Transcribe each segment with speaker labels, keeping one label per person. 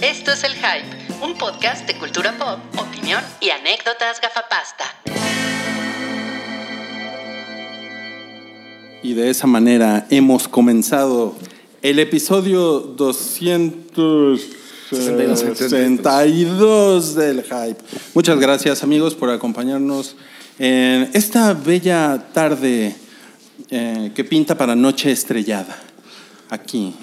Speaker 1: Esto es El Hype, un podcast de cultura pop, opinión y anécdotas gafapasta.
Speaker 2: Y de esa manera hemos comenzado el episodio 262 del Hype. Muchas gracias amigos por acompañarnos en esta bella tarde eh, que pinta para Noche Estrellada, aquí,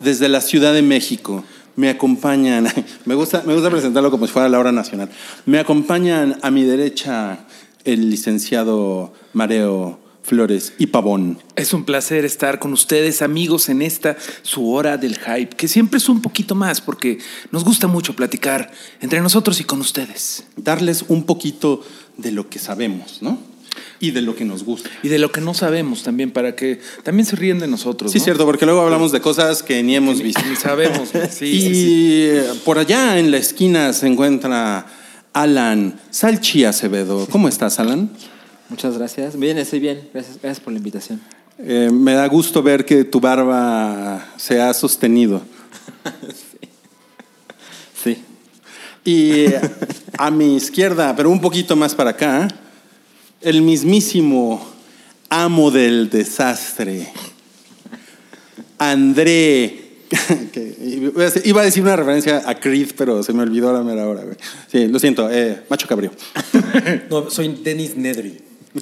Speaker 2: desde la Ciudad de México. Me acompañan, me gusta, me gusta presentarlo como si fuera la hora nacional. Me acompañan a mi derecha el licenciado Mareo Flores y Pavón.
Speaker 3: Es un placer estar con ustedes, amigos, en esta su hora del hype, que siempre es un poquito más porque nos gusta mucho platicar entre nosotros y con ustedes
Speaker 2: darles un poquito de lo que sabemos, ¿no? Y de lo que nos gusta.
Speaker 3: y de lo que no sabemos también para que también se ríen de nosotros.
Speaker 2: Sí,
Speaker 3: ¿no?
Speaker 2: cierto, porque luego hablamos de cosas que ni hemos visto.
Speaker 3: Ni sabemos. Sí,
Speaker 2: y
Speaker 3: sí, sí.
Speaker 2: eh, por allá en la esquina se encuentra Alan Salchi Acevedo. ¿Cómo estás, Alan?
Speaker 4: Muchas gracias. Bien, estoy bien. Gracias, gracias por la invitación.
Speaker 2: Eh, me da gusto ver que tu barba se ha sostenido.
Speaker 4: Sí.
Speaker 2: Y eh, a mi izquierda, pero un poquito más para acá, el mismísimo amo del desastre, André. que iba a decir- iba a decir una referencia a Creed, pero se me olvidó a la mera hora, güey. Sí, lo siento, eh, Macho Cabrío.
Speaker 5: No, soy Denis Nedry.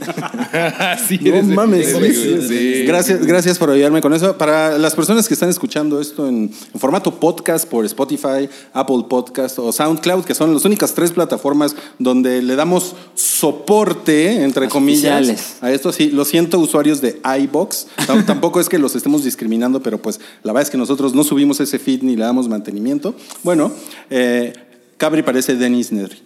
Speaker 3: Sí,
Speaker 2: No
Speaker 3: eres de-
Speaker 2: mames,
Speaker 3: eres
Speaker 2: sí,
Speaker 3: de-
Speaker 2: sí,
Speaker 3: de-
Speaker 2: sí. Gracias, gracias por ayudarme con eso. Para las personas que están escuchando esto en, en formato podcast por Spotify, Apple Podcast o SoundCloud, que son las únicas tres plataformas donde le damos soporte, entre
Speaker 4: Las
Speaker 2: comillas,
Speaker 4: oficiales.
Speaker 2: a esto. Sí, lo siento, usuarios de iBox. Tam- Tampoco es que los estemos discriminando, pero pues la verdad es que nosotros no subimos ese feed ni le damos mantenimiento. Bueno, eh, Cabri parece Denis Nedry.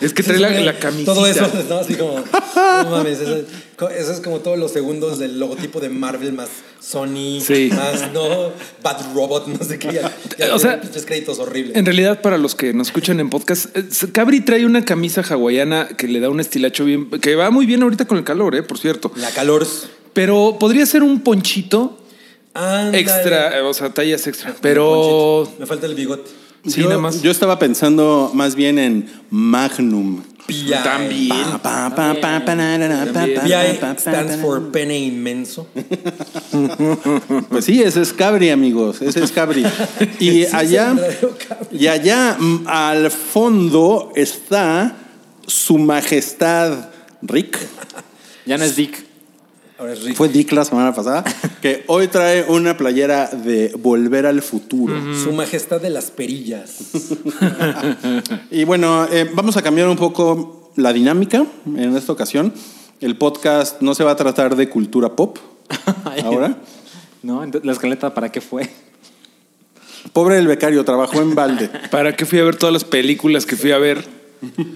Speaker 3: Es que trae la, la camisita.
Speaker 5: Todo eso, ¿no? Así como, no mames, eso, es- co- eso es como todos los segundos del logotipo de Marvel más Sony,
Speaker 3: Sí.
Speaker 5: más, ¿no? Bad Robot, no sé qué. Ya,
Speaker 3: O
Speaker 5: o
Speaker 3: sea,
Speaker 5: sea, pinches créditos horribles.
Speaker 3: En realidad, para los que nos escuchan en podcast, eh, Cabri trae una camisa hawaiana que le da un estilacho bien, que va muy bien ahorita con el calor, eh, por cierto.
Speaker 5: La calor.
Speaker 3: Pero podría ser un ponchito
Speaker 5: ándale.
Speaker 3: extra, eh, o sea, tallas extra. Pero
Speaker 5: Me falta el bigote.
Speaker 3: Sí,
Speaker 2: yo,
Speaker 3: nada más.
Speaker 2: yo estaba pensando más bien en Magnum.
Speaker 5: PI.
Speaker 3: También.
Speaker 2: Pa, pa, pa, pa, pa, na, na, na, pa, pa,
Speaker 5: PI
Speaker 2: pa, pa,
Speaker 5: stands
Speaker 2: pa,
Speaker 5: for pene inmenso.
Speaker 2: Pues sí, ese es Cabri, amigos. Ese es Cabri. Y allá, y allá mm, al fondo está su majestad Rick.
Speaker 4: Ya no es Dick.
Speaker 5: Ahora es rico.
Speaker 2: Fue Dick la semana pasada. Que hoy trae una playera de Volver al Futuro.
Speaker 5: Su majestad de las perillas.
Speaker 2: Y bueno, eh, vamos a cambiar un poco la dinámica en esta ocasión. El podcast no se va a tratar de cultura pop. Ahora.
Speaker 4: No, entonces, la escaleta, ¿para qué fue?
Speaker 2: Pobre el becario, trabajó en balde.
Speaker 3: ¿para qué fui a ver todas las películas que fui a ver?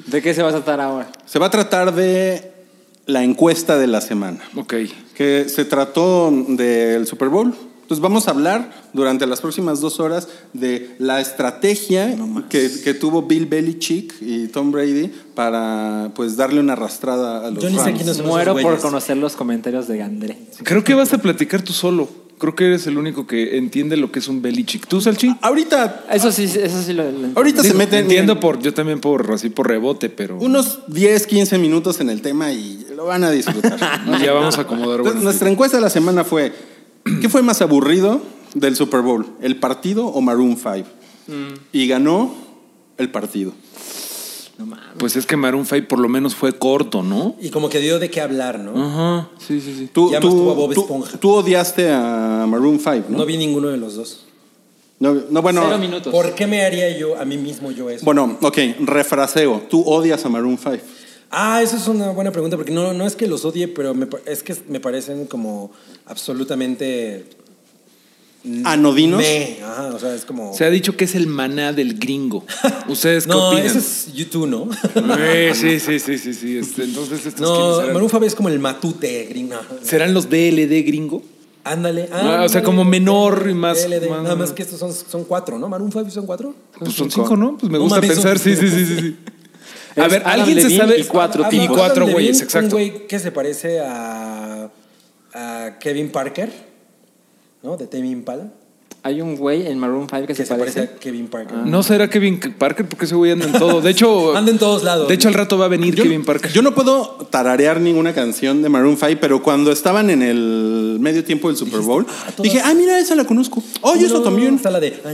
Speaker 4: ¿De qué se va a tratar ahora?
Speaker 2: Se va a tratar de la encuesta de la semana,
Speaker 3: Ok.
Speaker 2: que se trató del Super Bowl. Entonces vamos a hablar durante las próximas dos horas de la estrategia que, que tuvo Bill Belichick y Tom Brady para pues darle una arrastrada a los
Speaker 5: Yo ni sé
Speaker 2: Rams.
Speaker 5: quiénes son esos
Speaker 4: Muero por
Speaker 5: güeyes.
Speaker 4: conocer los comentarios de André.
Speaker 3: Creo que vas a platicar tú solo. Creo que eres el único que entiende lo que es un belichick. ¿Tú, Salchi?
Speaker 2: Ahorita,
Speaker 4: Eso sí, eso sí lo, lo-
Speaker 2: ahorita Ah, se
Speaker 3: Digo,
Speaker 2: meten
Speaker 3: Entiendo por, yo también por así por rebote, pero
Speaker 2: unos 10, 15 minutos en el tema y lo van a disfrutar.
Speaker 3: y ya vamos a acomodar.
Speaker 2: Entonces,
Speaker 3: buenas.
Speaker 2: nuestra encuesta de la semana fue, ¿qué fue más aburrido del Super Bowl? ¿El partido o Maroon 5?
Speaker 4: Mm.
Speaker 2: Y ganó el partido.
Speaker 3: Pues es que Maroon 5 por lo menos fue corto, ¿no?
Speaker 5: Y como que dio de qué hablar, ¿no?
Speaker 3: Ajá, sí, sí, sí.
Speaker 2: Tú,
Speaker 5: Y además tuvo a Bob
Speaker 2: tú-
Speaker 5: Esponja.
Speaker 2: tú odiaste a Maroon 5, ¿no?
Speaker 5: No vi ninguno de los dos.
Speaker 2: No, no, bueno,
Speaker 4: Cero minutos.
Speaker 5: ¿Por qué me haría yo a mí mismo yo eso?
Speaker 2: bueno, ok, refraseo. Tú odias a Maroon 5.
Speaker 5: Ah, eso es una buena pregunta, porque no, no es que los odie, pero me pa- es que me parecen como absolutamente...
Speaker 2: ¿Anodinos?
Speaker 5: meh. Ajá, o sea, es como...
Speaker 3: Se ha dicho que es el maná del gringo. ¿Ustedes qué
Speaker 5: no,
Speaker 3: opinan?
Speaker 5: eso es YouTube, ¿no?
Speaker 3: Eh, sí, sí, sí, sí, sí. este, entonces estos quiénes
Speaker 5: no,
Speaker 3: serán?
Speaker 5: Maroon Fabio es como el matute gringo.
Speaker 3: ¿Serán los DLD gringo?
Speaker 5: Ándale,
Speaker 3: Ah,
Speaker 5: ándale.
Speaker 3: o sea, como menor y más-
Speaker 5: LD.
Speaker 3: más-
Speaker 5: Nada más que estos son, son cuatro, ¿no? Maroon Fabio son cuatro.
Speaker 3: Pues son cinco, ¿no? Pues me
Speaker 5: No
Speaker 3: gusta
Speaker 5: mames, son-
Speaker 3: pensar, sí, sí, sí, sí, sí. A
Speaker 4: Es
Speaker 3: ver,
Speaker 4: Adam
Speaker 3: alguien se
Speaker 4: Levine
Speaker 3: sabe.
Speaker 4: y cuatro
Speaker 5: Ah,
Speaker 3: Y
Speaker 4: tipos.
Speaker 3: cuatro
Speaker 5: Adam
Speaker 3: güeyes,
Speaker 5: Levine,
Speaker 3: exacto.
Speaker 5: Un güey que se parece a, a Kevin Parker, ¿no? De Tame Impala.
Speaker 4: Hay un güey en Maroon 5 que,
Speaker 5: Que
Speaker 4: se, parece.
Speaker 5: a Kevin Parker.
Speaker 3: No será Kevin Parker porque ese güey anda en todo. De hecho,
Speaker 5: Anda en todos lados.
Speaker 3: De hecho, al rato va a venir
Speaker 2: Yo,
Speaker 3: Kevin Parker.
Speaker 2: yo no puedo tararear ninguna canción de Maroon 5, pero cuando estaban en el medio tiempo del Super Bowl,
Speaker 5: "Ah, todas-
Speaker 2: dije, ah, mira, esa la conozco.
Speaker 3: Oh,
Speaker 2: Oye, eso
Speaker 5: No,
Speaker 2: también.
Speaker 5: Está la de. Ah,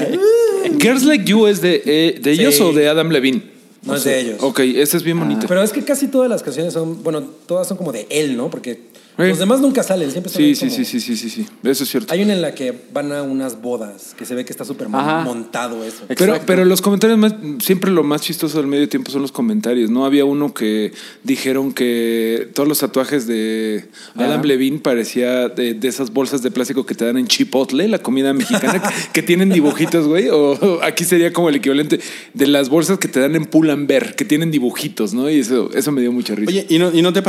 Speaker 3: Eh, Girls Like You es de, eh, de
Speaker 5: Sí.
Speaker 3: ellos o de Adam Levine.
Speaker 5: No es de ellos.
Speaker 3: Ok, esta es bien bonita.
Speaker 5: Ah. Pero es que casi todas las canciones son, bueno, todas son como de él, ¿no? Porque
Speaker 3: Sí.
Speaker 5: los demás nunca salen, siempre son
Speaker 3: Sí,
Speaker 5: él
Speaker 3: sí,
Speaker 5: como-
Speaker 3: sí, sí, sí, sí, sí. Eso es cierto.
Speaker 5: Hay una en la que van a unas bodas, que se ve que está súper mon-
Speaker 4: Ajá.
Speaker 5: montado eso.
Speaker 3: Pero,
Speaker 4: Exacto.
Speaker 3: pero los comentarios más, siempre lo más chistoso del medio tiempo son los comentarios. No había uno que dijeron que todos los tatuajes de Adam Levine parecía de, de esas bolsas de plástico que te dan en Chipotle, la comida mexicana, que, que tienen dibujitos, güey. O aquí sería como el equivalente de las bolsas que te dan en Pull&Bear, que tienen dibujitos, ¿no? Y eso, eso me dio mucha risa.
Speaker 2: Oye, ¿y no, y no te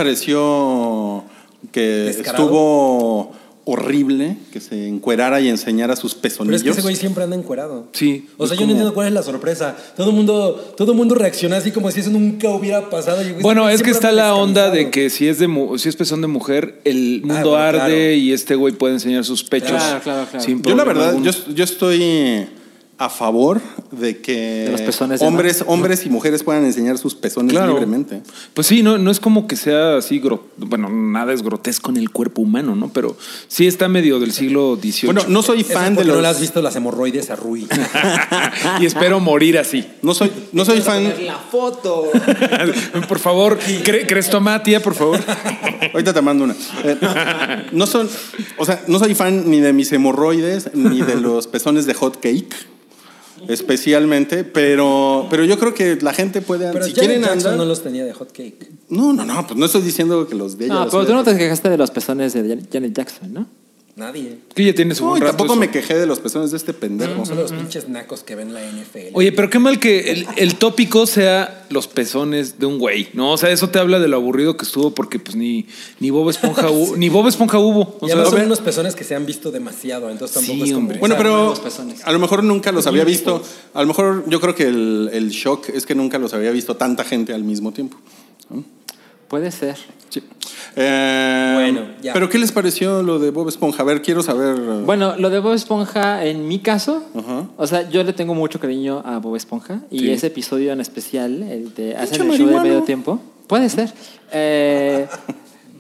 Speaker 2: pareció que
Speaker 5: Descarado.
Speaker 2: estuvo horrible que se encuerara y enseñara sus
Speaker 5: Pero
Speaker 2: pezonillos?
Speaker 5: es que ese güey siempre anda encuerado.
Speaker 3: Sí,
Speaker 5: O
Speaker 3: es
Speaker 5: sea, yo no
Speaker 3: como-
Speaker 5: entiendo cuál es la sorpresa. Todo el mundo, todo mundo reacciona así como si eso nunca hubiera pasado. Y, güey,
Speaker 3: Bueno,
Speaker 5: siempre
Speaker 3: es que
Speaker 5: anda
Speaker 3: está la onda de
Speaker 5: descamisado.
Speaker 3: que si es de mu- si es pezón de mujer, el mundo
Speaker 5: bueno,
Speaker 3: arde
Speaker 5: claro.
Speaker 3: y este güey puede enseñar sus pechos.
Speaker 4: Claro, claro, claro.
Speaker 3: sin
Speaker 2: yo la
Speaker 3: problema
Speaker 2: verdad,
Speaker 3: alguno.
Speaker 2: yo, yo estoy a favor de que
Speaker 4: De los pezones de
Speaker 2: hombres, hombres y mujeres puedan enseñar sus pezones
Speaker 3: Claro.
Speaker 2: libremente.
Speaker 3: Pues sí, no, no es como que sea así, gro- bueno, nada es grotesco en el cuerpo humano, ¿no? Pero sí está medio del siglo XVIII.
Speaker 2: Bueno, no soy
Speaker 5: Eso es
Speaker 2: fan de
Speaker 5: porque
Speaker 2: los.
Speaker 5: no le has visto las hemorroides a Rui.
Speaker 3: y espero morir así.
Speaker 2: No soy, no soy fan.
Speaker 3: por favor, cre- crestomatia, por favor.
Speaker 2: Ahorita te mando una. Eh, no son, o sea, no soy fan ni de mis hemorroides ni de los pezones de hot cake, especialmente, pero, pero yo creo que la gente puede.
Speaker 5: Pero
Speaker 2: si
Speaker 5: Janet
Speaker 2: quieren
Speaker 5: Jackson
Speaker 2: andar.
Speaker 5: no los tenía de hot cake.
Speaker 2: No, no, no, pues no estoy diciendo que los de ella.
Speaker 4: No,
Speaker 2: los
Speaker 4: Ah, pero tú
Speaker 2: hubiera
Speaker 4: no te quejaste de los pezones de Jan- Janet Jackson, ¿no?
Speaker 5: Nadie.
Speaker 3: Que ya tiene su
Speaker 2: No,
Speaker 3: buen
Speaker 2: y
Speaker 3: rato
Speaker 2: tampoco
Speaker 3: eso.
Speaker 2: me quejé de los pezones de este pendejo.
Speaker 5: Como son los pinches nacos que ven la NFL.
Speaker 3: Oye, pero qué mal que el, el tópico sea los pezones de un güey, ¿no? O sea, eso te habla de lo aburrido que estuvo porque pues ni, ni Bob Esponja hubo, ni Bob Esponja hubo. O
Speaker 5: y
Speaker 3: sea,
Speaker 5: además son
Speaker 3: a ver,
Speaker 5: unos pezones que se han visto demasiado, entonces tampoco
Speaker 3: Sí,
Speaker 5: es como...
Speaker 3: hombre.
Speaker 2: Bueno,
Speaker 4: O sea,
Speaker 2: pero
Speaker 4: los pezones.
Speaker 2: a lo mejor nunca los había visto. A lo mejor yo creo que el, el shock es que nunca los había visto tanta gente al mismo tiempo.
Speaker 4: Puede ser.
Speaker 2: Eh,
Speaker 5: Bueno, ya.
Speaker 2: Pero ¿qué les pareció lo de Bob Esponja? A ver, quiero saber. eh,
Speaker 4: Bueno, lo de Bob Esponja, en mi caso,
Speaker 2: Ajá.
Speaker 4: o sea, yo le tengo mucho cariño a Bob Esponja y ese episodio en especial, el de Hacen el show de
Speaker 2: marihuano.
Speaker 4: medio tiempo, puede ser. Eh,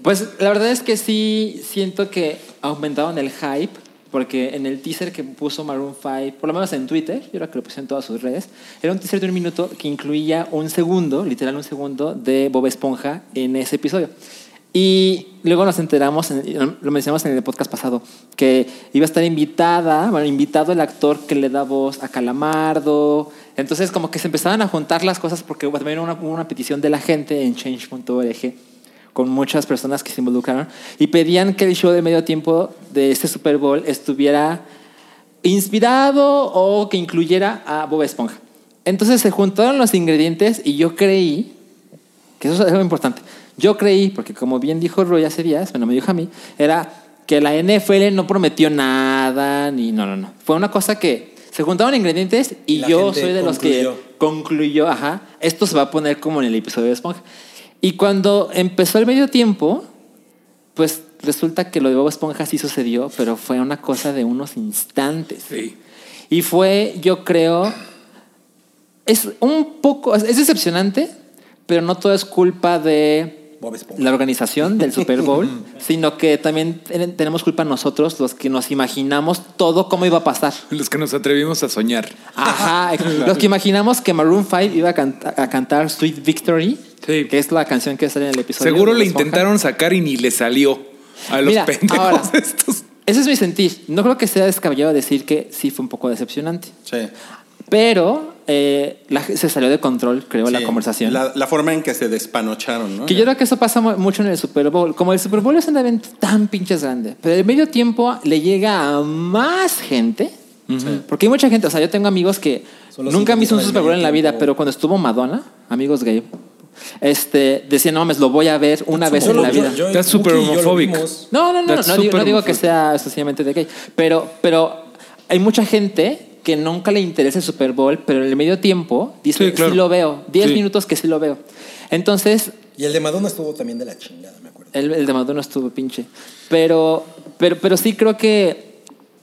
Speaker 4: pues la verdad es que sí siento que aumentaron el hype porque en el teaser que puso Maroon 5, por lo menos en Twitter, yo creo que lo puse en todas sus redes, era un teaser de un minuto que incluía un segundo, literal un segundo, de Bob Esponja en ese episodio. Y luego nos enteramos, en- lo mencionamos en el podcast pasado, que iba a estar invitada, bueno, invitado el actor que le da voz a Calamardo. Entonces, como que se empezaban a juntar las cosas porque hubo también una, hubo una petición de la gente en change.org con muchas personas que se involucraron y pedían que el show de medio tiempo de este Super Bowl estuviera inspirado o que incluyera a Bob Esponja. Entonces se juntaron los ingredientes y yo creí, que eso es algo importante, yo creí, porque como bien dijo Roy hace días, bueno, me dijo a mí, era que la NFL no prometió nada, ni no, no, no. Fue una cosa que se juntaron ingredientes y
Speaker 5: Y la
Speaker 4: yo
Speaker 5: gente
Speaker 4: soy de los que
Speaker 5: concluyó.
Speaker 4: concluyó, ajá, esto se va a poner como en el episodio de Esponja. Y cuando empezó el medio tiempo, pues resulta que lo de Bob Esponja sí sucedió, pero fue una cosa de unos instantes.
Speaker 3: Sí.
Speaker 4: Y fue, yo creo, es un poco, es, es decepcionante, pero no todo es culpa de
Speaker 5: Bob Esponja.
Speaker 4: la organización del Super Bowl, sino que también ten- tenemos culpa nosotros, los que nos imaginamos todo cómo iba a pasar.
Speaker 3: los que nos atrevimos a soñar.
Speaker 4: Ajá, los que imaginamos que Maroon 5 iba a, canta- a cantar Sweet Victory,
Speaker 3: Sí.
Speaker 4: que es la canción que sale en el episodio.
Speaker 3: Seguro
Speaker 4: de
Speaker 3: le
Speaker 4: Bob Esponja.
Speaker 3: intentaron sacar y ni le salió a los
Speaker 4: Mira,
Speaker 3: pendejos
Speaker 4: ahora,
Speaker 3: estos.
Speaker 4: Ese es mi sentir. No creo que sea descabellado decir que sí fue un poco decepcionante.
Speaker 2: sí.
Speaker 4: Pero eh, la- se salió de control, creo, la
Speaker 2: Sí,
Speaker 4: conversación.
Speaker 2: La, la forma en que se despanocharon, ¿no?
Speaker 4: Que yo creo que eso pasa mu- mucho en el Super Bowl. Como el Super Bowl es un evento tan pinches grande, pero el medio tiempo le llega a más gente. Porque hay mucha gente, o sea, yo tengo amigos que
Speaker 5: Son los
Speaker 4: nunca han visto un
Speaker 5: sintonizan
Speaker 4: Super Bowl en la
Speaker 5: el medio
Speaker 4: vida,
Speaker 5: tiempo.
Speaker 4: pero cuando estuvo Madonna, amigos gay, este, decían, no mames, lo voy a ver una vez
Speaker 5: Yo
Speaker 4: en
Speaker 5: lo-
Speaker 4: la
Speaker 5: yo-
Speaker 4: vida.
Speaker 5: yo-
Speaker 3: Estás súper
Speaker 5: Wookie y yo lo
Speaker 3: homofóbico.
Speaker 5: vimos.
Speaker 4: No, no, no, no,
Speaker 3: That's
Speaker 4: digo,
Speaker 3: super
Speaker 4: no digo que
Speaker 3: homofóbico.
Speaker 4: sea exclusivamente de gay, pero, pero hay mucha gente que nunca le interesa el Super Bowl, pero en el medio tiempo dice,
Speaker 3: Sí,
Speaker 4: sí,
Speaker 3: claro.
Speaker 4: lo veo, 10
Speaker 3: Sí.
Speaker 4: minutos que sí lo veo. Entonces,
Speaker 5: Y el de Madonna estuvo también de la chingada, me
Speaker 3: Eh.
Speaker 5: acuerdo.
Speaker 4: El, el de Madonna estuvo pinche. Pero, pero, pero sí creo que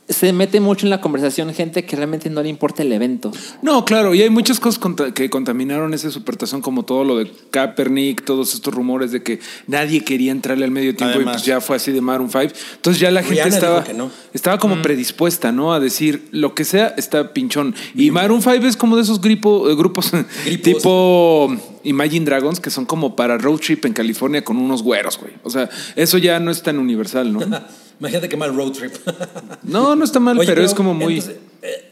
Speaker 4: se mete mucho en la conversación gente que realmente no le importa el evento.
Speaker 3: No, claro, y hay muchas cosas contra- que contaminaron ese supertazón, como todo lo de Kaepernick, todos estos rumores de que nadie quería entrarle al medio tiempo y
Speaker 2: Además.
Speaker 3: pues ya fue así de Maroon 5. Entonces ya la gente
Speaker 5: Rihanna Pues dijo
Speaker 3: estaba,
Speaker 5: que no.
Speaker 3: estaba como predispuesta, ¿no? A decir lo que sea está pinchón. Y Maroon 5 es como de esos gripo- eh, grupos
Speaker 5: Gripos.
Speaker 3: tipo Imagine Dragons que son como para road trip en California con unos güeros, güey. O sea, eso ya no es tan universal, ¿no?
Speaker 5: Imagínate qué mal road trip.
Speaker 3: No, no está mal,
Speaker 5: Oye,
Speaker 3: pero, es como muy...
Speaker 5: entonces, eh,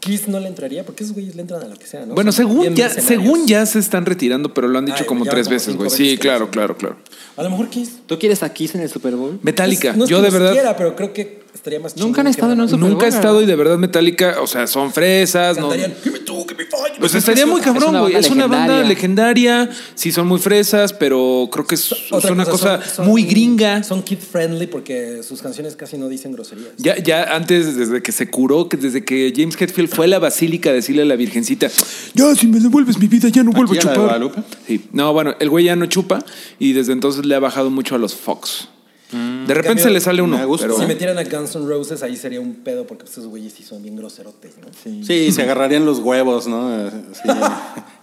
Speaker 5: Kiss no le entraría, porque esos güeyes le entran a lo que sea, ¿no?
Speaker 3: Bueno,
Speaker 5: Son bien
Speaker 3: según ya,
Speaker 5: mercenarios.
Speaker 3: según ya se están retirando, pero lo han dicho
Speaker 5: Ay,
Speaker 3: como
Speaker 5: Ah, ya
Speaker 3: tres
Speaker 5: como
Speaker 3: veces,
Speaker 5: cinco
Speaker 3: güey.
Speaker 5: veces
Speaker 3: Sí,
Speaker 5: que
Speaker 3: claro,
Speaker 5: dicen.
Speaker 3: claro, claro.
Speaker 5: A lo mejor Kiss. Pues,
Speaker 4: ¿Tú quieres a Kiss en el Super Bowl?
Speaker 3: Metallica,
Speaker 5: No es
Speaker 3: yo
Speaker 5: que
Speaker 3: de
Speaker 5: los
Speaker 3: verdad
Speaker 5: quiera, pero creo que estaría más
Speaker 4: Nunca
Speaker 5: chingón
Speaker 4: han
Speaker 5: que
Speaker 4: estado en un
Speaker 5: Madonna.
Speaker 4: Super Bowl.
Speaker 3: nunca he
Speaker 4: ¿verdad?
Speaker 3: estado y de verdad Metallica, o sea, son fresas, no.
Speaker 5: Cantarían, "Give me two, give me five".
Speaker 3: Pues estaría muy cabrón,
Speaker 4: una
Speaker 3: güey.
Speaker 4: banda
Speaker 3: Es una banda
Speaker 4: legendaria.
Speaker 3: legendaria, sí son muy fresas, pero creo que es, es
Speaker 5: Otra
Speaker 3: una cosa
Speaker 5: son- son-
Speaker 3: muy gringa.
Speaker 5: Son kid friendly porque sus canciones casi no dicen groserías.
Speaker 3: Ya, ya antes, desde que se curó, que desde que James Hetfield fue a la basílica a decirle a la virgencita, ya si me devuelves mi vida, ya no vuelvo a
Speaker 2: ¿Aquí a la de
Speaker 3: chupar.
Speaker 2: Guadalupe?
Speaker 3: Sí. No, bueno, el güey ya no chupa y desde entonces le ha bajado mucho a los Fox.
Speaker 2: Mm.
Speaker 3: De repente
Speaker 5: cambio,
Speaker 3: se le sale uno.
Speaker 2: me gusta.
Speaker 3: pero-
Speaker 5: Si metieran a Guns N' Roses ahí sería un pedo porque esos güeyes sí son bien groserotes, ¿no?
Speaker 2: Sí, se agarrarían los huevos, ¿no? Sí,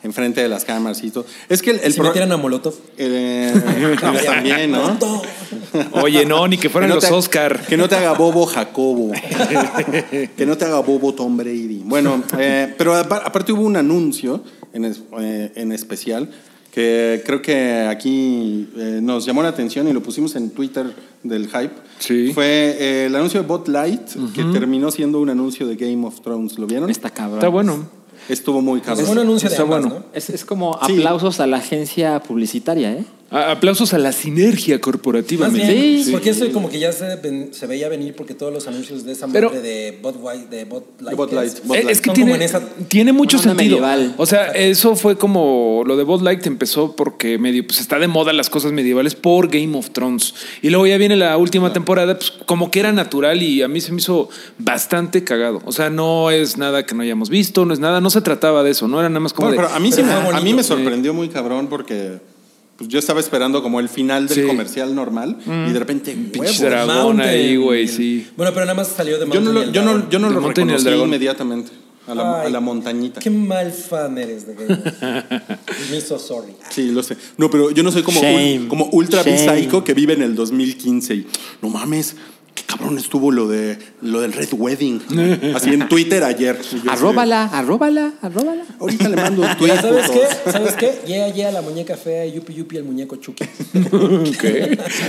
Speaker 2: enfrente de las cámaras y todo. Es que el, el
Speaker 5: si
Speaker 2: pro-
Speaker 5: metieran a Molotov. pues,
Speaker 2: Eh, no, también, ¿no?
Speaker 5: Molotov.
Speaker 3: Oye, no, ni que
Speaker 2: Que
Speaker 3: fueran
Speaker 2: no
Speaker 3: los
Speaker 2: te-
Speaker 3: Oscar.
Speaker 2: Que no te haga bobo Jacobo. que no te haga bobo Tom Brady. Bueno, eh, pero apar- aparte hubo un anuncio en, es- eh, en especial que creo que aquí eh, nos llamó la atención y lo pusimos en Twitter del hype.
Speaker 3: Sí.
Speaker 2: Fue eh, el anuncio de Bot Light, que terminó siendo un anuncio de Game of Thrones. ¿Lo vieron?
Speaker 4: Está cabrón.
Speaker 3: Está bueno.
Speaker 2: Estuvo muy cabrón.
Speaker 5: Es un anuncio de
Speaker 3: Está
Speaker 5: ambas,
Speaker 3: bueno.
Speaker 5: ¿no?
Speaker 4: Es, es como
Speaker 2: Sí.
Speaker 4: aplausos a la agencia publicitaria, ¿eh?
Speaker 3: A- aplausos a la sinergia corporativa.
Speaker 5: Más
Speaker 3: men.
Speaker 5: bien,
Speaker 4: Sí.
Speaker 5: porque eso como que ya se, ven- se veía venir porque todos los anuncios de esa madre
Speaker 3: Pero-
Speaker 5: de Bud White, de Bud Light,
Speaker 2: De Bud
Speaker 5: que
Speaker 2: Light,
Speaker 5: es-
Speaker 2: Bud
Speaker 3: Eh,
Speaker 2: Light.
Speaker 3: Es que
Speaker 5: Son
Speaker 3: tiene,
Speaker 5: como en esa-
Speaker 3: tiene mucho
Speaker 4: Una onda
Speaker 3: sentido.
Speaker 4: medieval.
Speaker 3: O sea, eso fue como lo de Bud Light empezó porque medio, pues está de moda las cosas medievales por Game of Thrones. Y luego ya viene la última temporada, pues como que era natural y a mí se me hizo bastante cagado. O sea, no es nada que no hayamos visto, no es nada, no se trataba de eso, no era nada más como
Speaker 2: Bueno,
Speaker 3: de-
Speaker 2: pero a mí,
Speaker 5: Pero
Speaker 2: sí me-
Speaker 5: fue bonito.
Speaker 2: a mí me sorprendió muy cabrón porque pues, yo estaba esperando como el final del
Speaker 3: Sí.
Speaker 2: comercial normal y de repente
Speaker 3: pinche
Speaker 2: huevos.
Speaker 3: dragón
Speaker 5: Mountain.
Speaker 3: ahí, güey, sí.
Speaker 5: Bueno, pero nada más salió de
Speaker 2: Yo no
Speaker 5: Mountain
Speaker 2: lo,
Speaker 5: y el
Speaker 2: yo no,
Speaker 5: dragón.
Speaker 2: yo no
Speaker 3: El
Speaker 2: lo
Speaker 3: monte ni el
Speaker 2: reconocí
Speaker 3: dragón.
Speaker 2: inmediatamente a la, a
Speaker 5: Ay,
Speaker 2: la montañita.
Speaker 5: Qué mal fan eres de Game of Thrones. Me hizo sorry.
Speaker 2: Sí, lo sé. No, pero yo no soy como,
Speaker 4: Shame.
Speaker 2: ul- como ultra
Speaker 4: Shame.
Speaker 2: psycho que vive en el 2015 y no mames. Qué cabrón estuvo lo de lo del Red Wedding. Así en Twitter ayer. Y yo así de,
Speaker 4: Arróbala, arróbala, arróbala.
Speaker 2: Ahorita le mando un tweet.
Speaker 5: Pero ¿Sabes
Speaker 2: puto".
Speaker 5: qué? ¿Sabes qué? Yeah, yeah, la muñeca fea, yupi, yupi, el muñeco Chucky.
Speaker 3: Ok.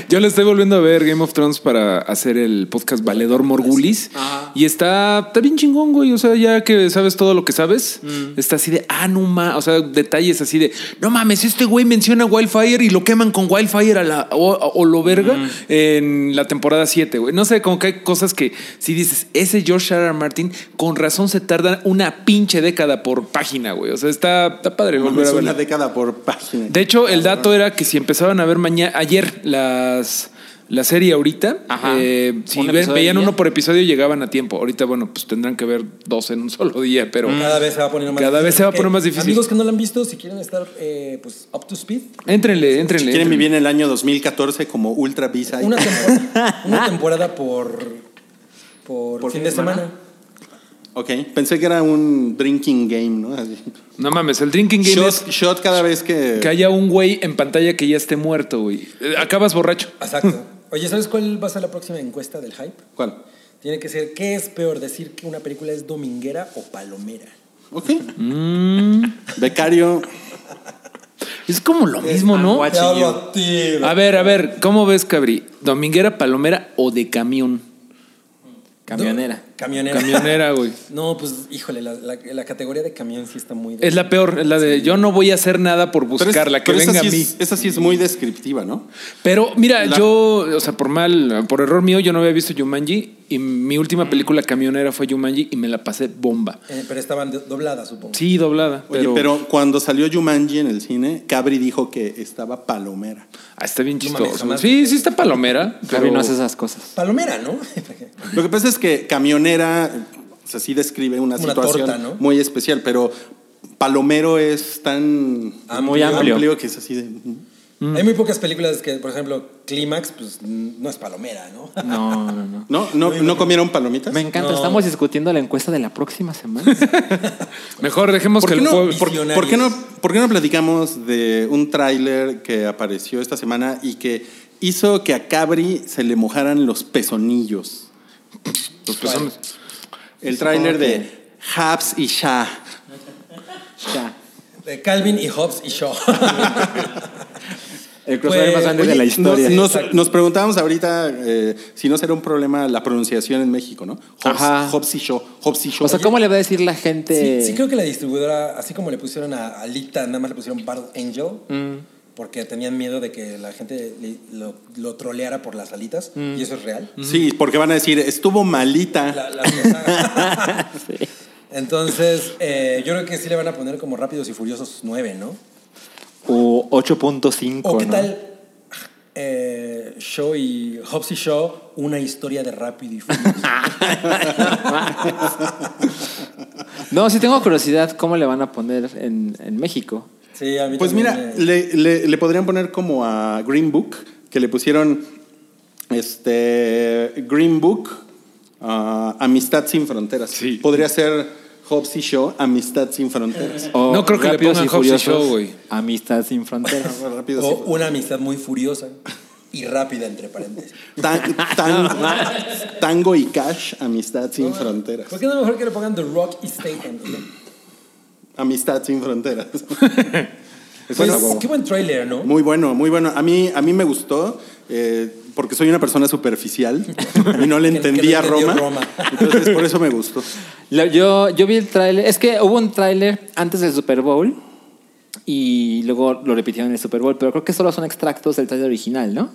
Speaker 3: Yo le estoy volviendo a ver Game of Thrones para hacer el podcast Valedor Morgulis. Y está, está bien chingón, güey. O sea, ya que sabes todo lo que sabes, está así de anuma. O sea, detalles así de no mames, este güey menciona Wildfire y lo queman con Wildfire a la o, o lo verga en la temporada 7, güey. No sé, como que hay cosas que si dices, ese George R. R. Martin, con razón se tarda una pinche década por página, güey. O sea, está, está padre
Speaker 2: No
Speaker 3: volver
Speaker 2: mames,
Speaker 3: a verla.
Speaker 2: una década por página.
Speaker 3: De hecho, el dato era que si empezaban a ver mañana, ayer las la serie ahorita,
Speaker 4: Ajá.
Speaker 3: eh, si
Speaker 4: Un
Speaker 3: ve-
Speaker 4: episodio
Speaker 3: veían
Speaker 4: al día.
Speaker 3: uno por episodio llegaban a tiempo. Ahorita, bueno, pues tendrán que ver dos en un solo día, pero
Speaker 4: Mm.
Speaker 5: Cada vez se va a poner más
Speaker 3: Mm. Cada
Speaker 5: difícil.
Speaker 3: vez se va a poner
Speaker 5: Eh,
Speaker 3: más difícil.
Speaker 5: Amigos que no la han visto, si quieren estar eh, pues up to speed,
Speaker 3: Éntrenle, éntrenle.
Speaker 2: Quieren
Speaker 3: éntrenle.
Speaker 2: vivir en el año 2014 como ultra psycho.
Speaker 5: una temporada, una temporada por, por, fin de semana.
Speaker 2: Ok, pensé que era un drinking game, ¿no? Así.
Speaker 3: No mames, el drinking game
Speaker 2: Shot,
Speaker 3: es
Speaker 2: shot cada vez que.
Speaker 3: que haya un güey en pantalla que ya esté muerto, güey. Eh, Acabas borracho.
Speaker 5: Exacto. Oye, ¿sabes cuál va a ser la próxima encuesta del hype?
Speaker 2: ¿Cuál?
Speaker 5: Tiene que ser, ¿qué es peor, decir que una película es dominguera o palomera?
Speaker 2: Ok.
Speaker 4: Mm.
Speaker 2: Becario.
Speaker 3: Es como lo
Speaker 4: Eh,
Speaker 3: mismo, ¿no?
Speaker 5: Te hablo a ti.
Speaker 3: A ver, a ver, ¿cómo ves, Cabri? ¿Dominguera, palomera o de camión?
Speaker 4: Camionera.
Speaker 5: No, camionera.
Speaker 3: Camionera, güey.
Speaker 5: No, pues, híjole, la, la- la categoría de camión sí está muy...
Speaker 3: Es la peor, es la de yo no voy a hacer nada por
Speaker 2: Pero es-
Speaker 3: buscarla, que
Speaker 2: pero esa
Speaker 3: venga a
Speaker 2: sí
Speaker 3: mí.
Speaker 2: es- esa sí es muy descriptiva, ¿no?
Speaker 3: Pero mira,
Speaker 2: La-
Speaker 3: yo, o sea, por mal, por error mío, yo no había visto Jumanji y mi última película camionera fue Jumanji y me la pasé bomba.
Speaker 5: Eh, pero estaban do- dobladas, supongo.
Speaker 3: Sí, doblada.
Speaker 2: Oye,
Speaker 3: pero,
Speaker 2: pero, cuando salió Jumanji en el cine, Cabri dijo que estaba palomera.
Speaker 3: Ah, está bien
Speaker 5: No mames,
Speaker 3: chistoso.
Speaker 5: jamás.
Speaker 3: sí, sí está palomera.
Speaker 4: Javi
Speaker 3: Pero
Speaker 4: no hace esas cosas.
Speaker 5: Palomera, ¿no?
Speaker 2: Lo que pasa es que camionera, o sea, sí describe una,
Speaker 5: Una
Speaker 2: situación
Speaker 5: torta, ¿no?
Speaker 2: muy especial, pero palomero es tan
Speaker 5: Ah, muy
Speaker 4: amplio.
Speaker 2: que es así de.
Speaker 5: Hay muy pocas películas que, por ejemplo, Clímax, pues n- no es palomera, ¿no?
Speaker 3: No, no, no.
Speaker 2: ¿No? ¿No, ¿no comieron palomitas?
Speaker 4: Me encanta,
Speaker 5: No.
Speaker 4: estamos discutiendo la encuesta de la próxima semana.
Speaker 3: Mejor dejemos
Speaker 2: ¿Por
Speaker 3: que
Speaker 2: qué,
Speaker 3: el
Speaker 2: no,
Speaker 3: pueblo.
Speaker 2: por-
Speaker 5: Visionarios.
Speaker 2: por qué no, por qué no platicamos de un tráiler que apareció esta semana y que hizo que a Cabri se le mojaran los pezonillos?
Speaker 3: Los pezones.
Speaker 2: El tráiler de Habs y Shah.
Speaker 4: Ya.
Speaker 5: De Calvin y Hobbes y Shaw.
Speaker 4: El crossover
Speaker 5: Pues,
Speaker 4: más grande de la
Speaker 5: oye,
Speaker 4: historia.
Speaker 5: no sé.
Speaker 2: Nos, nos preguntábamos ahorita eh, si no será un problema la pronunciación en México, ¿no?
Speaker 4: Ajá.
Speaker 2: Hobbs, Hobbs y Shaw. Hobbs y Shaw.
Speaker 4: o sea, ¿cómo le va a decir la
Speaker 5: Sí,
Speaker 4: gente?
Speaker 5: sí creo que la distribuidora, así como le pusieron a Alita, nada más le pusieron Battle Angel, porque tenían miedo de que la gente le- lo, lo troleara por las alitas, y eso es real.
Speaker 2: Sí, porque van a decir, estuvo malita.
Speaker 5: La- la cosa- Entonces, eh, yo creo que sí le van a poner como Rápidos y Furiosos 9, ¿no?
Speaker 4: O 8.5.
Speaker 5: ¿O qué
Speaker 4: ¿no?
Speaker 5: tal ah, eh, Shaw y Hobbs y Shaw, una historia de Rápido y Furioso?
Speaker 4: No, sí tengo curiosidad cómo le van a poner en, en México.
Speaker 5: Sí, a mí
Speaker 2: Pues
Speaker 5: también
Speaker 2: mira,
Speaker 5: me-
Speaker 2: le, le- le podrían poner como a Green Book, que le pusieron este Green Book, ah, Amistad sin Fronteras.
Speaker 3: Sí.
Speaker 2: Podría ser Hobbs y Shaw, Amistad sin Fronteras. Oh,
Speaker 4: O
Speaker 3: No creo que le
Speaker 4: Rápidos
Speaker 3: pongan
Speaker 4: y
Speaker 3: Hobbs y
Speaker 4: Furiosos,
Speaker 3: Shaw, güey.
Speaker 4: Amistad sin fronteras.
Speaker 2: Rápido,
Speaker 5: o
Speaker 2: sí.
Speaker 5: una amistad muy furiosa y rápida, entre paréntesis.
Speaker 2: Tan- tan- tango y Cash, Amistad sin Fronteras.
Speaker 5: ¿Por qué no mejor que le pongan The Rock y Statham?
Speaker 2: Amistad sin Fronteras.
Speaker 5: Pues, qué buen tráiler, ¿no?
Speaker 2: Muy bueno, muy bueno. A mí, a mí me gustó. eh, porque soy una persona superficial y no le
Speaker 5: Que- que no
Speaker 2: entendía
Speaker 5: entendió
Speaker 2: Roma.
Speaker 5: Roma.
Speaker 2: Entonces, por eso me gustó.
Speaker 4: La- Yo, yo vi el tráiler. Es que hubo un tráiler antes del Super Bowl y luego lo repitieron en el Super Bowl, pero creo que solo son extractos del tráiler original, ¿no?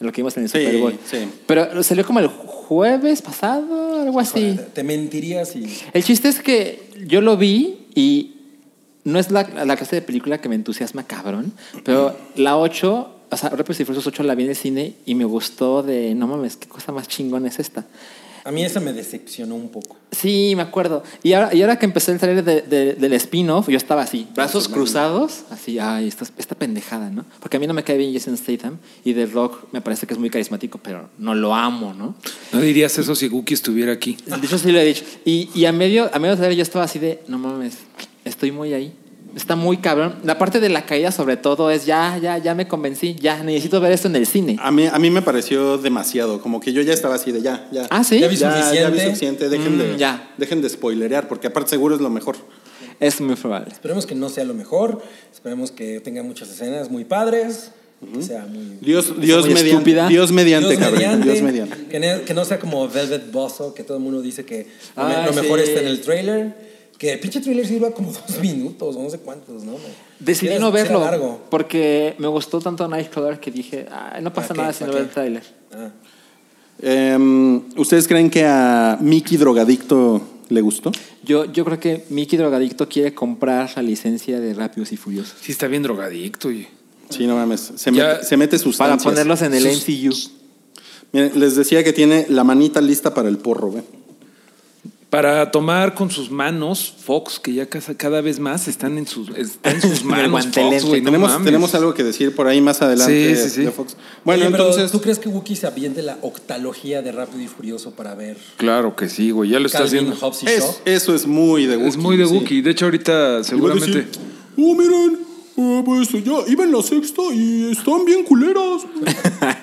Speaker 4: De Lo que vimos en el
Speaker 2: Sí,
Speaker 4: Super Bowl.
Speaker 2: sí.
Speaker 4: Pero salió como el jueves pasado, algo así.
Speaker 5: Te, te mentiría si...
Speaker 4: El chiste es que yo lo vi y no es la, la clase de película que me entusiasma, cabrón, pero la 8, o sea, Rápidos y Furiosos 8 la vi en el cine y me gustó de, no mames, qué cosa más chingón es esta.
Speaker 5: A mí esa me decepcionó un poco.
Speaker 4: Sí, me acuerdo. Y ahora, y ahora que empecé el trailer de- de- del spin-off, yo estaba así, brazos cruzados, así, ay, esta, esta pendejada, ¿no? Porque a mí no me cae bien Jason Statham y The Rock me parece que es muy carismático, pero no lo amo, ¿no?
Speaker 3: No dirías eso si Guki estuviera aquí.
Speaker 4: De hecho, sí lo he dicho. Y, y a medio, a medio trailer yo estaba así de, no mames, estoy muy ahí. Está muy cabrón. La parte de la caída, sobre todo, es ya, ya, ya me convencí, ya necesito ver esto en el cine.
Speaker 2: A mí, a mí me pareció demasiado, como que yo ya estaba así de ya, ya.
Speaker 4: Ah, ¿sí?
Speaker 5: Ya vi suficiente.
Speaker 2: ya vi suficiente, dejen,
Speaker 4: Mm,
Speaker 2: de,
Speaker 4: ya.
Speaker 2: dejen de spoilerear, porque aparte seguro es lo mejor.
Speaker 4: Es muy probable.
Speaker 5: Esperemos que no sea lo mejor. Esperemos que tenga muchas escenas muy padres. Que sea muy...
Speaker 2: Dios, Dios,
Speaker 4: muy
Speaker 2: mediante,
Speaker 4: estúpida.
Speaker 2: Dios mediante,
Speaker 5: Dios
Speaker 2: cabrón,
Speaker 5: mediante,
Speaker 2: Dios mediante.
Speaker 5: Que ne- que no, sea como Velvet Buzzsaw, que todo el mundo dice que lo me-
Speaker 2: Ah,
Speaker 4: Ay,
Speaker 5: lo mejor
Speaker 4: sí.
Speaker 5: está en el trailer. Que el pinche trailer sirva como dos minutos, o no sé cuántos, ¿no?
Speaker 4: Decidí
Speaker 5: Era-
Speaker 4: no
Speaker 5: era
Speaker 4: verlo
Speaker 5: largo.
Speaker 4: porque me gustó tanto Nightcrawler que dije, "Ay, no pasa
Speaker 5: ¿Para qué?
Speaker 4: nada si no
Speaker 5: ¿Para
Speaker 4: veo el
Speaker 5: qué?
Speaker 4: tráiler.
Speaker 5: Ah.
Speaker 2: Em, ¿Ustedes creen que a Mickey drogadicto le gustó?
Speaker 4: Yo, yo creo que Mickey Drogadicto quiere comprar la licencia de Rápidos y Furiosos
Speaker 3: Sí, está bien drogadicto, oye.
Speaker 2: Sí, no mames. Se,
Speaker 3: Ya-
Speaker 2: mete, se mete
Speaker 4: para
Speaker 2: sustancias.
Speaker 4: ponerlos en el
Speaker 2: Sus-
Speaker 4: MCU.
Speaker 2: Miren, les decía que tiene la manita lista para el porro, ¿ve?
Speaker 3: Para tomar con sus manos, Fox, que ya casa- cada vez más están en sus, está en sus
Speaker 4: En el
Speaker 3: manos.
Speaker 4: guantelete.
Speaker 3: Fox, güey, no
Speaker 2: tenemos,
Speaker 3: mames.
Speaker 2: tenemos algo que decir por ahí más adelante
Speaker 3: Sí, sí, sí.
Speaker 2: de Fox. Bueno,
Speaker 5: Oye, pero,
Speaker 2: entonces...
Speaker 5: ¿Tú crees que Wookiee se aviente la octalogía de Rápido y Furioso para ver
Speaker 3: Claro que sí, güey. Ya lo estás
Speaker 5: Calvin,
Speaker 3: viendo.
Speaker 5: Hobbs y
Speaker 2: Es-
Speaker 5: Shaw?
Speaker 2: eso es muy de Wookiee.
Speaker 3: Es muy de
Speaker 2: sí.
Speaker 3: Guki. De hecho, ahorita
Speaker 2: Y va a decir,
Speaker 3: seguramente.
Speaker 2: oh, miren, eh, pues yo iba en la sexta y están bien culeras.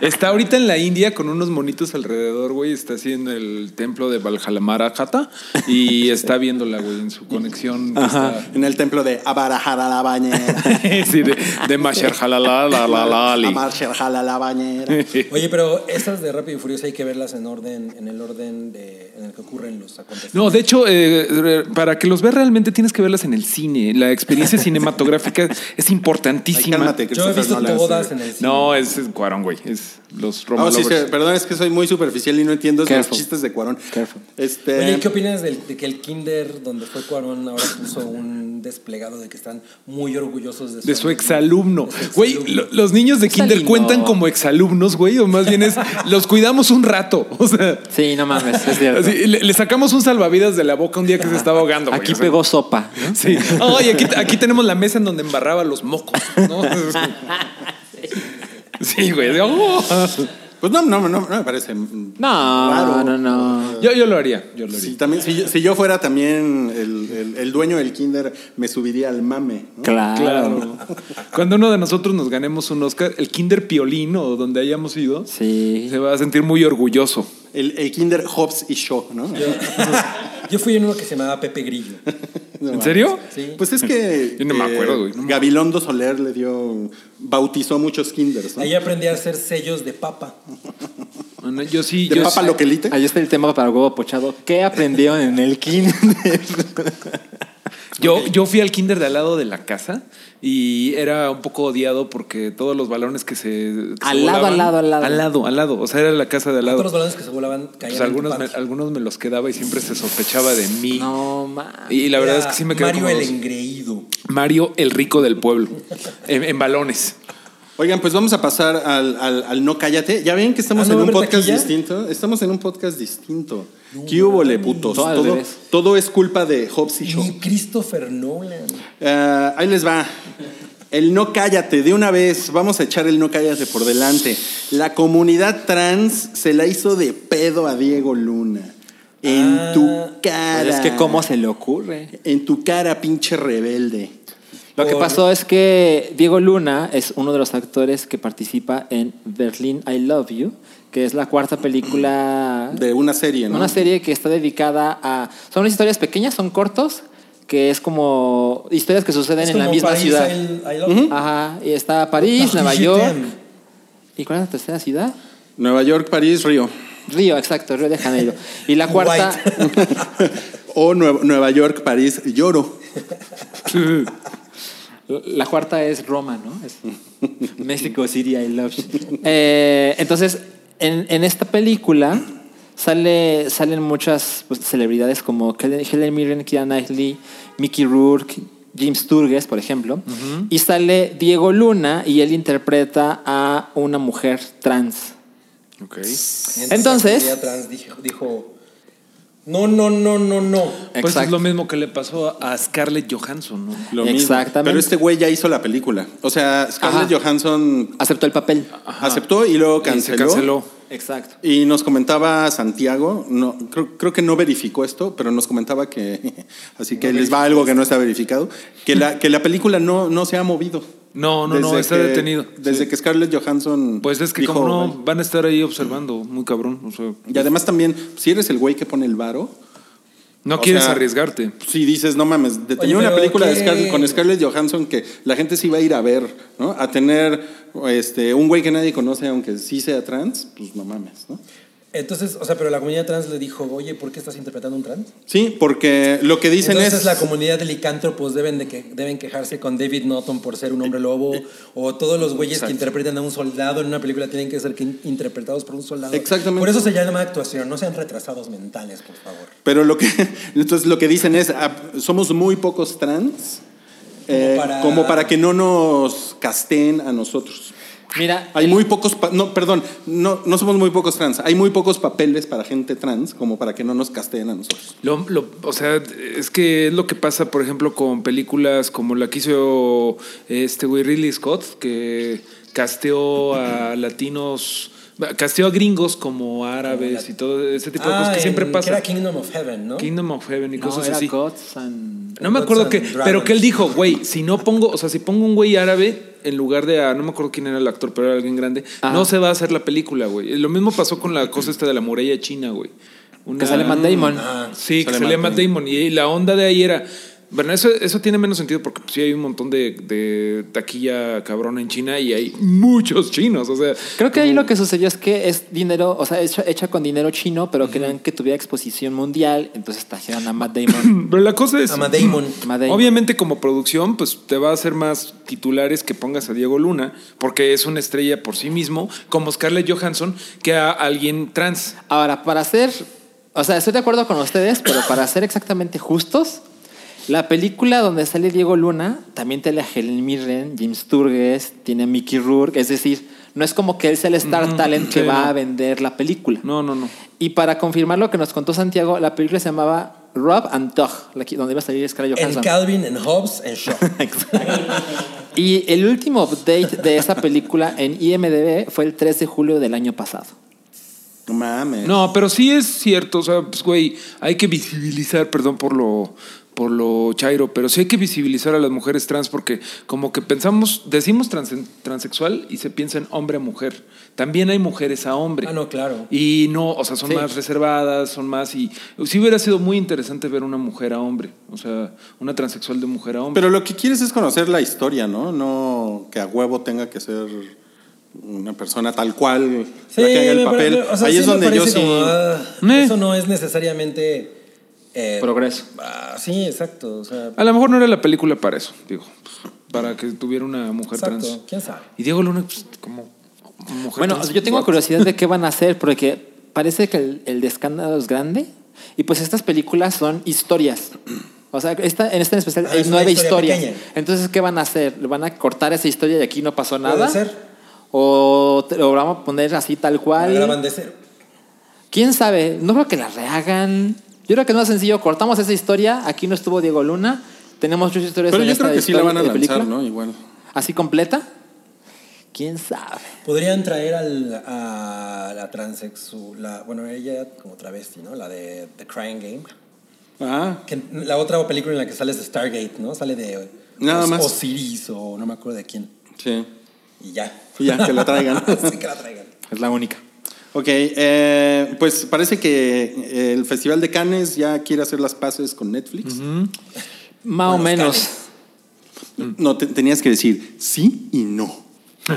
Speaker 3: Está ahorita en la India con unos monitos alrededor, güey. Está así en el templo de Valhallamarajata y está viéndola, güey, en su conexión. que
Speaker 2: en el templo de Abarajara la bañera.
Speaker 3: está- sí, de, de Masharjalala, la, la, la, ali.
Speaker 2: Amarcherjala la bañera.
Speaker 5: Oye, pero esas de Rápido y Furioso hay que verlas en orden, en el orden de, en el que ocurren los acontecimientos.
Speaker 3: No, de hecho, eh, re- para que los veas realmente tienes que verlas en el cine. La experiencia cinematográfica es
Speaker 2: Ay,
Speaker 3: importantísima.
Speaker 2: cálmate,
Speaker 5: Yo he
Speaker 2: Christopher
Speaker 5: visto
Speaker 2: Nolan.
Speaker 5: todas en el cine.
Speaker 3: No, es, es Cuarón, güey. Es los Roma
Speaker 2: No, sí,
Speaker 3: lovers.
Speaker 2: sí, perdón, es que soy muy superficial y no entiendo los
Speaker 4: Careful.
Speaker 2: chistes de Cuarón.
Speaker 4: Careful.
Speaker 2: Este,
Speaker 5: Oye, ¿y ¿qué opinas del- de que el Kinder donde fue Cuarón ahora puso un desplegado de que están muy orgullosos de su,
Speaker 3: De su
Speaker 5: alumno?
Speaker 3: exalumno. Güey, lo- los niños de Kinder
Speaker 4: lindo.
Speaker 3: cuentan como exalumnos, güey, o más bien es los cuidamos un rato. O sea,
Speaker 4: Sí, no mames, es cierto.
Speaker 3: así, le, le sacamos un salvavidas de la boca un día que se estaba ahogando. güey,
Speaker 4: Aquí
Speaker 3: o sea,
Speaker 4: pegó sopa. ¿no?
Speaker 3: Sí. Ay, aquí, aquí tenemos la mesa en donde embarraba los mocos. ¿no? Sí, güey. de, "Oh".
Speaker 2: Pues no, no, no, no me parece. mm,
Speaker 4: No, no, no.
Speaker 3: Yo, yo lo haría. Yo lo haría.
Speaker 2: Si, también, si, yo, si yo fuera también el, el- el dueño del kinder, me subiría al mame. ¿no?
Speaker 4: Claro.
Speaker 3: Claro. Cuando uno de nosotros nos ganemos un Oscar, el Kinder Piolín o donde hayamos ido,
Speaker 4: Sí.
Speaker 3: se va a sentir muy orgulloso.
Speaker 2: El, el kinder Hobbs y Shaw, ¿no?
Speaker 5: Yo fui en uno que se llamaba Pepe Grillo.
Speaker 2: No
Speaker 3: ¿En
Speaker 2: mames.
Speaker 3: serio?
Speaker 5: Sí.
Speaker 2: Pues es que.
Speaker 3: Yo no me acuerdo, güey. No me-
Speaker 2: Gabilondo Soler le dio. Bautizó muchos kinders. ¿no?
Speaker 5: Ahí aprendí a hacer sellos de papa.
Speaker 3: Bueno, yo sí.
Speaker 2: De
Speaker 3: yo
Speaker 2: papa
Speaker 3: sí-
Speaker 2: loquelite.
Speaker 4: Ahí está el tema para huevo pochado. ¿Qué aprendieron en el kinder?
Speaker 3: Yo, yo fui al kinder de al lado de la casa y era un poco odiado porque todos los balones que se. que se
Speaker 4: Al lado,
Speaker 3: volaban-
Speaker 4: al lado, al lado.
Speaker 3: Al lado, al lado. O sea, era la casa de al
Speaker 5: Todos los
Speaker 3: lado.
Speaker 5: balones que se volaban caían
Speaker 3: Pues
Speaker 5: en tu
Speaker 3: algunos me,
Speaker 5: patio.
Speaker 3: algunos me los quedaba y siempre se sospechaba de mí.
Speaker 4: No, ma.
Speaker 3: Y la verdad
Speaker 5: Era
Speaker 3: es que sí me quedé
Speaker 5: Mario
Speaker 3: como
Speaker 5: el
Speaker 3: dos.
Speaker 5: engreído.
Speaker 3: Mario el rico del pueblo. en, en balones.
Speaker 2: Oigan, pues vamos a pasar al, al- al no cállate. Ya ven que estamos
Speaker 5: Ah, ¿no
Speaker 2: en
Speaker 5: va a
Speaker 2: un
Speaker 5: haber
Speaker 2: podcast
Speaker 5: taquilla?
Speaker 2: distinto. Estamos en un podcast distinto. ¿Qué hubo, le putos?
Speaker 4: Todo al
Speaker 2: Todo,
Speaker 4: revés.
Speaker 2: todo es culpa de Hobbs y Shaw.
Speaker 5: Ni Christopher Nolan.
Speaker 2: Ah, ahí les va. El no cállate, de una vez, vamos a echar el no cállate por delante. La comunidad trans se la hizo de pedo a Diego Luna. En
Speaker 5: Ah,
Speaker 2: tu cara.
Speaker 4: Pues es que cómo se le ocurre.
Speaker 2: En tu cara, pinche rebelde.
Speaker 4: Lo que
Speaker 5: Por-
Speaker 4: pasó es que Diego Luna es uno de los actores que participa en Berlín I Love You, que es la cuarta película
Speaker 2: De una serie, ¿no?
Speaker 4: Una serie que está dedicada a. Son unas historias pequeñas, son cortos, que es como historias que suceden
Speaker 5: Es
Speaker 4: en la
Speaker 5: como
Speaker 4: misma
Speaker 5: París,
Speaker 4: ciudad.
Speaker 5: I- I love you.
Speaker 4: Ajá, y está París, Nueva
Speaker 5: París,
Speaker 4: York.
Speaker 5: Yutem.
Speaker 4: ¿Y cuál es la tercera ciudad?
Speaker 2: Nueva York, París, Río.
Speaker 4: Río, exacto, Río de Janeiro. Y la cuarta.
Speaker 2: O Nueva, Nueva York, París, lloro.
Speaker 4: La cuarta es Roma, ¿no? Es México City, I love you. Eh, entonces, en, en esta película sale, salen muchas pues, celebridades como Helen Helen Mirren, Keira Knightley, Mickey Rourke, James Turges, por ejemplo. Y sale Diego Luna y él interpreta a una mujer trans.
Speaker 3: Ok.
Speaker 5: Entonces,
Speaker 4: Entonces-
Speaker 5: la comunidad trans dijo, dijo, no, no, no, no, no.
Speaker 3: Pues es
Speaker 4: Exacto.
Speaker 3: lo mismo que le pasó a Scarlett Johansson, ¿no?
Speaker 2: Lo mismo.
Speaker 4: Exactamente.
Speaker 2: Pero este güey ya hizo la película. O sea, Scarlett
Speaker 4: Ajá.
Speaker 2: Johansson
Speaker 4: Aceptó el papel.
Speaker 2: aceptó y luego
Speaker 3: Y se canceló.
Speaker 4: Exacto.
Speaker 2: Y nos comentaba Santiago, no, creo, creo que no verificó esto, pero nos comentaba que, así que les va algo que no está verificado, que la, que la película no, no se ha movido.
Speaker 3: No, no, no,
Speaker 2: Desde
Speaker 3: está
Speaker 2: que-
Speaker 3: detenido.
Speaker 2: Desde
Speaker 3: Sí.
Speaker 2: que Scarlett Johansson.
Speaker 3: Pues es que
Speaker 2: dijo,
Speaker 3: como no van a estar ahí observando, muy cabrón. O sea,
Speaker 2: Y además también, si eres el güey que pone el varo,
Speaker 3: no
Speaker 2: O
Speaker 3: quieres
Speaker 2: sea,
Speaker 3: arriesgarte.
Speaker 2: si dices, no mames, detenía
Speaker 5: Oye,
Speaker 2: una
Speaker 5: pero
Speaker 2: película de
Speaker 5: ¿qué?
Speaker 2: Scarlett- con Scarlett Johansson que la gente sí iba a ir a ver, ¿no? A tener este, un güey que nadie conoce, aunque sí sea trans, pues no mames, ¿no?
Speaker 5: Entonces, o sea, pero la comunidad trans le dijo, oye, ¿por qué estás interpretando un trans?
Speaker 2: Sí, porque lo que dicen
Speaker 5: Entonces
Speaker 2: es.
Speaker 5: la comunidad de licántropos deben, de que, deben quejarse con David Norton por ser un hombre lobo o todos los güeyes que interpretan a un soldado en una película tienen que ser que in- interpretados por un soldado.
Speaker 2: Exactamente.
Speaker 5: Por eso se llama actuación, no sean retrasados mentales, por favor.
Speaker 2: Pero lo que, entonces lo que dicen es, ah, somos muy pocos trans, eh, como, para...
Speaker 5: para-
Speaker 2: que no nos casten a nosotros.
Speaker 4: Mira,
Speaker 2: Hay muy pocos, pa- no, perdón, no, no somos muy pocos trans, hay muy pocos papeles para gente trans como para que no nos casteen a nosotros.
Speaker 3: Lo- lo- o sea, es que es lo que pasa, por ejemplo, con películas como la que hizo este güey Ridley Scott, que casteó a latinos, casteó a gringos como árabes y todo ese tipo de
Speaker 5: Ah,
Speaker 3: cosas que siempre
Speaker 5: en-
Speaker 3: pasa.
Speaker 5: que era Kingdom of Heaven, ¿no?
Speaker 3: Kingdom of Heaven y
Speaker 4: no,
Speaker 3: cosas
Speaker 4: era
Speaker 3: así.
Speaker 4: Gods and-
Speaker 3: No me
Speaker 5: Gods
Speaker 3: acuerdo
Speaker 5: and
Speaker 3: que,
Speaker 5: Dragons.
Speaker 3: pero que él dijo, güey, si no pongo, o sea, si pongo un güey árabe en lugar de a, no me acuerdo quién era el actor, pero era alguien grande,
Speaker 4: Ajá.
Speaker 3: no se va a hacer la película, güey. Lo mismo pasó con la cosa esta de la muralla china, güey. Una-
Speaker 4: Que sale Matt Damon.
Speaker 5: Ah,
Speaker 3: Sí, que
Speaker 2: Sale
Speaker 3: salía
Speaker 2: Matt
Speaker 3: Matt Damon. Y la onda de ahí era. Bueno, eso, eso tiene menos sentido porque pues, sí hay un montón de, de taquilla cabrón en China y hay muchos chinos. O sea,
Speaker 4: Creo que ahí lo que sucedió es que es dinero, o sea, hecha, hecha con dinero chino, pero querían que tuviera exposición mundial, entonces trajeron a Matt Damon.
Speaker 3: pero la cosa es.
Speaker 5: Ama Damon.
Speaker 4: Matt Damon.
Speaker 3: Obviamente, como producción, pues te va a hacer más titulares que pongas a Diego Luna, porque es una estrella por sí mismo, como Scarlett Johansson, que a alguien trans.
Speaker 4: Ahora, para ser, o sea, estoy de acuerdo con ustedes, pero para ser exactamente justos, la película donde sale Diego Luna también tiene a Helen Mirren, James Turges, tiene a Mickey Rourke, es decir, no es como que él sea el star talent que
Speaker 3: sí,
Speaker 4: va
Speaker 3: no.
Speaker 4: a vender la película.
Speaker 3: No, no, no.
Speaker 4: Y para confirmar lo que nos contó Santiago, la película se llamaba Rob and Doug, la que- donde iba a salir Scarlett
Speaker 5: En
Speaker 4: Johansson.
Speaker 5: Calvin, en Hobbes, en Shaw.
Speaker 4: Y el último update de esa película en IMDb fue el 3 de julio del año pasado.
Speaker 2: No mames.
Speaker 3: No, pero sí es cierto, o sea, pues, güey, hay que visibilizar, perdón por lo por lo chairo, pero sí hay que visibilizar a las mujeres trans porque como que pensamos, decimos trans- transexual y se piensa en hombre a mujer. También hay mujeres a hombre.
Speaker 5: Ah, no, claro.
Speaker 3: Y no, o sea, son
Speaker 4: Sí.
Speaker 3: más reservadas, son más y sí hubiera sido muy interesante ver una mujer a hombre, o sea, una transexual de mujer a hombre.
Speaker 2: Pero lo que quieres es conocer la historia, ¿no? No que a huevo tenga que ser una persona tal cual la que haga el
Speaker 5: me
Speaker 2: papel.
Speaker 5: parece- o sea,
Speaker 2: Ahí
Speaker 5: sí
Speaker 2: es
Speaker 5: me
Speaker 2: donde yo
Speaker 5: parece
Speaker 2: sí.
Speaker 5: como, ah,
Speaker 3: Eh.
Speaker 5: Eso no es necesariamente. eh,
Speaker 4: Progreso.
Speaker 5: ah, sí, exacto. O
Speaker 2: Ah,
Speaker 5: sea,
Speaker 3: A lo mejor no era la película para eso, digo, pues, para que tuviera una mujer
Speaker 5: exacto.
Speaker 3: trans.
Speaker 5: ¿Quién sabe?
Speaker 3: Y Diego Luna, pues, como mujer
Speaker 4: Bueno,
Speaker 3: trans,
Speaker 4: yo tengo
Speaker 3: what?
Speaker 4: curiosidad de qué van a hacer, porque parece que el, el de escándalo es grande. Y pues estas películas son historias. O sea, esta, en esta en especial
Speaker 5: Ah,
Speaker 4: hay
Speaker 5: es una
Speaker 4: nueve
Speaker 5: historia
Speaker 4: historias.
Speaker 5: pequeña.
Speaker 4: Entonces, ¿qué van a hacer? ¿Le ¿Van a cortar esa historia y aquí no pasó
Speaker 5: Puede
Speaker 4: nada?
Speaker 5: ser.
Speaker 4: ¿O te- lo vamos a poner así tal
Speaker 5: La graban
Speaker 4: cual?
Speaker 5: de cero.
Speaker 4: ¿Quién sabe? No creo que la rehagan. Yo creo que no es sencillo. Cortamos esa historia. Aquí no estuvo Diego Luna. Tenemos ocho historias
Speaker 2: Pero
Speaker 4: en
Speaker 2: yo
Speaker 4: esta
Speaker 2: creo que sí la
Speaker 4: historia-
Speaker 2: van a
Speaker 4: de película.
Speaker 2: lanzar, ¿no? Igual.
Speaker 4: ¿Así completa? ¿Quién sabe?
Speaker 5: Podrían traer al, a la transexu. La, bueno, ella como travesti, ¿no? La de The Crying Game.
Speaker 2: Ah,
Speaker 5: Que la otra película en la que sale es de Stargate, ¿no? Sale de
Speaker 2: Nada
Speaker 5: Os-
Speaker 2: más.
Speaker 5: Osiris o no me acuerdo de quién.
Speaker 2: sí.
Speaker 5: Y ya.
Speaker 2: Y ya, que la traigan.
Speaker 5: sí, que la traigan.
Speaker 4: Es la única.
Speaker 2: Ok, eh, pues parece que el Festival de Cannes ya quiere hacer las paces con Netflix.
Speaker 4: Más o
Speaker 5: Con los
Speaker 4: menos.
Speaker 5: canes.
Speaker 2: No, te- tenías que decir sí y no.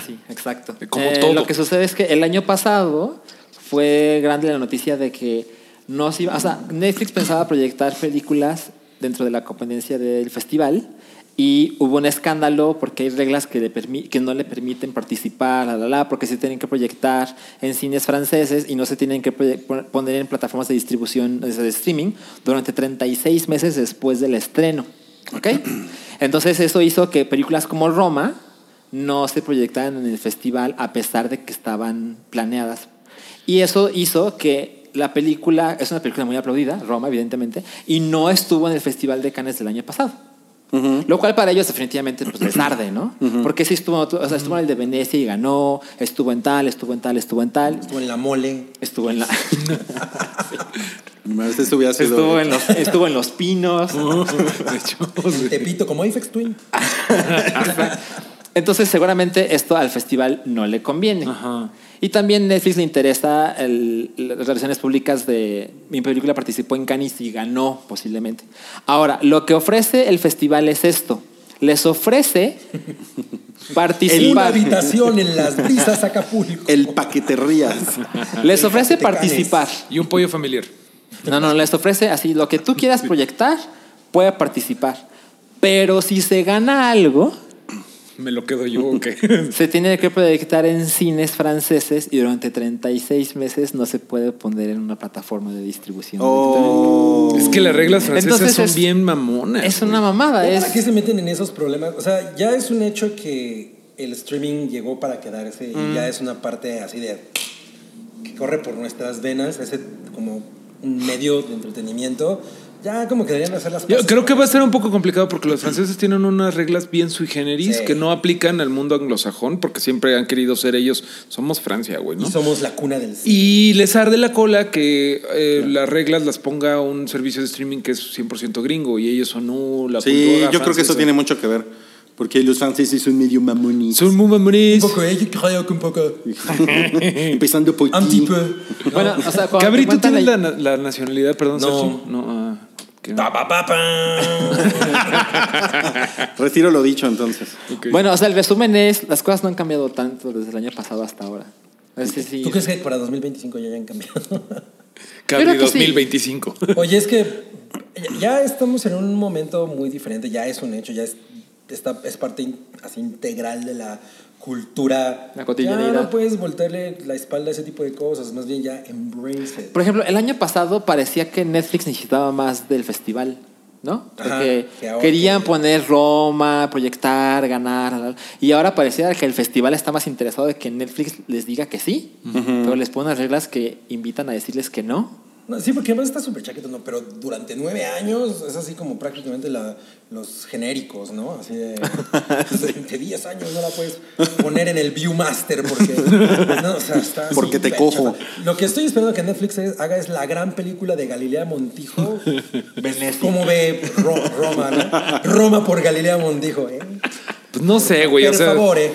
Speaker 4: Sí, exacto. Eh,
Speaker 3: Como todo.
Speaker 4: Lo que sucede es que el año pasado fue grande la noticia de que no se iba- o sea, Netflix pensaba proyectar películas dentro de la competencia del festival y hubo un escándalo porque hay reglas que, le permi- que no le permiten participar, la, la, la, porque se tienen que proyectar en cines franceses y no se tienen que proye- pon- poner en plataformas de distribución, o sea, de streaming, durante 36 meses después del estreno. ¿Ok? Entonces eso hizo que películas como Roma, no se proyectaban en el festival a pesar de que estaban planeadas. Y eso hizo que la película, es una película muy aplaudida, Roma evidentemente, y no estuvo en el Festival de Cannes del año pasado. Lo cual para ellos definitivamente pues, les arde, ¿no? Porque sí estuvo, en otro- o sea, estuvo en el de Venecia y ganó, estuvo en tal, estuvo en tal, estuvo en tal,
Speaker 5: Estuvo en la mole.
Speaker 4: estuvo en la...
Speaker 2: Este hubiera sido-
Speaker 4: Estuvo en los, estuvo en los pinos.
Speaker 3: De hecho,
Speaker 5: en Tepito, como Apex Twin.
Speaker 3: Ah,
Speaker 4: Entonces, seguramente esto al festival no le conviene.
Speaker 3: Ajá.
Speaker 4: Y también Netflix le interesa el- las relaciones públicas de mi película participó en Cannes y ganó posiblemente. Ahora, lo que ofrece el festival es esto. Les ofrece
Speaker 5: En una
Speaker 4: participar.
Speaker 5: habitación en las brisas Acapulco.
Speaker 2: El paqueterrías.
Speaker 4: Les ofrece
Speaker 5: Te canes.
Speaker 4: participar.
Speaker 3: y un pollo familiar.
Speaker 4: No, no, les ofrece así, lo que tú quieras proyectar, puede participar. Pero si se gana algo,
Speaker 3: Me lo quedo yo, ok.
Speaker 4: Se tiene que proyectar en cines franceses y durante 36 meses no se puede poner en una plataforma de distribución.
Speaker 2: Oh.
Speaker 3: es que las reglas francesas
Speaker 4: Entonces
Speaker 3: son
Speaker 4: es-
Speaker 3: bien mamonas.
Speaker 4: Es una
Speaker 5: ¿Ya
Speaker 4: mamada.
Speaker 5: ¿Para qué
Speaker 4: Es,
Speaker 5: se meten en esos problemas? O sea, ya es un hecho que el streaming llegó para quedarse y
Speaker 3: Mm.
Speaker 5: ya es una parte así de que corre por nuestras venas, ese como un medio de entretenimiento. Ya como que deberían hacer las
Speaker 3: Yo
Speaker 5: paces.
Speaker 3: creo que va a ser un poco complicado porque los franceses tienen unas reglas bien sui generis
Speaker 5: Sí.
Speaker 3: que no aplican al mundo anglosajón porque siempre han querido ser ellos. Somos Francia, güey,
Speaker 5: Y
Speaker 3: ¿no?
Speaker 5: somos la cuna del cine.
Speaker 3: Y les arde la cola que eh, las reglas las ponga un servicio de streaming que es 100% gringo y ellos son no, la
Speaker 2: Sí, yo creo
Speaker 3: cultura
Speaker 2: que eso
Speaker 3: francesa".
Speaker 2: tiene mucho que ver. Porque los franceses son medio mamones.
Speaker 3: Son muy mamones.
Speaker 5: Un poco, eh, yo creo que un poco.
Speaker 2: Empezando por
Speaker 5: Un
Speaker 2: ti.
Speaker 5: tipo.
Speaker 4: bueno, o sea, cuando
Speaker 3: Cabri,
Speaker 4: te
Speaker 3: ¿tú
Speaker 4: cuentan
Speaker 3: tienes
Speaker 4: la-
Speaker 3: la, na- la nacionalidad? Perdón,
Speaker 5: No.
Speaker 3: Sergio. No. ah, que-
Speaker 5: Pa, pa, pa, pa.
Speaker 2: Retiro lo dicho entonces.
Speaker 3: ok.
Speaker 4: Bueno, o sea, el resumen es, las cosas no han cambiado tanto desde el año pasado hasta ahora. Es que sí.
Speaker 5: ¿Tú crees que para 2025 ya hayan cambiado?
Speaker 3: Cabri
Speaker 4: creo que sí.
Speaker 3: 2025.
Speaker 5: Oye, es que ya estamos en un momento muy diferente, ya es un hecho, ya es, está, es parte in- así integral de la cultura.
Speaker 4: La cotidianidad.
Speaker 5: Ya no puedes voltearle la espalda a ese tipo de cosas, más bien ya embrace it.
Speaker 4: Por ejemplo, el año pasado parecía que Netflix necesitaba más del festival, ¿no?
Speaker 5: Ajá,
Speaker 4: Porque
Speaker 5: que ahora-
Speaker 4: querían poner Roma, proyectar, ganar, la, la, la. y ahora parecía que el festival está más interesado de que Netflix les diga que sí, pero les pone unas reglas que invitan a decirles que no.
Speaker 5: No, sí, porque además está súper chaqueto, ¿no? Pero durante nueve años es así como prácticamente la- los genéricos, ¿no? Así de. Durante diez años no la puedes poner en el Viewmaster porque. pues, No, o sea, está
Speaker 2: Porque te
Speaker 5: súper
Speaker 2: cojo.
Speaker 5: chafa. Lo que estoy esperando que Netflix haga es la gran película de Galilea Montijo. ¿Cómo ve Ro- Roma, ¿no? Roma por Galilea Montijo, ¿eh?
Speaker 3: Pues no sé, güey. O
Speaker 5: Por
Speaker 3: sea,
Speaker 5: favor, eh.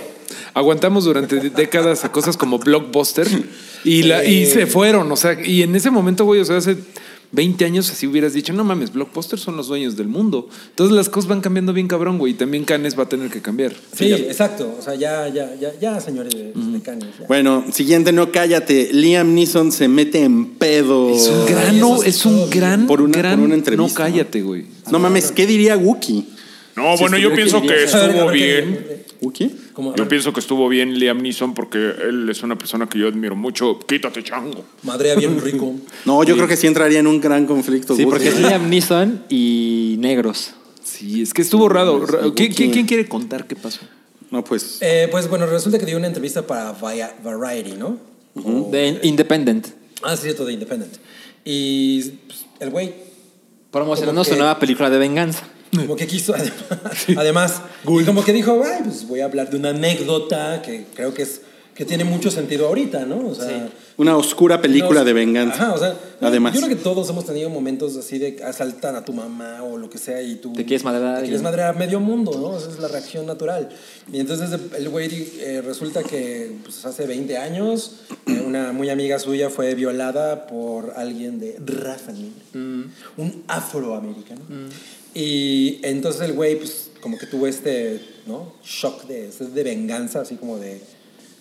Speaker 3: aguantamos durante de- décadas a cosas como Blockbuster y, la, y
Speaker 5: Eh.
Speaker 3: se fueron. O sea, y en ese momento, güey, o sea, hace 20 años así hubieras dicho, no mames, Blockbuster son los dueños del mundo. Entonces las cosas van cambiando bien cabrón, güey. Y también Canes va a tener que cambiar.
Speaker 5: Sí, exacto. O sea, ya, ya, ya, ya, señores de, de Cannes, ya.
Speaker 2: Bueno, siguiente, no cállate. Liam Neeson se mete en pedo.
Speaker 3: Es un gran,
Speaker 5: Ay, eso
Speaker 3: no,
Speaker 5: es
Speaker 3: es un
Speaker 5: todo,
Speaker 3: gran,
Speaker 2: Por una-
Speaker 3: gran-
Speaker 2: por una entrevista,
Speaker 3: No cállate, güey.
Speaker 2: No mames, ¿qué diría Wookie?
Speaker 6: No, bueno, yo pienso que
Speaker 5: A ver, a
Speaker 6: estuvo
Speaker 5: ver, ¿qué- ah,
Speaker 6: bien.
Speaker 2: ¿Wookie?
Speaker 5: cómo- a
Speaker 6: Yo
Speaker 5: ver,
Speaker 6: pienso que estuvo bien Liam Neeson porque él es una persona que yo admiro mucho. Quítate, chango.
Speaker 5: Madrea bien rico.
Speaker 2: No, yo creo que sí entraría en un gran conflicto.
Speaker 4: Sí,
Speaker 2: Wookie.
Speaker 4: porque es Liam Neeson y negros.
Speaker 3: Sí, es que estuvo raro. Ra- ¿Qui-
Speaker 2: Wookiee.
Speaker 3: qui- ¿Quién quiere contar qué pasó?
Speaker 2: No, pues.
Speaker 5: Eh, pues bueno, resulta que dio una entrevista para Via- Variety, ¿no?
Speaker 4: Oh, De Independent.
Speaker 5: Ah, sí, cierto, de Independent. Y pues, el güey,
Speaker 4: Promocionando
Speaker 5: Como que-
Speaker 4: su nueva película de venganza.
Speaker 5: como que quiso, además, además, y como que dijo, ay, pues voy a hablar de una anécdota que creo que es que tiene mucho sentido ahorita, ¿no? O sea,
Speaker 2: Una oscura película
Speaker 5: No,
Speaker 2: de venganza.
Speaker 5: Ajá, o sea,
Speaker 2: Además.
Speaker 5: Yo creo que todos hemos tenido momentos así de asaltan a tu mamá o lo que sea y tú.
Speaker 4: Te quieres madrear a
Speaker 5: Te
Speaker 4: alguien.
Speaker 5: quieres madrear a medio mundo, ¿no? Esa es la reacción natural. Y entonces el güey eh, resulta que pues, hace 20 años eh, una muy amiga suya fue violada por alguien de raza
Speaker 4: Mm.
Speaker 5: negra. Un afroamericano. Y entonces el güey, pues, como que tuvo este, ¿no? Shock de, de venganza, así como de,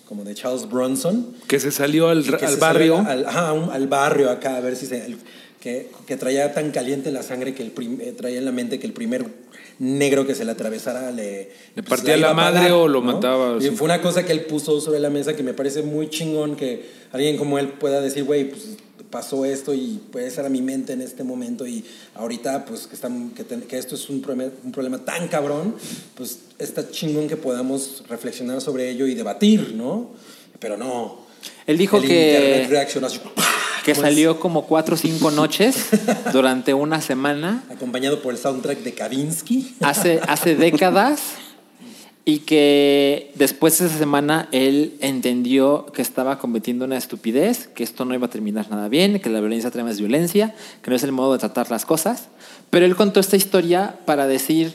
Speaker 5: como de Charles Bronson
Speaker 3: Que se salió al,
Speaker 5: que
Speaker 3: al
Speaker 5: se
Speaker 3: barrio.
Speaker 5: salga Al, ajá, un- al barrio acá, a ver si se. el- que, que traía tan caliente la sangre que el prim- eh, traía en la mente que el primer negro que se le atravesara le.
Speaker 3: Le
Speaker 5: pues,
Speaker 3: partía
Speaker 5: iba
Speaker 3: la
Speaker 5: a pagar,
Speaker 3: madre o lo mataba,
Speaker 5: Y
Speaker 3: sí.
Speaker 5: fue una cosa que él puso sobre la mesa que me parece muy chingón que alguien como él pueda decir, güey, pues pasó esto y puede ser a mi mente en este momento y ahorita pues que, están, que, ten- que esto es un problema, un problema tan cabrón, pues está chingón que podamos reflexionar sobre ello y debatir, ¿no? Pero no,
Speaker 4: Él dijo
Speaker 5: el
Speaker 4: que,
Speaker 5: internet reaccionó así, como
Speaker 4: que
Speaker 5: es,
Speaker 4: salió como cuatro o cinco noches durante una semana
Speaker 5: Acompañado por el soundtrack de Kavinsky.
Speaker 4: hace, hace décadas y que después de esa semana él entendió que estaba cometiendo una estupidez, que esto no iba a terminar nada bien, que la violencia trae más violencia, que no es el modo de tratar las cosas. Pero él contó esta historia para decir,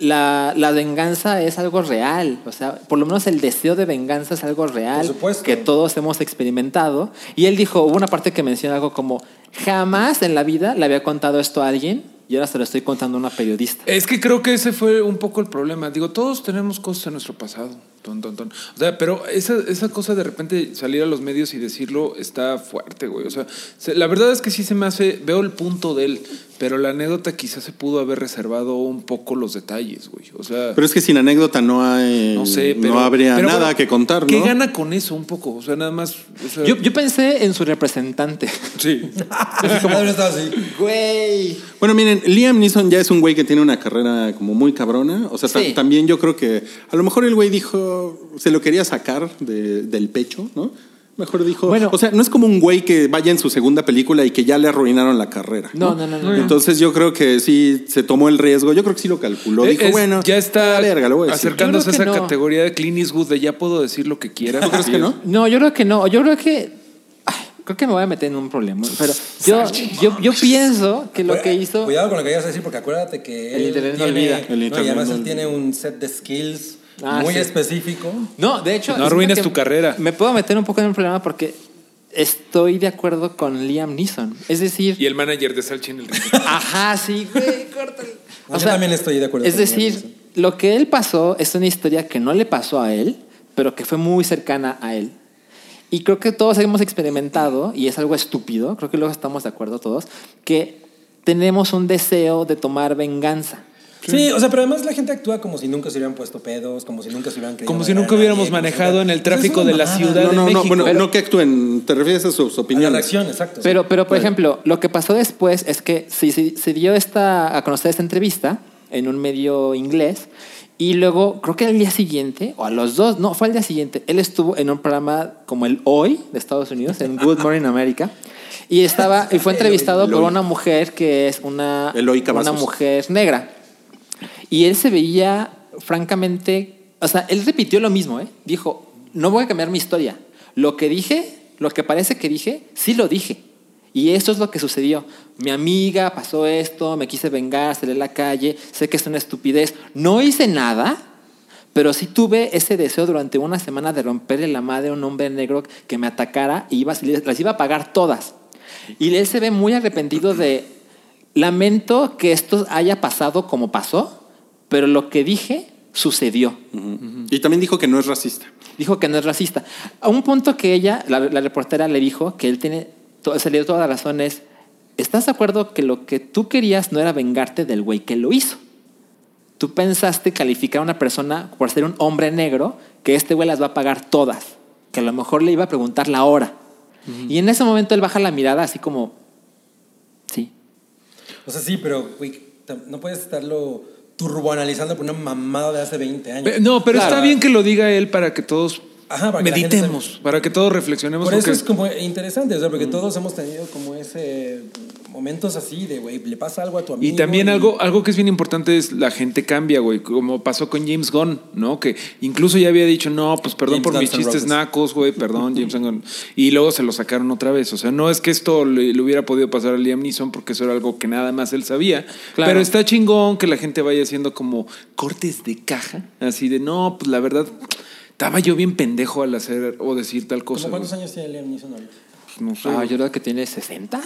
Speaker 4: la, la venganza es algo real, o sea, por lo menos el deseo de venganza es algo real
Speaker 5: Por supuesto.
Speaker 4: que todos hemos experimentado. Y él dijo, hubo una parte que menciona algo como, jamás en la vida le había contado esto a alguien y ahora se lo estoy contando a una periodista.
Speaker 3: Es que creo que ese fue un poco el problema. Digo, todos tenemos cosas en nuestro pasado. Ton, ton, ton. O sea, pero esa, esa cosa de repente salir a los medios y decirlo está fuerte, güey. O sea, se- la verdad es que sí se me hace, veo el punto de él, pero la anécdota quizás se pudo haber reservado un poco los detalles, güey. O sea,
Speaker 2: Pero es que sin anécdota no hay.
Speaker 3: no sé, pero.
Speaker 2: no habría
Speaker 3: pero
Speaker 2: nada
Speaker 3: bueno,
Speaker 2: que contar, ¿no?
Speaker 3: ¿Qué gana con eso un poco? O sea, nada más. o sea,
Speaker 4: Yo, yo pensé en su representante.
Speaker 3: sí.
Speaker 5: Él estaba así.
Speaker 4: Güey.
Speaker 2: Bueno, miren, Liam Neeson ya es un güey que tiene una carrera como muy cabrona. O sea, ta-
Speaker 4: Sí.
Speaker 2: también yo creo que a lo mejor el güey dijo, se lo quería sacar de- del pecho, ¿no? Mejor dijo,
Speaker 4: Bueno.
Speaker 2: o sea, no es como un güey que vaya en su segunda película y que ya le arruinaron la carrera.
Speaker 4: No, no, no, no, no.
Speaker 2: Entonces yo creo que sí se tomó el riesgo. Yo creo que sí lo calculó.
Speaker 3: Eh,
Speaker 2: dijo,
Speaker 3: es-
Speaker 2: bueno,
Speaker 3: ya está
Speaker 2: a la verga, lo voy a decir".
Speaker 3: acercándose a
Speaker 4: Yo
Speaker 3: esa
Speaker 4: creo que no.
Speaker 3: categoría de Clint Eastwood de ya puedo decir lo que quiera. ¿Tú
Speaker 2: crees que no?
Speaker 4: No, yo creo que no. Yo creo que. ay, creo que me voy a meter en un problema. Pero yo, yo, yo pienso que lo que hizo.
Speaker 5: Cuidado con lo que ibas a decir, porque acuérdate que.
Speaker 4: El
Speaker 5: él
Speaker 4: internet no
Speaker 5: tiene-
Speaker 4: olvida.
Speaker 2: El
Speaker 5: no, y
Speaker 2: internet
Speaker 5: además
Speaker 2: no
Speaker 5: él
Speaker 2: olvida.
Speaker 5: tiene un set de skills
Speaker 4: Ah,
Speaker 5: muy
Speaker 4: sí.
Speaker 5: específico.
Speaker 4: No, de hecho.
Speaker 3: No
Speaker 4: siento
Speaker 3: arruines
Speaker 4: que
Speaker 3: tu carrera.
Speaker 4: Me puedo meter un poco en un problema porque estoy de acuerdo con Liam Neeson. Es decir.
Speaker 3: Y el manager de Salchi en el ring.
Speaker 4: Ajá, sí, güey, córtale.
Speaker 5: No, yo también estoy de acuerdo
Speaker 4: Es
Speaker 5: con Liam
Speaker 4: decir,
Speaker 5: Neeson.
Speaker 4: lo que él pasó es una historia que no le pasó a él, pero que fue muy cercana a él. Y creo que todos hemos experimentado, y es algo estúpido, creo que luego estamos de acuerdo todos, que tenemos un deseo de tomar venganza.
Speaker 5: Sí. o sea, pero además la gente actúa como si nunca se hubieran puesto pedos, como si nunca se hubieran creído.
Speaker 3: Como si
Speaker 5: matar a
Speaker 3: nunca hubiéramos
Speaker 5: nadie, como si
Speaker 3: manejado
Speaker 5: nunca-
Speaker 3: en el
Speaker 5: Eso es
Speaker 3: tráfico
Speaker 5: una
Speaker 3: de la
Speaker 5: mamada.
Speaker 3: ciudad.
Speaker 2: No, no, no,
Speaker 3: México,
Speaker 2: bueno,
Speaker 3: pero-
Speaker 2: no que actúen, te refieres a sus
Speaker 5: A la
Speaker 2: opiniones.
Speaker 5: reacción, exacto.
Speaker 4: Pero, pero por ejemplo, lo que pasó después es que sí, sí, se dio esta, a conocer esta entrevista en un medio inglés y luego, creo que al día siguiente, o a los dos, no, fue al día siguiente, él estuvo en un programa como el Hoy de Estados Unidos, en Good Morning America, Y estaba, y fue entrevistado por una mujer que es una,
Speaker 2: Eloy
Speaker 4: una
Speaker 2: Cavazos.
Speaker 4: mujer negra. Y él se veía, francamente, o sea, él repitió lo mismo, ¿eh? Dijo, no voy a cambiar mi historia. Lo que dije, lo que parece que dije, sí lo dije. Y esto es lo que sucedió. Mi amiga pasó esto, me quise vengar, salí a la calle, sé que es una estupidez. No hice nada, pero sí tuve ese deseo durante una semana de romperle la madre a un hombre negro que me atacara y iba, a- las iba a pagar todas. Y él se ve muy arrepentido de, lamento que esto haya pasado como pasó, pero lo que dije sucedió.
Speaker 2: Y también dijo que no es racista.
Speaker 4: Dijo que no es racista. A un punto que ella, la, la reportera, le dijo que él tiene, to- se le dio toda la razón es, ¿estás de acuerdo que lo que tú querías no era vengarte del güey que lo hizo? Tú pensaste calificar a una persona por ser un hombre negro, que este güey las va a pagar todas, que a lo mejor le iba a preguntar la hora. Y en ese momento él baja la mirada así como, sí,
Speaker 5: O sea, sí, pero güey, tam- no puedes estarlo turboanalizando por una mamada de hace 20 años.
Speaker 3: Pe- No, pero
Speaker 5: Claro.
Speaker 3: está bien que lo diga él para que todos
Speaker 5: Ajá, para que la gente
Speaker 3: meditemos, para que todos reflexionemos.
Speaker 5: Por eso
Speaker 3: porque-
Speaker 5: es como interesante, o sea, porque todos hemos tenido como ese momentos así de, güey, le pasa algo a tu amigo.
Speaker 3: Y también algo, algo que es bien importante es la gente cambia, güey, como pasó con James Gunn, ¿no? Que incluso ya había dicho, no, pues perdón
Speaker 5: James
Speaker 3: por
Speaker 5: Guns
Speaker 3: mis
Speaker 5: N'
Speaker 3: chistes
Speaker 5: Roses.
Speaker 3: nacos, güey, perdón, James Gunn. Y luego se lo sacaron otra vez. O sea, no es que esto le, le hubiera podido pasar a Liam Neeson porque eso era algo que nada más él sabía.
Speaker 4: Claro.
Speaker 3: Pero está chingón que la gente vaya haciendo como cortes de caja, así de, no, pues la verdad, estaba yo bien pendejo al hacer o decir tal cosa.
Speaker 5: ¿Cómo cuántos
Speaker 3: güey".
Speaker 5: años tiene Liam Neeson ahorita? Ah, pues
Speaker 3: No sé,
Speaker 4: ah,
Speaker 3: güey.
Speaker 4: yo creo que tiene 60.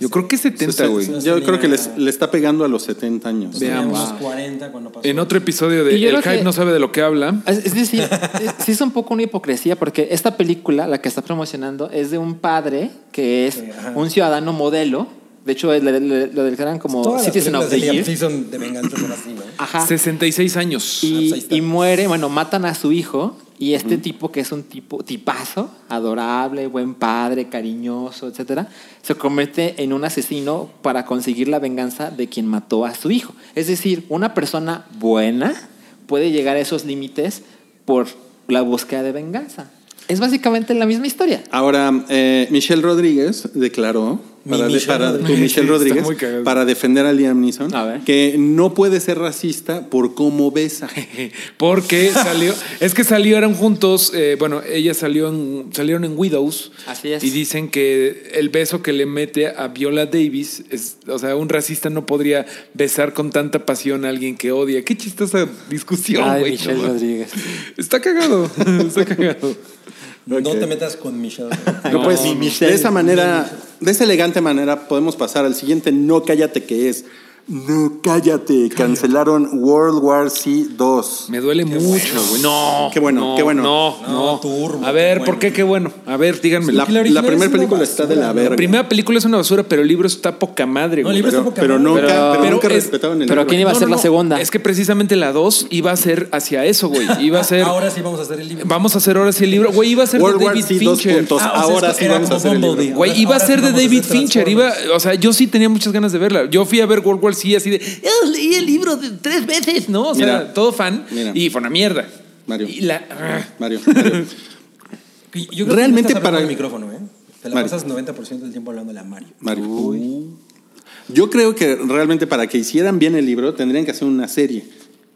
Speaker 3: yo creo que 70, güey.
Speaker 2: Entonces, Yo creo que les- le está pegando a los 70 años.
Speaker 3: Vean.
Speaker 5: Tenía
Speaker 3: Veamos.
Speaker 5: unos 40 cuando pasó.
Speaker 3: En otro episodio de
Speaker 4: Y yo
Speaker 3: El
Speaker 4: creo que-
Speaker 3: Hype no sabe de lo que habla.
Speaker 4: Es, es decir, es- sí es un poco una hipocresía porque esta película, la que está promocionando, es de un padre que es
Speaker 5: Sí, ajá.
Speaker 4: un ciudadano modelo. De hecho, le- le- lo declaran como
Speaker 5: Todas las
Speaker 4: Citizen of
Speaker 5: películas
Speaker 4: the
Speaker 5: de Liam
Speaker 4: Year.
Speaker 5: Neeson de venganza son así, ¿no?
Speaker 4: Ajá.
Speaker 3: 66 años.
Speaker 5: Ah,
Speaker 4: Y,
Speaker 5: pues ahí está.
Speaker 4: y muere, bueno, matan a su hijo y este tipo que es un tipo tipazo, adorable, buen padre, cariñoso, etcétera, se convierte en un asesino para conseguir la venganza de quien mató a su hijo. Es decir, una persona buena puede llegar a esos límites por la búsqueda de venganza. Es básicamente la misma historia.
Speaker 2: Ahora, eh, Michelle Rodríguez declaró,
Speaker 5: Mi
Speaker 2: para, de-
Speaker 5: Michelle
Speaker 2: para-
Speaker 5: Rodríguez.
Speaker 2: tu Michelle
Speaker 3: Está
Speaker 2: Rodríguez,
Speaker 3: muy cagado.
Speaker 2: para defender a Liam Neeson,
Speaker 4: A ver.
Speaker 2: que no puede ser racista por cómo besa.
Speaker 3: Porque salió, es que salieron juntos, eh, bueno, ella salió en, salieron en Widows.
Speaker 4: Así es.
Speaker 3: Y dicen que el beso que le mete a Viola Davis, es, o sea, un racista no podría besar con tanta pasión a alguien que odia. Qué chistosa discusión, güey. no mames.
Speaker 4: Rodríguez.
Speaker 3: Está cagado, está cagado.
Speaker 5: No
Speaker 2: Ok.
Speaker 5: te metas con Michelle.
Speaker 2: No, pues, de esa manera, de esa elegante manera, podemos pasar al siguiente no cállate que es. No cállate, cancelaron World War C 2.
Speaker 3: Me duele mucho, güey. No.
Speaker 2: Qué bueno,
Speaker 3: no,
Speaker 2: qué bueno.
Speaker 3: No, no.
Speaker 5: No, turbo,
Speaker 3: a ver,
Speaker 5: qué
Speaker 3: ¿por qué
Speaker 5: bueno.
Speaker 3: qué bueno? A ver, díganme.
Speaker 2: La,
Speaker 5: la original
Speaker 2: primera
Speaker 5: es una
Speaker 2: película está de la
Speaker 5: basura, ¿no?
Speaker 2: verga.
Speaker 3: La primera película es una basura, pero el libro está poca madre,
Speaker 5: No,
Speaker 3: güey.
Speaker 5: el libro
Speaker 2: pero,
Speaker 5: está poca
Speaker 2: pero
Speaker 5: madre.
Speaker 2: nunca,
Speaker 4: Pero-
Speaker 2: pero nunca
Speaker 3: pero es-
Speaker 2: respetaron el
Speaker 4: pero
Speaker 2: libro.
Speaker 4: ¿quién iba a
Speaker 3: No,
Speaker 4: ser
Speaker 3: no,
Speaker 4: la
Speaker 3: no.
Speaker 4: segunda?
Speaker 3: Es que precisamente la 2 iba a ser hacia eso, güey. Iba a ser.
Speaker 5: Ahora sí vamos a hacer el libro.
Speaker 3: Vamos a hacer ahora sí el libro. Güey, iba a ser
Speaker 2: World
Speaker 3: de
Speaker 2: War
Speaker 3: David
Speaker 2: C
Speaker 3: Fincher.
Speaker 2: 2.0.
Speaker 5: Ah, o sea,
Speaker 2: Ahora
Speaker 5: esto
Speaker 2: sí
Speaker 5: era
Speaker 2: vamos a
Speaker 5: como
Speaker 2: hacer el libro.
Speaker 5: Bumblebee.
Speaker 3: Güey, iba a
Speaker 5: Ahora
Speaker 3: ser
Speaker 5: sí
Speaker 3: de
Speaker 5: vamos a
Speaker 3: David
Speaker 5: hacer
Speaker 3: Fincher. Iba,
Speaker 5: Transformers.
Speaker 3: o sea, yo sí tenía muchas ganas de verla. Yo fui a ver World War C así de. "Ah, Leí el libro de tres veces, ¿no? O sea,
Speaker 2: Mira.
Speaker 3: todo fan.
Speaker 2: Mira.
Speaker 3: Y fue una mierda.
Speaker 2: Mario.
Speaker 3: Y la. ah,
Speaker 2: Mario, Mario.
Speaker 5: Yo creo que
Speaker 2: Realmente
Speaker 5: necesitas hablar
Speaker 2: para-
Speaker 5: con el micrófono, ¿eh? Te la
Speaker 2: Mario.
Speaker 5: pasas 90% del tiempo hablándole a Mario.
Speaker 2: Mario. Yo creo que realmente para que hicieran bien el libro tendrían que hacer una serie,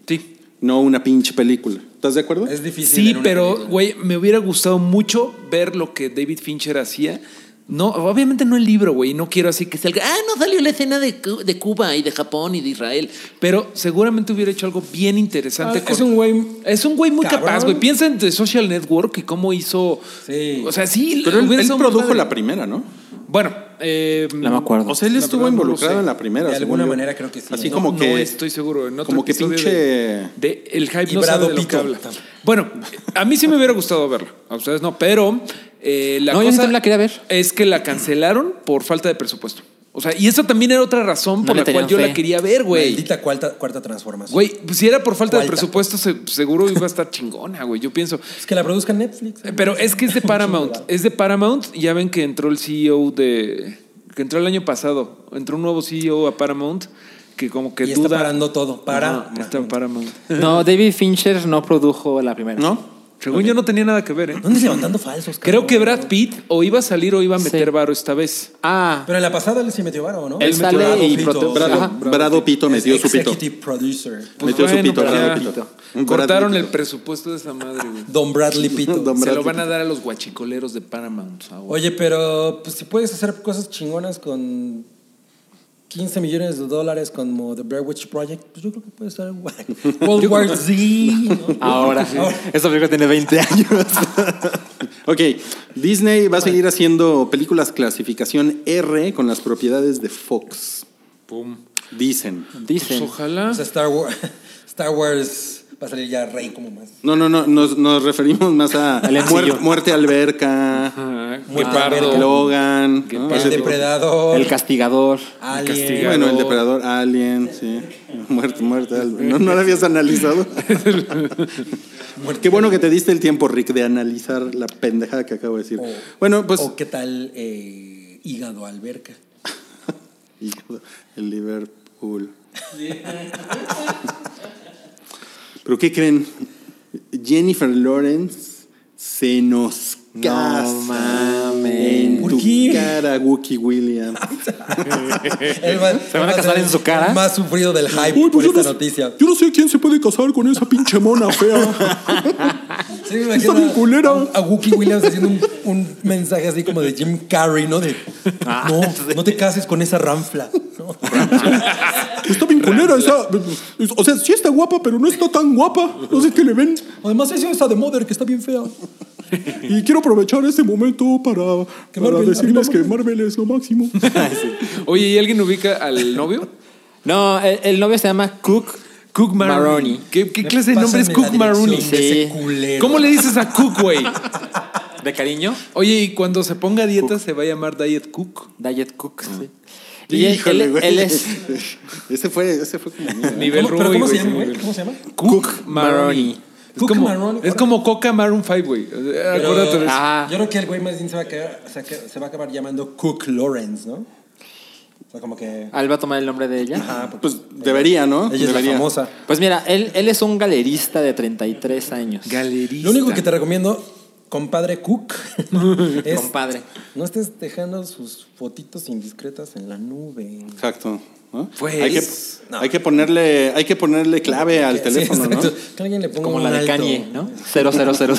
Speaker 3: Sí.
Speaker 2: no una pinche película. ¿Estás de acuerdo?
Speaker 5: Es difícil.
Speaker 3: Sí,
Speaker 5: en una
Speaker 3: pero,
Speaker 5: película.
Speaker 3: güey, me hubiera gustado mucho ver lo que David Fincher hacía. No, obviamente no el libro, güey. No quiero así que salga. Ah, no salió la escena de, Cu- de Cuba y de Japón y de Israel. Pero seguramente hubiera hecho algo bien interesante.
Speaker 5: Ah, es un güey-
Speaker 3: Es un güey muy
Speaker 5: Cabrón.
Speaker 3: capaz, güey. Piensa en The Social Network y cómo hizo.
Speaker 5: Sí.
Speaker 3: O sea, sí.
Speaker 2: Pero él,
Speaker 3: hubiera
Speaker 2: él
Speaker 3: estado muy
Speaker 2: produjo
Speaker 3: padre.
Speaker 2: la primera, ¿no?
Speaker 3: Bueno, eh,
Speaker 4: No me acuerdo.
Speaker 2: O sea, él
Speaker 3: La
Speaker 2: estuvo
Speaker 3: verdad no lo
Speaker 2: involucrado
Speaker 3: sé.
Speaker 2: en la primera.
Speaker 5: De
Speaker 2: según
Speaker 5: alguna
Speaker 2: yo.
Speaker 5: manera creo que sí.
Speaker 2: Así
Speaker 5: No,
Speaker 2: como
Speaker 3: no
Speaker 2: que
Speaker 3: estoy seguro. En otro
Speaker 2: como que
Speaker 3: episodio
Speaker 2: pinche
Speaker 3: de, de el hype
Speaker 5: Y
Speaker 3: no sabe
Speaker 5: Brado
Speaker 3: de lo que
Speaker 5: Pito.
Speaker 3: habla. Bueno, a mí sí me hubiera gustado verla. A ustedes no, pero eh, la
Speaker 4: No, yo
Speaker 3: cosa
Speaker 4: también la quería ver.
Speaker 3: es que la cancelaron por falta de presupuesto. O sea, y esa también era otra razón
Speaker 4: No
Speaker 3: por
Speaker 4: le
Speaker 3: la cual
Speaker 4: tenían
Speaker 3: yo
Speaker 4: fe.
Speaker 3: la quería ver, güey.
Speaker 5: Maldita cuarta, cuarta transformación.
Speaker 3: Güey, pues, si era por falta de
Speaker 5: Cuarta.
Speaker 3: presupuesto, se- seguro iba a estar chingona, güey. Yo pienso.
Speaker 5: Es que la produzca Netflix.
Speaker 3: Eh, Pero es que es de Paramount. Es de Paramount. Ya ven que entró el CEO de. que entró el año pasado. Entró un nuvo CEO a Paramount que como que
Speaker 5: Y está
Speaker 3: duda.
Speaker 5: parando todo. Para-
Speaker 3: Ajá, está Paramount.
Speaker 4: No, David Fincher no produjo la primera.
Speaker 2: ¿No?
Speaker 3: Según yo no tenía nada que ver, ¿eh?
Speaker 5: ¿Dónde se van dando falsos?
Speaker 3: Creo
Speaker 5: cabrón?
Speaker 3: que Brad Pitt o iba a salir o iba a meter
Speaker 4: Sí.
Speaker 3: varo esta vez.
Speaker 4: Ah,
Speaker 5: Pero en la pasada él sí metió varo, ¿no?
Speaker 4: Él
Speaker 5: Es
Speaker 4: sale
Speaker 5: Brado
Speaker 4: y
Speaker 5: Pito.
Speaker 4: prote-
Speaker 2: Brado,
Speaker 4: Ajá.
Speaker 2: Brado Pito
Speaker 5: Es
Speaker 2: metió su pito.
Speaker 5: Executive producer.
Speaker 2: Metió su
Speaker 3: bueno,
Speaker 2: pito,
Speaker 3: pues
Speaker 2: Brado
Speaker 3: ya.
Speaker 2: Pito. Un
Speaker 3: Cortaron
Speaker 2: Brad
Speaker 3: el
Speaker 2: Pito.
Speaker 3: presupuesto de esa madre, güey.
Speaker 5: Don Bradley Pito.
Speaker 2: Don
Speaker 3: Se
Speaker 2: Brad
Speaker 3: lo van
Speaker 2: Pitt.
Speaker 3: a dar a los guachicoleros de Paramount ahora.
Speaker 5: Oye, pero pues, si puedes hacer cosas chingonas con 15 millones de dólares como The Blair Witch Project, pues yo creo que puede estar en World War Z. ¿no?
Speaker 4: ahora.
Speaker 2: Esta película tiene 20 años. ok, Disney va a seguir haciendo películas clasificación R con las propiedades de Fox.
Speaker 3: Pum.
Speaker 2: Dicen.
Speaker 3: Pues
Speaker 4: Dicen.
Speaker 3: ojalá.
Speaker 5: O sea, Star Wars, Star Wars va a salir ya rey como más.
Speaker 2: No, no, no, nos, nos referimos más a
Speaker 4: El
Speaker 2: muer-
Speaker 4: ensillo.
Speaker 2: muerte alberca,
Speaker 3: Ah, qué
Speaker 5: Muerto
Speaker 3: pardo.
Speaker 5: Alberca.
Speaker 2: Logan, ¿no?
Speaker 5: El depredador,
Speaker 4: El castigador.
Speaker 5: Alien.
Speaker 3: castiga-
Speaker 2: bueno, el depredador, Alien, sí. Muerte, muerte, alberca. ¿No, no la habías analizado? Qué bueno que te diste el tiempo, Rick, de analizar la pendejada que acabo de decir.
Speaker 5: O-
Speaker 2: Bueno, pues
Speaker 5: o qué tal eh, hígado alberca.
Speaker 2: El Liverpool. ¿Pero qué creen? Jennifer Lawrence se nos casa en
Speaker 5: ¿Por
Speaker 2: tu
Speaker 5: qué?
Speaker 2: cara, Wookie Williams.
Speaker 5: Él va-
Speaker 4: ¿Se van a
Speaker 5: va
Speaker 4: casar
Speaker 5: ser
Speaker 4: en su cara?
Speaker 5: el Más sufrido del hype
Speaker 2: Uy,
Speaker 5: por
Speaker 2: pues yo
Speaker 5: esta
Speaker 2: no-
Speaker 5: noticia.
Speaker 2: Yo no sé quién se puede casar con esa pinche mona fea.
Speaker 5: Sí, me imagino
Speaker 2: bien
Speaker 5: a-
Speaker 2: culera.
Speaker 5: A, a Wookie Williams haciendo un, un mensaje así como de Jim Carrey, ¿no? De,
Speaker 4: Ah,
Speaker 5: no, no te cases con esa ranfla. ¿no?
Speaker 2: Está bien culera esa. O sea, sí está guapa, pero no está tan guapa. No sé qué le ven.
Speaker 5: Además, esa esa de Mother que está bien fea.
Speaker 2: Y quiero aprovechar este momento para,
Speaker 5: Que para Marvel, decirles que
Speaker 2: Marvel es lo máximo.
Speaker 3: Oye, ¿y alguien ubica al novio?
Speaker 4: No, el, el novio se llama Cook. Cook Maroney.
Speaker 3: ¿Qué, qué clase de nombre es
Speaker 5: Pásenme la
Speaker 3: Cook Maroney?
Speaker 5: dirección de ese culero.
Speaker 3: ¿Cómo le dices a Cook, güey?
Speaker 4: ¿De cariño?
Speaker 3: Oye, y cuando se ponga a dieta se va a llamar Diet Cook.
Speaker 4: Diet Cook, sí. Y él, él- él es
Speaker 2: Ese fue, ese fue como mío, ¿eh?
Speaker 3: Nivel
Speaker 5: ¿Cómo, pero
Speaker 3: Ruby,
Speaker 5: ¿cómo se
Speaker 3: güey,
Speaker 5: llama,
Speaker 3: sí,
Speaker 5: güey?
Speaker 3: nivel-
Speaker 5: ¿Cómo se llama?
Speaker 3: Cook Maroney.
Speaker 4: Maroney.
Speaker 3: Es
Speaker 5: Cook
Speaker 3: como,
Speaker 5: Maroney,
Speaker 3: es
Speaker 5: ahora.
Speaker 3: como Coca Maroon 5, güey. Eh, Acuérdate de eso.
Speaker 4: Ajá.
Speaker 5: Yo creo que el güey más bien se va a quedar- o sea, que se va a acabar llamando Cook Lawrence, ¿no? O sea, como que.
Speaker 4: Él va a tomar el nombre de ella.
Speaker 5: Ah, porque
Speaker 2: Pues debería, ¿no?
Speaker 5: ella es la
Speaker 2: Debería.
Speaker 5: famosa.
Speaker 4: Pues mira, él, él es un galerista de 33 años.
Speaker 3: Galerista.
Speaker 5: Lo único que te recomiendo, compadre Cook, es
Speaker 4: Compadre.
Speaker 5: no estés dejando sus fotitos indiscretas en la nube.
Speaker 2: Exacto. ¿no?
Speaker 3: Pues,
Speaker 2: hay, que,
Speaker 5: no.
Speaker 2: hay que ponerle, hay que ponerle clave al teléfono,
Speaker 5: Sí,
Speaker 2: ¿no?
Speaker 5: exacto. Que alguien le ponga
Speaker 4: Como
Speaker 5: un
Speaker 4: la de
Speaker 5: alto.
Speaker 4: Kanye, ¿no? 00000.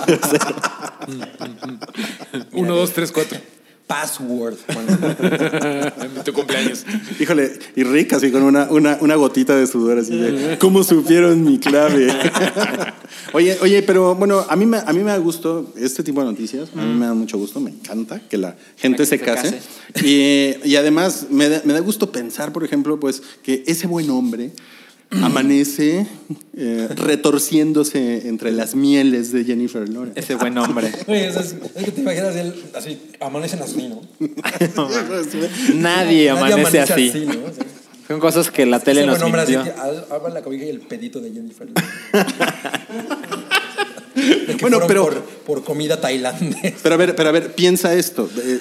Speaker 3: Uno, dos, tres, cuatro.
Speaker 5: Password.
Speaker 3: En tu cumpleaños.
Speaker 2: Híjole, y Rick así con una, una, una gotita de sudor así de ¿Cómo supieron mi clave? oye, oye, pero bueno, a mí me, a mí me da gusto este tipo de noticias, a mí me da mucho gusto, me encanta que la gente
Speaker 4: Mm. Que
Speaker 2: se
Speaker 4: se
Speaker 2: case. Y, y además me da, me da gusto pensar, por ejemplo, pues que ese buen hombre
Speaker 4: Mm.
Speaker 2: amanece eh, retorciéndose entre las mieles de Jennifer Lawrence.
Speaker 4: Ese buen hombre.
Speaker 5: Oye, o sea, es, es que te imaginas él así, amanecen así, ¿no?
Speaker 4: Nadie
Speaker 5: amanece
Speaker 4: amanece así.
Speaker 5: ¿no? O sea,
Speaker 4: Son cosas que la
Speaker 5: ese
Speaker 4: tele nos
Speaker 5: buen hombre así,
Speaker 4: mintió.
Speaker 5: que al- abra la cobija y el pedito de Jennifer.
Speaker 2: Bueno,
Speaker 5: bueno,
Speaker 2: pero-
Speaker 5: pero. Por, por comida tailandesa.
Speaker 2: Pero a ver, pero a ver, piensa esto. Eh,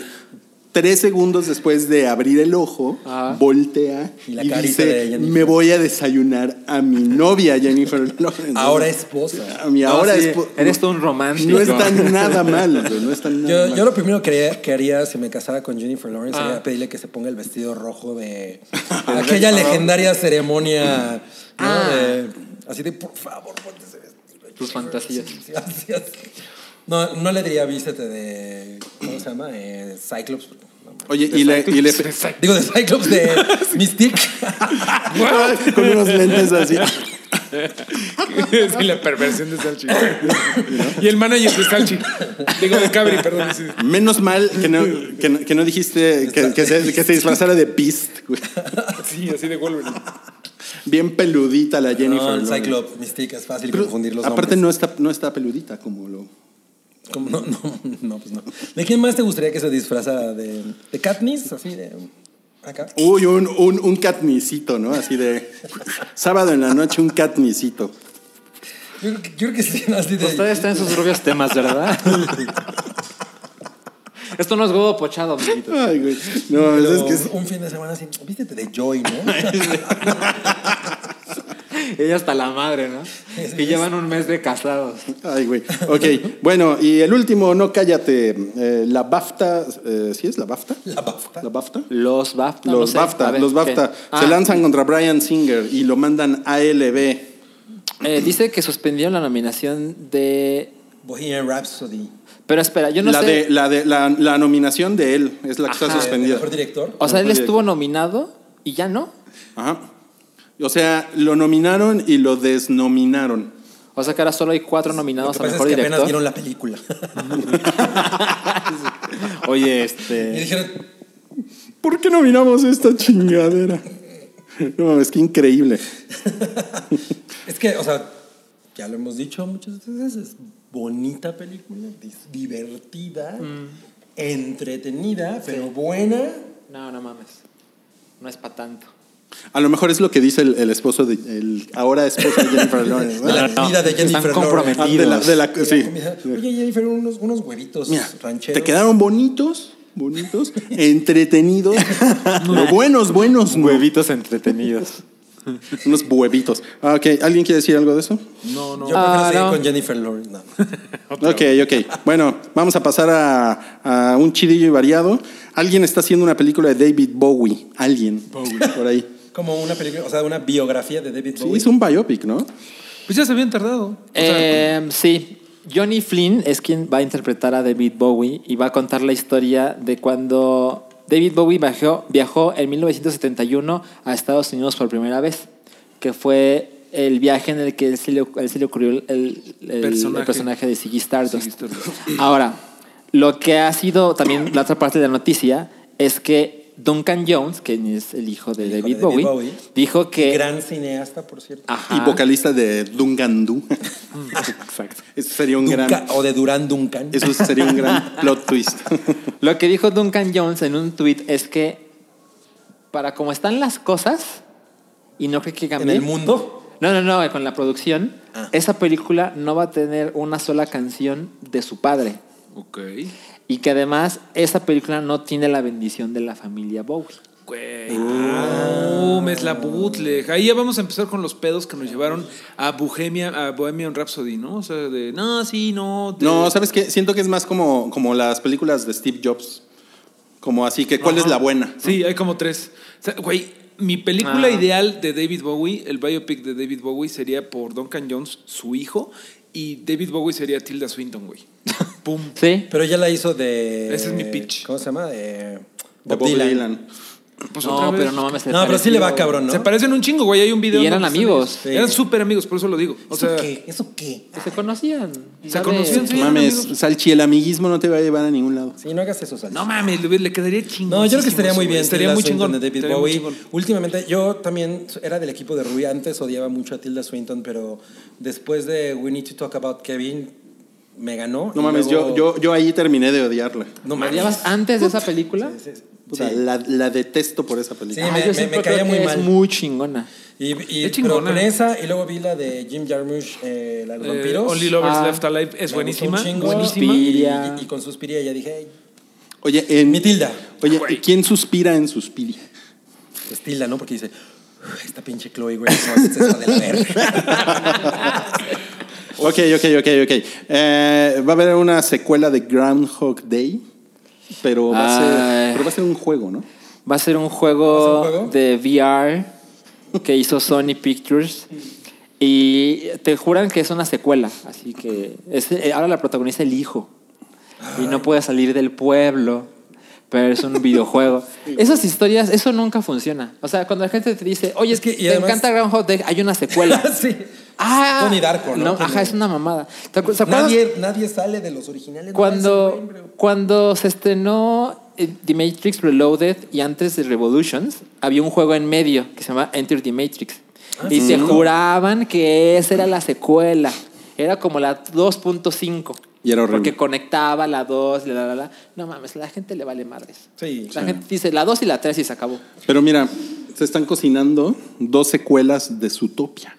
Speaker 2: tres segundos después de abrir el ojo,
Speaker 4: Ah.
Speaker 2: voltea y,
Speaker 5: Y la carita de
Speaker 2: dice,
Speaker 5: Jennifer.
Speaker 2: me voy a desayunar a mi novia Jennifer Lawrence.
Speaker 5: Ahora esposa.
Speaker 2: A mi
Speaker 4: No,
Speaker 2: ahora
Speaker 4: sí,
Speaker 2: espo-
Speaker 4: eres tú un romántico.
Speaker 2: No está nada mal, güey, no está nada
Speaker 5: Yo,
Speaker 2: mal.
Speaker 5: yo lo primero que haría, que haría si me casara con Jennifer Lawrence sería pedirle que se ponga el vestido rojo de aquella legendaria ceremonia. ¿no?
Speaker 4: Ah.
Speaker 5: De- así de, por favor, ponte ese vestido.
Speaker 4: Tus fantasías.
Speaker 5: Sí, así, así. No, no le diría vístete de. ¿Cómo se llama? Eh, Cyclops. No,
Speaker 2: Oye, y le, y le-
Speaker 5: Digo, de Cyclops de Mystic.
Speaker 2: con unos lentes así.
Speaker 3: Es la perversión de Salchi. Y el manager de Salchi. Digo, de Cabri, perdón. sí.
Speaker 2: Menos mal que no, que no, que no dijiste que, que se, que se disfrazara de Beast. güey.
Speaker 3: Sí, así de Wolverine.
Speaker 2: Bien peludita la Jennifer
Speaker 5: No, el
Speaker 2: Lawrence.
Speaker 5: Cyclops, Mystic, es fácil
Speaker 2: Pero
Speaker 5: confundir los
Speaker 2: aparte
Speaker 5: nombres.
Speaker 2: no está, no está peludita como lo...
Speaker 5: Como- No, no, no, pues no. ¿De quién más te gustaría que se disfrazara? ¿De, de Katniss? Así de. Acá.
Speaker 2: Uy, un, un, un catnicito, ¿no? Así de sábado en la noche un catnicito.
Speaker 5: Yo creo que, yo creo que sí, así
Speaker 2: Pues
Speaker 5: de.
Speaker 4: Ustedes tienen sus rubios temas, ¿verdad? Esto no es huevo pochado, amiguito.
Speaker 2: Ay, güey. No,
Speaker 5: Pero
Speaker 2: es que es-
Speaker 5: Un fin de semana así, vístete de Joy, ¿no?
Speaker 4: Ella hasta la madre, ¿no? Que llevan un mes de casados.
Speaker 2: Ay, güey. Ok, bueno, y el último, no cállate. eh, la BAFTA, eh, ¿sí es la BAFTA?
Speaker 5: La BAFTA.
Speaker 2: La BAFTA.
Speaker 4: Los BAFTA. no
Speaker 2: los
Speaker 4: sé.
Speaker 2: BAFTA,
Speaker 4: A ver,
Speaker 2: los
Speaker 4: ¿qué?
Speaker 2: BAFTA.
Speaker 4: Ah,
Speaker 2: Se lanzan contra Brian Singer y lo mandan a LB.
Speaker 4: eh, dice que suspendieron la nominación de.
Speaker 5: Bohemian Rhapsody. eh,
Speaker 4: Pero espera, yo no
Speaker 2: la,
Speaker 4: sé.
Speaker 2: de, la, de, la, la nominación de él es la que
Speaker 4: Ajá.
Speaker 2: está suspendida.
Speaker 5: Mejor director.
Speaker 4: O sea, él
Speaker 2: Oye.
Speaker 4: estuvo nominado y ya no.
Speaker 2: Ajá. O sea, lo nominaron y lo desnominaron.
Speaker 4: O sea que ahora solo hay cuatro
Speaker 5: Lo
Speaker 4: nominados
Speaker 5: que
Speaker 4: a
Speaker 5: pasa es que
Speaker 4: mejor
Speaker 5: apenas
Speaker 4: director.
Speaker 5: vieron la película.
Speaker 7: Oye,
Speaker 5: y
Speaker 7: este.
Speaker 5: dijeron,
Speaker 2: ¿Por qué nominamos esta chingadera? No mames, qué increíble.
Speaker 5: es que, o sea, ya lo hemos dicho muchas veces, es bonita película, dis- divertida, entretenida, pero buena.
Speaker 4: No, no mames. No es para tanto.
Speaker 2: A lo mejor es lo que dice el, el esposo de el ahora esposo de Jennifer Lawrence. ¿no?
Speaker 5: De la comida de
Speaker 4: Están
Speaker 5: Jennifer Lawrence.
Speaker 2: Ah, de la- de la-
Speaker 5: De la
Speaker 2: sí.
Speaker 5: comida. Oye, Jennifer, unos, unos huevitos
Speaker 2: Mira,
Speaker 5: rancheros.
Speaker 2: te quedaron bonitos, bonitos, entretenidos, pero buenos, buenos no.
Speaker 7: Huevitos entretenidos.
Speaker 2: unos huevitos. Ah, ok, ¿alguien quiere decir algo de eso?
Speaker 5: No, no. Yo prefiero
Speaker 4: Ah,
Speaker 5: seguir
Speaker 4: no.
Speaker 5: con Jennifer Lawrence. No.
Speaker 2: Ok, ok. Bueno, vamos a pasar a, a un chidillo y variado. Alguien está haciendo una película de David Bowie. Alguien. Por ahí.
Speaker 5: Como una película, o sea, una biografía de David
Speaker 2: Sí,
Speaker 5: Bowie.
Speaker 2: es un biopic, ¿no?
Speaker 3: Pues ya se habían tardado. O sea,
Speaker 4: Eh, sí. Johnny Flynn es quien va a interpretar a David Bowie y va a contar la historia de cuando David Bowie viajó, viajó en 1971 a Estados Unidos por primera vez, que fue el viaje en el que él se le, a él se le ocurrió el, el- el
Speaker 3: Personaje.
Speaker 4: personaje de Ziggy Stardust.
Speaker 3: Ziggy Stardust.
Speaker 4: Ahora, lo que ha sido también la otra parte de la noticia es que Duncan Jones, quien es el hijo de,
Speaker 5: de
Speaker 4: David,
Speaker 5: David
Speaker 4: Bowie,
Speaker 5: Bowie.
Speaker 4: dijo que...
Speaker 5: Gran cineasta, por cierto.
Speaker 4: Ajá.
Speaker 2: Y vocalista de Dungan Du. Exacto. Eso sería un
Speaker 5: Duncan-
Speaker 2: gran.
Speaker 5: o de Durán Duncan.
Speaker 2: Eso sería un gran plot twist.
Speaker 4: Lo que dijo Duncan Jones en un tuit es que para como están las cosas, y no creo que cambie...
Speaker 5: En el mundo.
Speaker 4: No, no, no, con la producción,
Speaker 5: Ah.
Speaker 4: esa película no va a tener una sola canción de su padre.
Speaker 3: ok.
Speaker 4: Y que además esa película no tiene la bendición de la familia Bowie.
Speaker 3: Güey. No, Oh, me es la bootleg. Ahí ya vamos a empezar con los pedos que nos llevaron a Bohemia, a Bohemian Rhapsody, ¿no? O sea, de no, sí, no. te-
Speaker 2: No, ¿sabes qué? Siento que es más como, como las películas de Steve Jobs. Como así que, ¿cuál es la buena?
Speaker 3: Sí, hay como tres. O sea, güey, mi película
Speaker 4: Ah.
Speaker 3: ideal de David Bowie, el biopic de David Bowie, sería por Duncan Jones, su hijo, y David Bowie sería Tilda Swinton, güey. Pum.
Speaker 4: ¿Sí?
Speaker 5: Pero ella la hizo de.
Speaker 3: Ese es mi pitch.
Speaker 5: ¿Cómo se llama? De
Speaker 2: De
Speaker 5: Bob, Dylan.
Speaker 3: Pues otra
Speaker 4: no,
Speaker 3: vez.
Speaker 4: pero no mames.
Speaker 5: No, pero sí le va
Speaker 4: pareció-
Speaker 5: cabrón, ¿no?
Speaker 3: Se parecen un chingo, güey. Hay un video.
Speaker 4: Y eran
Speaker 3: donde
Speaker 4: amigos.
Speaker 3: están ellos.
Speaker 5: Sí.
Speaker 3: Eran súper amigos, por eso lo digo. O sea,
Speaker 5: ¿Eso qué? ¿Eso qué?
Speaker 4: Se conocían.
Speaker 3: Se conocían, sí.
Speaker 2: Mames,
Speaker 3: amigos.
Speaker 2: Salchi, el amiguismo no te va a llevar a ningún lado.
Speaker 5: Sí, no hagas eso, Sal.
Speaker 3: no mames, le, le quedaría chingón.
Speaker 5: No, yo creo que estaría muy bien.
Speaker 3: Estaría
Speaker 5: Tilda
Speaker 3: muy
Speaker 5: Swinton
Speaker 3: chingón.
Speaker 5: De David
Speaker 3: estaría muy
Speaker 5: Bowie.
Speaker 3: chingón.
Speaker 5: Últimamente, yo también era del equipo de Rui. Antes odiaba mucho a Tilda Swinton, pero después de We Need to Talk About Kevin, me ganó.
Speaker 2: No
Speaker 5: Y
Speaker 2: mames, yo,
Speaker 5: luego-
Speaker 2: yo, yo ahí terminé de odiarla.
Speaker 5: No
Speaker 4: ¿Me
Speaker 5: mames.
Speaker 4: odiabas antes de esa película?
Speaker 5: Sí, sí, sí.
Speaker 2: Puta, la, la detesto por esa película.
Speaker 5: Sí, me-
Speaker 4: Ah, yo
Speaker 5: me-
Speaker 4: siempre
Speaker 5: me
Speaker 4: creo
Speaker 5: caía
Speaker 4: que
Speaker 5: muy
Speaker 4: es
Speaker 5: mal.
Speaker 4: muy chingona.
Speaker 5: Y, y
Speaker 3: Es
Speaker 5: pero
Speaker 3: chingona.
Speaker 5: con esa, y luego vi la de Jim Jarmusch, eh, la de los
Speaker 3: Eh,
Speaker 5: vampiros.
Speaker 3: Only Lovers
Speaker 4: Ah.
Speaker 3: Left Alive es
Speaker 5: Me gustó un
Speaker 3: buenísima.
Speaker 5: chingo.
Speaker 3: Buenísima.
Speaker 4: Suspiro.
Speaker 5: Y,
Speaker 4: Suspiria.
Speaker 5: y- y con Suspiria ya dije, "Ey,
Speaker 2: Oye, en,
Speaker 5: mi Tilda.
Speaker 2: Oye, ¿quién suspira en Suspiria?
Speaker 5: Es Tilda, ¿no? Porque dice, "Uf, esta pinche Chloe Grace Moretz es la de la verga".
Speaker 2: Ok, ok, ok, ok. Eh, va a haber una secuela de Groundhog Day, pero va, a
Speaker 4: Ay.
Speaker 2: ser, pero va a ser un juego, ¿no?
Speaker 4: Va a ser un
Speaker 5: ¿Va
Speaker 4: juego,
Speaker 5: a ser un juego?
Speaker 4: de VR que hizo Sony Pictures. Y te juran que es una secuela. Así que es- eh, ahora la protagoniza el hijo. Y no puede salir del pueblo. Pero es un videojuego. Esas historias, eso nunca funciona. O sea, cuando la gente te dice, oye,
Speaker 5: Es que- y
Speaker 4: te
Speaker 5: además-
Speaker 4: encanta Groundhog Day, hay una secuela.
Speaker 5: Sí.
Speaker 4: Ah,
Speaker 5: Tony Darko, ¿no?
Speaker 4: Ajá, es una mamada. ¿Te acu- ¿se acuerdan?
Speaker 5: Nadie, nadie sale de los originales. ¿no? Ese güey,
Speaker 4: Cuando,
Speaker 5: bro.
Speaker 4: cuando se estrenó eh, The Matrix Reloaded y antes de Revolutions, había un juego en medio que se llama Enter the Matrix.
Speaker 5: Ah,
Speaker 4: y se juraban que esa era la secuela. Era como la 2.5.
Speaker 2: Y era horrible.
Speaker 4: Porque conectaba la 2, la, la, la, la. No mames, la gente le vale madres.
Speaker 5: Sí.
Speaker 4: La gente dice la 2 y la 3 y se acabó.
Speaker 2: Pero mira, se están cocinando dos secuelas de Zootopia.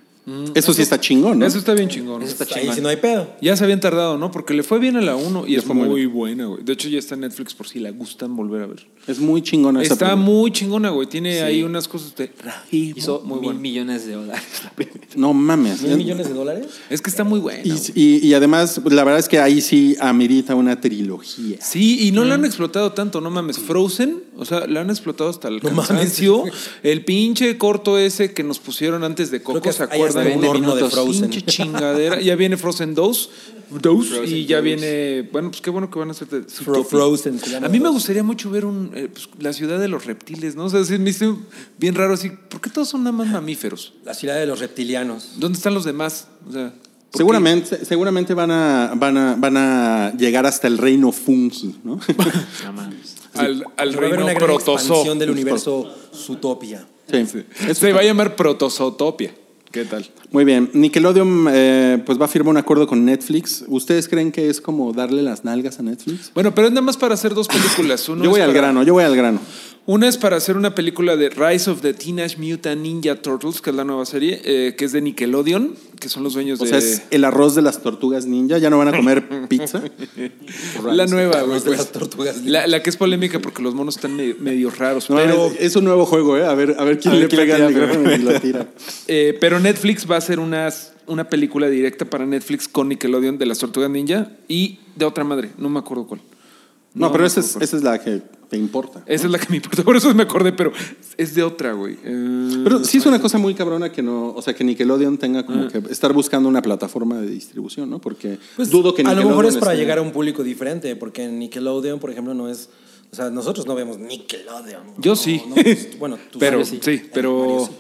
Speaker 2: Eso sí está chingón, ¿no?
Speaker 3: Eso está bien chingón.
Speaker 4: Eso está
Speaker 5: Pues Ahí
Speaker 4: chingón.
Speaker 5: sí no hay pedo.
Speaker 3: Ya se habían tardado, ¿no? Porque le fue bien a la 1 y es muy buena, güey. De hecho, ya está en Netflix por si la gustan volver a ver.
Speaker 2: Es muy chingón esa
Speaker 3: Está
Speaker 2: película.
Speaker 3: muy chingona, güey. Tiene ahí unas cosas de raíz.
Speaker 4: Hizo
Speaker 3: muy
Speaker 4: mil
Speaker 3: bueno.
Speaker 4: millones de dólares la película.
Speaker 2: No mames.
Speaker 5: ¿Mil millones de dólares?
Speaker 3: Es que está muy buena.
Speaker 2: Y,
Speaker 3: güey.
Speaker 2: y- y además, la verdad es que ahí sí amerita una trilogía.
Speaker 3: Sí, y no la han explotado tanto, no mames. Frozen, o sea, la han explotado hasta el cansancio. El pinche corto ese que nos pusieron antes de Coco,
Speaker 5: que
Speaker 3: ¿se
Speaker 5: ahí hasta
Speaker 3: acuerdan?
Speaker 5: venden
Speaker 3: Un
Speaker 5: vino de
Speaker 3: horno
Speaker 5: Frozen.
Speaker 3: Pinche chingadera. Ya viene Frozen 2, dos, y ya viene... Bueno, pues qué bueno que van a hacer de su
Speaker 5: Fro-
Speaker 3: topi.
Speaker 5: Frozen se llama
Speaker 3: A mí me
Speaker 5: dos.
Speaker 3: gustaría mucho ver un, eh, pues, la ciudad de los reptiles, ¿no? O sea, sí, me hizo bien raro así. ¿Por qué todos son nada más mamíferos?
Speaker 5: La ciudad de los reptilianos.
Speaker 3: ¿Dónde están los demás? O sea, ¿por qué?
Speaker 2: Seguramente, seguramente van a, van a, van a llegar hasta el reino fungi, ¿no?
Speaker 6: Al, al
Speaker 5: Va a haber
Speaker 6: reino
Speaker 5: una gran
Speaker 6: protozoo.
Speaker 5: expansión del universo Zootopia.
Speaker 2: Sí.
Speaker 3: Se va a llamar Protozootopia. ¿Qué tal?
Speaker 2: Muy bien. Nickelodeon eh, pues va a firmar un acuerdo con Netflix. ¿Ustedes creen que es como darle las nalgas a Netflix?
Speaker 3: Bueno, pero es nada más para hacer dos películas. Uno
Speaker 2: yo voy
Speaker 3: es
Speaker 2: al
Speaker 3: para-
Speaker 2: grano, yo voy al grano.
Speaker 3: Una es para hacer una película de Rise of the Teenage Mutant Ninja Turtles, que es la nueva serie, eh, que es de Nickelodeon, que son los dueños
Speaker 2: O
Speaker 3: de
Speaker 2: sea, es el arroz de las tortugas ninja. Ya no van a comer pizza.
Speaker 3: la nueva, güey,
Speaker 5: de
Speaker 3: pues.
Speaker 5: las tortugas.
Speaker 3: La, la que es polémica porque los monos están me- medio raros.
Speaker 2: No,
Speaker 3: pero,
Speaker 2: es, es un nuevo juego, ¿eh? A ver, a ver quién
Speaker 3: A
Speaker 2: le
Speaker 3: ver quién
Speaker 2: pega
Speaker 3: la
Speaker 2: al
Speaker 3: tira
Speaker 2: micrófono y lo tira.
Speaker 3: eh, pero Netflix va a hacer unas, una película directa para Netflix con Nickelodeon de las Tortugas Ninja y de otra madre, no me acuerdo cuál.
Speaker 2: No,
Speaker 3: No,
Speaker 2: pero
Speaker 3: no,
Speaker 2: esa
Speaker 3: no,
Speaker 2: es,
Speaker 3: no.
Speaker 2: esa es la que te importa.
Speaker 3: Esa es la que me importa, por eso me acordé, pero es de otra, güey. Eh,
Speaker 2: Pero sí es una cosa muy cabrona que no, o sea, que Nickelodeon tenga como que estar buscando una plataforma de distribución, ¿no? Porque
Speaker 5: Pues,
Speaker 2: dudo que
Speaker 5: a
Speaker 2: Nickelodeon
Speaker 5: lo mejor es para
Speaker 2: esté-
Speaker 5: llegar a un público diferente, porque en Nickelodeon, por ejemplo, no es. O sea, nosotros no vemos Nickelodeon.
Speaker 3: Yo
Speaker 5: No,
Speaker 3: sí.
Speaker 5: no, pues, bueno, tú
Speaker 3: pero
Speaker 5: sabes,
Speaker 3: sí,
Speaker 5: Eh, Mario
Speaker 3: pero...
Speaker 5: sí.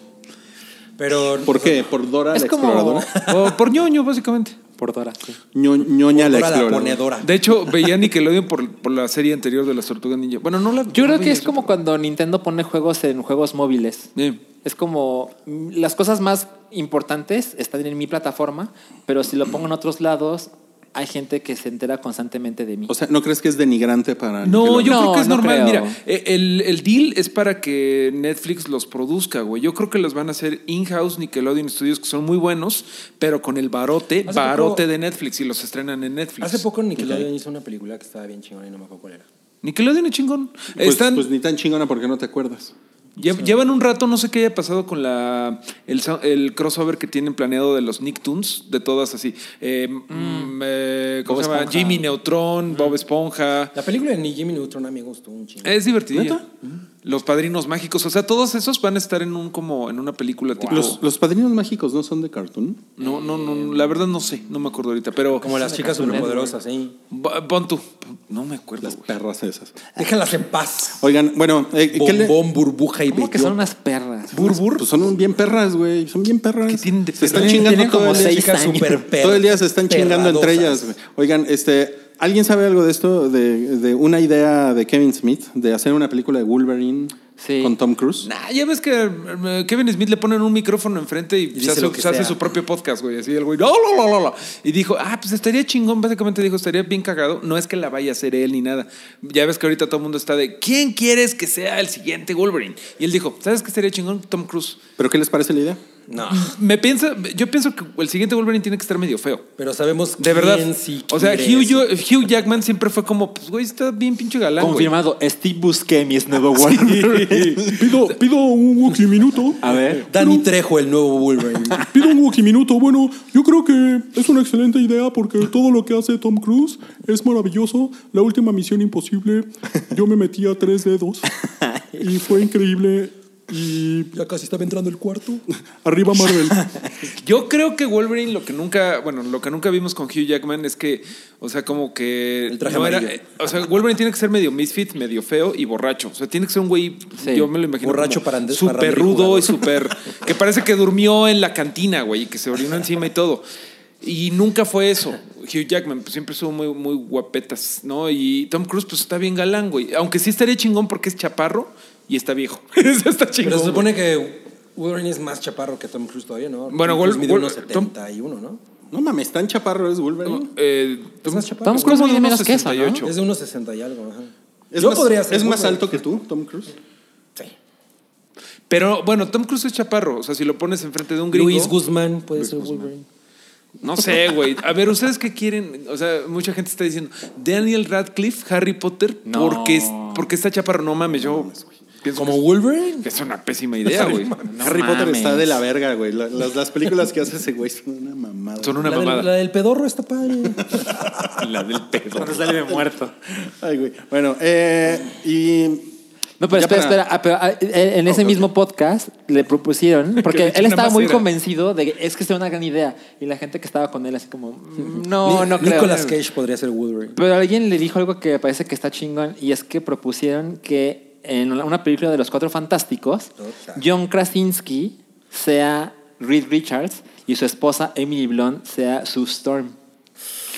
Speaker 5: Pero.
Speaker 2: ¿Por qué? ¿Por Dora
Speaker 4: Es
Speaker 2: la
Speaker 4: como.
Speaker 2: exploradora?
Speaker 3: o Oh, por ñoño, básicamente.
Speaker 4: Por Dora, sí.
Speaker 2: Ño- ñoña la
Speaker 5: Dora la
Speaker 2: exploradora.
Speaker 5: ponedora.
Speaker 3: De hecho, veía Nickelodeon por, por la serie anterior de las Tortugas Ninja. Bueno, no la.
Speaker 4: Yo
Speaker 3: no
Speaker 4: creo que
Speaker 3: veía
Speaker 4: es
Speaker 3: eso,
Speaker 4: como cuando Nintendo pone juegos en juegos móviles.
Speaker 3: pero- Eh,
Speaker 4: Es como mm, las cosas más importantes están en mi plataforma, pero si lo pongo en otros lados, hay gente que se entera constantemente de mí.
Speaker 2: O sea, ¿no crees que es denigrante para
Speaker 3: No,
Speaker 2: Nickelodeon?
Speaker 3: yo
Speaker 4: No,
Speaker 3: creo que es
Speaker 4: no
Speaker 3: normal.
Speaker 4: creo.
Speaker 3: Mira, eh, el, el deal es para que Netflix los produzca, güey. Yo creo que los van a hacer in-house Nickelodeon Studios, que son muy buenos, pero con el barote,
Speaker 5: Hace
Speaker 3: barote
Speaker 5: poco-
Speaker 3: de Netflix y los estrenan en Netflix.
Speaker 5: Hace poco Nickelodeon hizo una película que estaba bien chingona y no me acuerdo cuál era.
Speaker 3: Nickelodeon es chingón.
Speaker 2: Pues,
Speaker 3: Están,
Speaker 2: pues ni tan chingona porque no te acuerdas.
Speaker 3: lle- Llevan un rato, no sé qué haya pasado con la el, so- el crossover que tienen planeado de los Nicktoons, de todas así. Eh, mm, eh, ¿Cómo
Speaker 4: Bob
Speaker 3: se llama?
Speaker 4: Esponja.
Speaker 3: Jimmy Neutron, Bob Esponja.
Speaker 5: La película de Jimmy Neutron a mí me gustó un chingo.
Speaker 3: Es divertido. Los padrinos mágicos, o sea, todos esos van a estar en un como en una película tipo.
Speaker 2: Los, los padrinos mágicos no son de cartoon.
Speaker 3: No, no, no, la verdad no sé, no me acuerdo ahorita, pero
Speaker 5: Como las chicas superpoderosas, sí.
Speaker 3: Ba- pon tú, no me acuerdo.
Speaker 2: Las
Speaker 3: güey.
Speaker 2: perras esas.
Speaker 5: Déjalas en paz.
Speaker 2: Oigan, bueno, eh, ¿qué le-
Speaker 5: Bombón, burbuja y
Speaker 4: ¿Cómo que son unas perras?
Speaker 2: Burbur. Pues son bien perras, güey. Son bien perras.
Speaker 3: ¿Qué tienen de
Speaker 2: se están
Speaker 3: perras?
Speaker 2: chingando
Speaker 4: Tienen
Speaker 2: todo
Speaker 4: como
Speaker 2: el día.
Speaker 4: seis
Speaker 5: Chicas
Speaker 4: años.
Speaker 5: super per-
Speaker 2: Todo el día se están chingando entre ellas.
Speaker 5: perradosas.
Speaker 2: güey. Oigan, este, ¿alguien sabe algo de esto? De, de una idea de Kevin Smith de hacer una película de Wolverine
Speaker 4: Sí.
Speaker 2: con Tom Cruise.
Speaker 3: Nah, ya ves que eh, Kevin Smith le ponen un micrófono enfrente y, se,
Speaker 5: dice
Speaker 3: hace,
Speaker 5: lo que
Speaker 3: se hace
Speaker 5: sea.
Speaker 3: su propio podcast, güey. Así el güey, "Oh, "No, no, no, no, no". Y dijo, ah, pues estaría chingón. Básicamente dijo, estaría bien cagado. No es que la vaya a hacer él ni nada. Ya ves que ahorita todo el mundo está de, ¿quién quieres que sea el siguiente Wolverine? Y él dijo, ¿sabes qué estaría chingón? Tom Cruise.
Speaker 2: ¿Pero qué les parece la idea?
Speaker 5: No.
Speaker 3: Me piensa, yo pienso que el siguiente Wolverine tiene que estar medio feo.
Speaker 5: Pero sabemos
Speaker 3: De verdad.
Speaker 5: quién sí
Speaker 3: o sea,
Speaker 5: quiere
Speaker 3: Hugh,
Speaker 5: eso.
Speaker 3: Jo- Hugh Jackman siempre fue como, pues, güey, está bien pinche galán. güey.
Speaker 4: Confirmado, Steve Buscemi es nuevo Wolverine.
Speaker 8: Pido, pido un Wookiee minuto.
Speaker 4: A ver.
Speaker 5: Danny Trejo, el nuevo Wolverine.
Speaker 8: Pido un Wookiee minuto. Bueno, yo creo que es una excelente idea porque todo lo que hace Tom Cruise es maravilloso. La última misión imposible, yo me metí a tres dedos y fue increíble. Y
Speaker 5: ya casi estaba entrando el cuarto.
Speaker 8: arriba Marvel.
Speaker 3: Yo creo que Wolverine lo que nunca, bueno, lo que nunca vimos con Hugh Jackman es que, o sea, como que
Speaker 5: El traje
Speaker 3: no era- eh,
Speaker 5: amarillo.
Speaker 3: o sea, Wolverine tiene que ser medio misfit, medio feo y borracho. O sea, tiene que ser un güey,
Speaker 4: Sí.
Speaker 3: yo me lo imagino
Speaker 5: Borracho
Speaker 3: como
Speaker 5: para ande- para
Speaker 3: súper
Speaker 5: andar
Speaker 3: rudo
Speaker 5: jugando.
Speaker 3: y súper que parece que durmió en la cantina, güey, y que se orinó encima y todo. Y nunca fue eso. Hugh Jackman pues, siempre estuvo muy, muy guapetas, ¿no? Y Tom Cruise pues está bien galán, güey. Aunque sí estaría chingón porque es chaparro y está viejo. Eso está chingón.
Speaker 5: Pero se
Speaker 3: güey.
Speaker 5: supone que Wolverine es más chaparro que Tom Cruise todavía, ¿no?
Speaker 3: Bueno,
Speaker 5: Tom Cruise
Speaker 3: Wol-
Speaker 5: mide
Speaker 3: Wol-
Speaker 5: unos
Speaker 3: Tom-
Speaker 5: 71, ¿no?
Speaker 2: No mames, tan chaparro es Wolverine.
Speaker 3: Eh, Tom-
Speaker 5: más chaparro.
Speaker 4: Tom
Speaker 3: es
Speaker 4: Cruise
Speaker 3: como de
Speaker 4: mide menos
Speaker 3: unos
Speaker 4: que eso, ¿no?
Speaker 3: 68.
Speaker 5: Es de unos 60 y algo, ajá.
Speaker 2: Es
Speaker 5: Yo
Speaker 2: más,
Speaker 5: podría ser
Speaker 2: ¿Es más
Speaker 5: Wolverine.
Speaker 2: alto que tú, Tom Cruise?
Speaker 5: Sí.
Speaker 3: Pero bueno, Tom Cruise es chaparro. O sea, si lo pones enfrente de un gringo.
Speaker 5: Luis Guzmán puede ser Wolverine.
Speaker 3: No sé, güey. A ver, ¿ustedes qué quieren? O sea, mucha gente está diciendo Daniel Radcliffe, Harry Potter,
Speaker 4: No.
Speaker 3: porque, es- porque está chaparro. No mames, yo pienso
Speaker 5: ¿Como
Speaker 3: que es-
Speaker 5: Wolverine?
Speaker 3: que es una pésima idea, güey.
Speaker 2: Harry Potter
Speaker 4: mames.
Speaker 2: está de la verga, güey. La- Las, las películas que hace ese güey son una mamada.
Speaker 3: Son una
Speaker 5: la, del, la
Speaker 3: mamada.
Speaker 5: del pedorro está padre.
Speaker 3: La del pedo.
Speaker 9: Cuando sale de muerto.
Speaker 2: Ay, güey. Bueno, eh, y.
Speaker 4: No,
Speaker 2: Ya
Speaker 4: pero espera,
Speaker 2: para-
Speaker 4: espera. Ah, pero, ah, eh, en ese
Speaker 2: Ok,
Speaker 4: mismo podcast le propusieron, porque
Speaker 3: dicho
Speaker 4: él estaba
Speaker 3: nada más
Speaker 4: muy
Speaker 3: era.
Speaker 4: convencido de que es que sería una gran idea. Y la gente que estaba con él, así como, "Mm, no,
Speaker 5: Ni-
Speaker 4: no creo.
Speaker 5: Nicolas Cage podría ser Wolverine.
Speaker 4: Pero alguien le dijo algo que parece que está chingón y es que propusieron que en una película de los Cuatro Fantásticos,
Speaker 5: Nota.
Speaker 4: John Krasinski sea Reed Richards y su esposa Emily Blunt sea Sue Storm.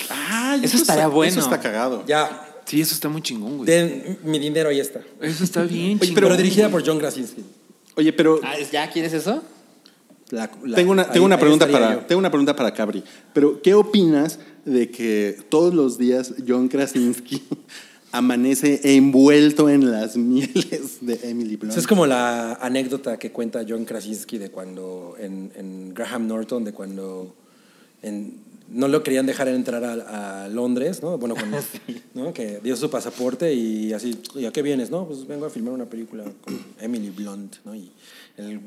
Speaker 2: Ay,
Speaker 4: Eso estaría
Speaker 2: está-
Speaker 4: bueno.
Speaker 2: Eso está cagado.
Speaker 5: Ya,
Speaker 3: Sí, eso está muy chingón, güey.
Speaker 5: den mi dinero ahí está.
Speaker 3: Eso está bien
Speaker 5: Oye,
Speaker 3: chingón.
Speaker 5: pero dirigida por John Krasinski.
Speaker 2: Oye, pero
Speaker 4: Ah, ¿Ya quieres eso?
Speaker 5: La- la-
Speaker 2: tengo una,
Speaker 5: ahí-
Speaker 2: tengo una
Speaker 5: ahí
Speaker 2: pregunta
Speaker 5: estaría
Speaker 2: para
Speaker 5: yo.
Speaker 2: tengo una pregunta para Cabri. Pero ¿qué opinas de que todos los días John Krasinski amanece envuelto en las mieles de Emily Blunt?
Speaker 5: Esa es como la anécdota que cuenta John Krasinski de cuando en, en Graham Norton, de cuando en- no lo querían dejar entrar a, a Londres, ¿no? Bueno, cuando, ¿no? que dio su pasaporte y así, ¿y a qué vienes? No, pues vengo a filmar una película con Emily Blunt, ¿no? Y el-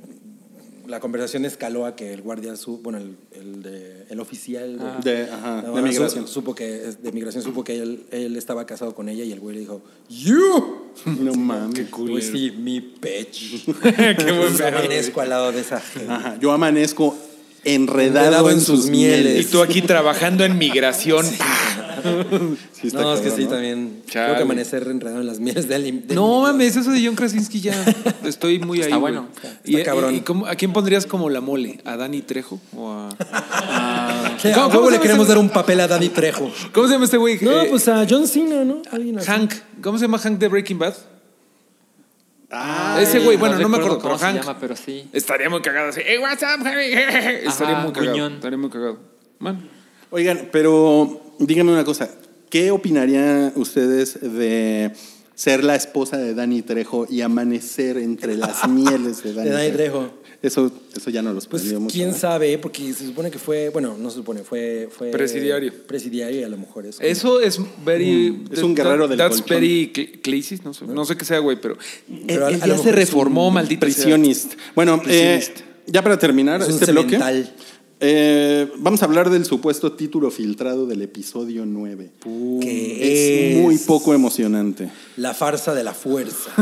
Speaker 5: la conversación escaló a que el guardia, su, bueno, el, el de- el oficial de,
Speaker 2: Ah. De- ajá, de
Speaker 5: bueno, su-
Speaker 2: migración.
Speaker 5: supo que, es- de migración supo que él, él estaba casado con ella y el güey le dijo, ¡You!
Speaker 2: No mames.
Speaker 5: Pues sí, mi pecho.
Speaker 3: Qué buen
Speaker 5: Pues
Speaker 3: pedo,
Speaker 5: amanezco al lado de esa gente.
Speaker 2: Ajá, yo amanezco enredado,
Speaker 5: Enredado
Speaker 2: en,
Speaker 5: en
Speaker 2: sus
Speaker 5: sus
Speaker 2: mieles.
Speaker 3: Y tú aquí trabajando en migración.
Speaker 2: Sí está
Speaker 5: No, es que
Speaker 2: cabrón,
Speaker 5: sí,
Speaker 2: ¿no?
Speaker 5: también.
Speaker 3: Chale.
Speaker 5: Tengo que amanecer enredado en las mieles de Ali. de
Speaker 3: No
Speaker 5: mi-
Speaker 3: mames, eso de John Krasinski ya estoy muy ahí.
Speaker 4: Está
Speaker 3: güey.
Speaker 4: bueno.
Speaker 3: Y, e-
Speaker 5: Está cabrón.
Speaker 3: y- y cómo- ¿A quién pondrías como la mole? ¿A Dani Trejo? ¿O a...
Speaker 5: Sí, a
Speaker 3: ¿Cómo-
Speaker 5: huevo
Speaker 3: cómo se
Speaker 5: Ah, le
Speaker 3: llama
Speaker 5: queremos
Speaker 3: ese-
Speaker 5: dar un papel a Dani Trejo.
Speaker 3: ¿Cómo se llama este güey?
Speaker 5: No,
Speaker 3: Eh,
Speaker 5: pues a John Cena, ¿no? Alguien así.
Speaker 3: Hank. ¿Cómo se llama Hank de Breaking Bad?
Speaker 2: Ah,
Speaker 3: Ese güey, bueno, no, me acuerdo,
Speaker 4: recuerdo
Speaker 3: pero
Speaker 4: cómo se
Speaker 3: Hank.
Speaker 4: llama, pero sí.
Speaker 3: Estaría muy cagado así. "Hey, what's up, Harry?" Estaría muy cagado.
Speaker 4: gruñón.
Speaker 3: Estaría muy cagado. Man.
Speaker 2: Oigan, pero díganme una cosa. ¿Qué opinarían ustedes de ser la esposa de Dani Trejo y amanecer entre las mieles de Dani,
Speaker 5: De Dani
Speaker 2: Trejo?
Speaker 5: Trejo.
Speaker 2: Eso, eso ya no los
Speaker 5: Pues
Speaker 2: prendió mucho.
Speaker 5: quién
Speaker 2: ¿no?
Speaker 5: sabe, porque se supone que fue, bueno, no se supone, fue, fue
Speaker 3: Presidiario.
Speaker 5: Presidiario y a lo mejor es.
Speaker 3: Eso es very.
Speaker 2: Es un guerrero del
Speaker 3: That's
Speaker 2: colchón.
Speaker 3: very cl- clasis, no sé, no sé qué sea, güey, pero.
Speaker 5: Pero
Speaker 3: él,
Speaker 5: a-
Speaker 3: él
Speaker 5: a lo
Speaker 3: ya se
Speaker 5: mejor es
Speaker 3: reformó, maldito.
Speaker 2: Prisionist. Bueno, eh,
Speaker 3: Prisionist.
Speaker 2: ya para terminar
Speaker 5: Es un
Speaker 2: este bloque,
Speaker 5: cemental.
Speaker 2: eh, vamos a hablar del supuesto título filtrado del episodio 9. es
Speaker 5: que
Speaker 2: muy poco emocionante.
Speaker 5: La farsa de la fuerza.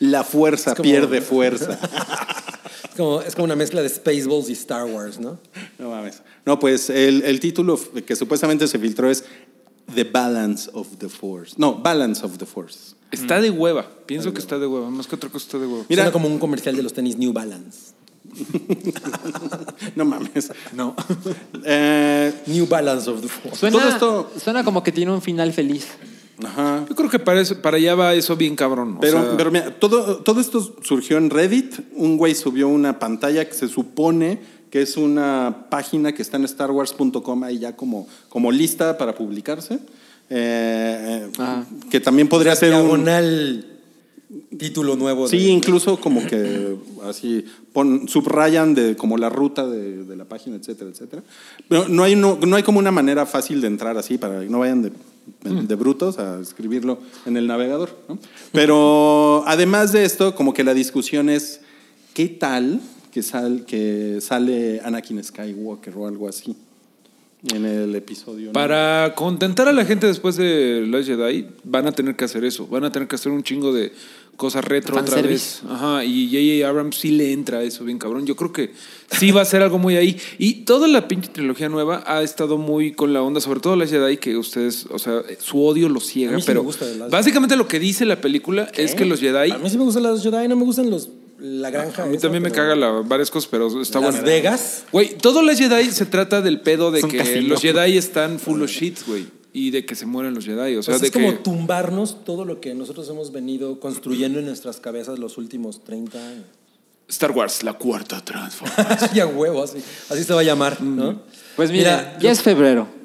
Speaker 2: La fuerza
Speaker 5: Es como-
Speaker 2: pierde fuerza.
Speaker 5: es, como, es como una mezcla de Spaceballs y Star Wars, ¿no?
Speaker 2: No mames. No, pues el, el título f- que supuestamente se filtró es The Balance of the Force. No, Balance of the Force.
Speaker 4: Mm.
Speaker 3: Está de hueva. Pienso que está de hueva. Más que otra cosa está de hueva.
Speaker 2: Mira-
Speaker 5: Mira, como un comercial de los tenis New Balance.
Speaker 2: No mames.
Speaker 5: No.
Speaker 2: Eh,
Speaker 5: New Balance of the Force.
Speaker 4: Suena,
Speaker 2: Todo esto-
Speaker 4: suena como que tiene un final feliz.
Speaker 2: ajá.
Speaker 3: Yo creo que para, eso- para allá va eso bien cabrón. o
Speaker 2: Pero,
Speaker 3: sea,
Speaker 2: pero mira, todo, todo esto surgió en Reddit. Un güey subió una pantalla que se supone que es una página que está en starwars.com ahí ya como, como lista para publicarse. Eh, eh,
Speaker 3: Ah.
Speaker 4: Ajá.
Speaker 2: que también podría ser un,
Speaker 5: Diagonal título nuevo. de-
Speaker 2: Sí, incluso como que así pon- subrayan de como la ruta de, de la página, etcétera, etcétera. Pero no hay, no, no hay como una manera fácil de entrar así para que no vayan de, de brutos a escribirlo en el navegador. ¿no? Pero además de esto, como que la discusión es qué tal que, sal, que sale Anakin Skywalker o algo así en el episodio. ¿no?
Speaker 3: Para contentar a la gente después de Last Jedi, van a tener que hacer eso. Van a tener que hacer un chingo de cosas retro otra vez.
Speaker 4: Fanservice.
Speaker 3: Ajá, y J.J. Abrams sí le entra a eso bien cabrón. Yo creo que sí va a ser algo muy ahí. Y toda la pinche trilogía nueva ha estado muy con la onda, sobre todo Last Jedi, que ustedes, o sea, su odio lo ciega.
Speaker 5: A mí sí
Speaker 3: pero
Speaker 5: me gusta The Last
Speaker 3: básicamente lo que dice la película es que los Jedi.
Speaker 5: A mí sí me gustan los Jedi, no me gustan los la granja.
Speaker 3: A mí también me caga la, varias cosas, pero está
Speaker 5: Las
Speaker 3: bueno.
Speaker 5: Vegas.
Speaker 3: Güey, todo Last Jedi se trata del pedo de
Speaker 4: Es un
Speaker 3: que
Speaker 4: casino.
Speaker 3: los Jedi están full of shit, güey. Y de que se mueren los Jedi. O sea,
Speaker 5: Pues
Speaker 3: de
Speaker 5: es como
Speaker 3: que.
Speaker 5: tumbarnos todo lo que nosotros hemos venido construyendo en nuestras cabezas los últimos 30 años.
Speaker 3: Star Wars, la cuarta transformación. Mm.
Speaker 5: ya huevo, así, así se va a llamar, ¿no?
Speaker 4: Pues mira, ya
Speaker 5: yo-
Speaker 4: es febrero.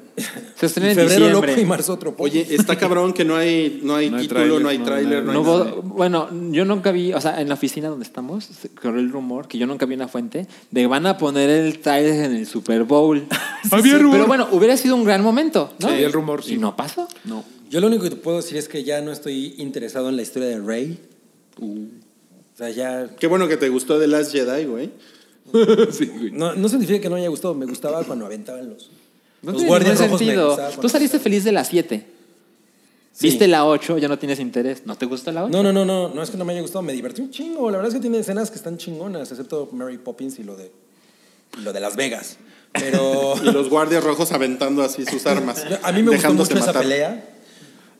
Speaker 4: Se estrena en
Speaker 5: Febrero loco y
Speaker 4: diciembre.
Speaker 5: marzo otro.
Speaker 2: Oye, está cabrón que no hay, no hay
Speaker 3: No hay
Speaker 2: título,
Speaker 3: tráiler,
Speaker 2: no hay
Speaker 3: no,
Speaker 2: tráiler, no,
Speaker 3: nada.
Speaker 2: hay
Speaker 4: No
Speaker 2: nada.
Speaker 4: hubo- bueno, yo nunca vi, o sea, en la oficina donde estamos, se corrió el rumor, que yo nunca vi una fuente, de que van a poner el trailer en el Super Bowl.
Speaker 3: Había rumor.
Speaker 4: Pero bueno, hubiera sido un gran momento, ¿no?
Speaker 3: Sí, había el rumor, sí.
Speaker 4: Y no pasó. No.
Speaker 5: Yo lo único que te puedo decir es que ya no estoy interesado en la historia de Rey.
Speaker 3: Uh.
Speaker 5: O sea, ya.
Speaker 2: Qué bueno que te gustó The Last Jedi, güey.
Speaker 3: Sí, güey.
Speaker 5: No, no significa que no me haya gustado. Me gustaba cuando aventaban los.
Speaker 4: No
Speaker 5: los
Speaker 4: tiene
Speaker 5: guardias
Speaker 4: ningún
Speaker 5: rojos me
Speaker 4: sentido.
Speaker 5: gustaba cuando
Speaker 4: Tú saliste feliz de la 7.
Speaker 5: Sí.
Speaker 4: Viste la 8, ya no tienes interés. ¿No te gustó la 8?
Speaker 5: No, no, no, no, no es que no me haya gustado, me divertí un chingo. La verdad es que tiene escenas que están chingonas, excepto Mary Poppins y lo de lo de Las Vegas. Pero
Speaker 2: Y los guardias rojos aventando así sus armas.
Speaker 5: a mí me gustó
Speaker 2: dejándote
Speaker 5: mucho esa
Speaker 2: matar.
Speaker 5: pelea,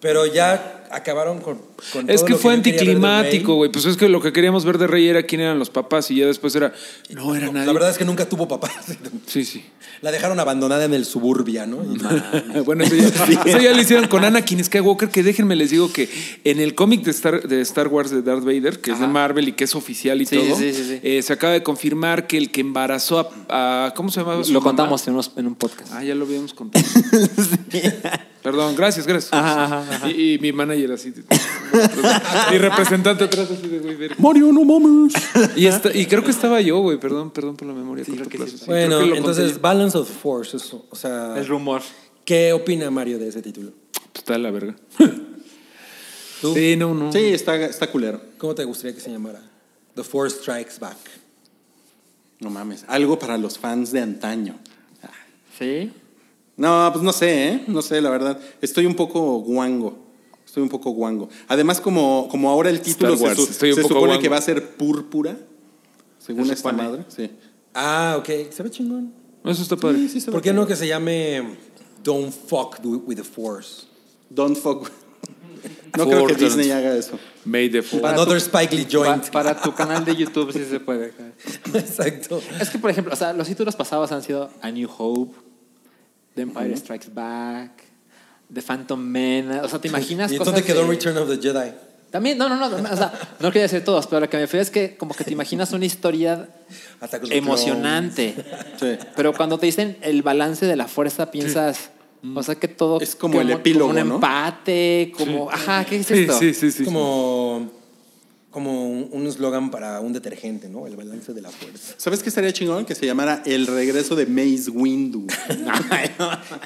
Speaker 5: pero ya acabaron con, con
Speaker 3: Es
Speaker 5: todo
Speaker 3: que
Speaker 5: lo
Speaker 3: fue
Speaker 5: yo quería ver de
Speaker 3: anticlimático,
Speaker 5: Rey.
Speaker 3: güey. Pues es que lo que queríamos ver de Rey era quién eran los papás y ya después era. No era
Speaker 5: No,
Speaker 3: nadie.
Speaker 5: La verdad es que nunca tuvo papá.
Speaker 3: Sí, sí.
Speaker 5: La dejaron abandonada en el suburbia, ¿no? Y-
Speaker 3: bueno, eso ya, eso ya lo hicieron con Anakin Skywalker, que déjenme les digo que en el cómic de Star, de Star Wars de Darth Vader, que es de Marvel y que es oficial y
Speaker 4: Sí,
Speaker 3: todo,
Speaker 4: sí, sí, sí.
Speaker 3: eh, se acaba de confirmar que el que embarazó a... a- ¿Cómo se llamaba? su
Speaker 4: Lo
Speaker 3: mamá?
Speaker 4: contamos en, unos- en un podcast.
Speaker 3: Ah, ya lo habíamos contado. Perdón, gracias, gracias.
Speaker 4: Ajá, ajá,
Speaker 3: Y, y mi manager así. mi representante atrás así de güey, verga.
Speaker 8: Mario, no mames.
Speaker 3: Y, esta- y creo que estaba yo, güey, perdón, perdón por la memoria. a corto plazo, sí, creo
Speaker 5: bueno,
Speaker 3: que lo conté
Speaker 5: entonces
Speaker 3: yo.
Speaker 5: Balance of Force, eso, o sea,
Speaker 4: El rumor.
Speaker 5: ¿qué opina Mario de ese título?
Speaker 3: Pues está de la verga.
Speaker 5: ¿Tú?
Speaker 3: Sí, no, no.
Speaker 2: Sí, está, está culero.
Speaker 5: ¿Cómo te gustaría que se llamara? The Force Strikes Back.
Speaker 2: No mames. Algo para los fans de antaño.
Speaker 4: Sí.
Speaker 2: No, pues no sé, ¿eh? No sé, la verdad. Estoy un poco guango. Estoy un poco guango. Además, como, como ahora el título se,
Speaker 3: Wars,
Speaker 2: su-
Speaker 3: estoy un
Speaker 2: se
Speaker 3: poco
Speaker 2: supone
Speaker 3: guango.
Speaker 2: que va a ser púrpura, según
Speaker 3: Se
Speaker 2: esta
Speaker 3: supone.
Speaker 2: madre. Sí.
Speaker 5: Ah, ok, se ve chingón.
Speaker 3: Eso está padre.
Speaker 5: ¿Por qué no que se llame Don't Fuck with the Force?
Speaker 2: Don't fuck. No creo que
Speaker 3: Fortnite.
Speaker 2: Disney haga eso.
Speaker 3: Made the fall.
Speaker 5: Another Spike Lee
Speaker 4: Pa-
Speaker 5: joint.
Speaker 4: para tu canal de YouTube sí se puede.
Speaker 5: Exacto.
Speaker 4: Es que, por ejemplo, o sea, los títulos pasados han sido A New Hope, The Empire Strikes Back, The Phantom Menace. O sea, ¿te imaginas
Speaker 5: Y
Speaker 4: cosas
Speaker 5: entonces quedó
Speaker 4: de-
Speaker 5: Return of the Jedi.
Speaker 4: También, no, no, no. O sea, no quería decir todos, pero lo que me refiero es que como que te imaginas una historia
Speaker 5: Attack of the
Speaker 4: emocionante.
Speaker 2: Sí.
Speaker 4: Pero cuando te dicen el balance de la fuerza, piensas... O sea que todo
Speaker 2: Es como el epílogo,
Speaker 4: como un
Speaker 2: ¿no?
Speaker 4: empate, como ajá, ¿qué es
Speaker 3: Sí,
Speaker 4: esto?
Speaker 3: sí, sí,
Speaker 5: Clones.
Speaker 3: sí.
Speaker 5: Es como, como un un eslogan para un detergente, ¿no? El balance de la fuerza.
Speaker 2: ¿Sabes qué estaría chingón? Que se llamara El regreso de Maze Windu.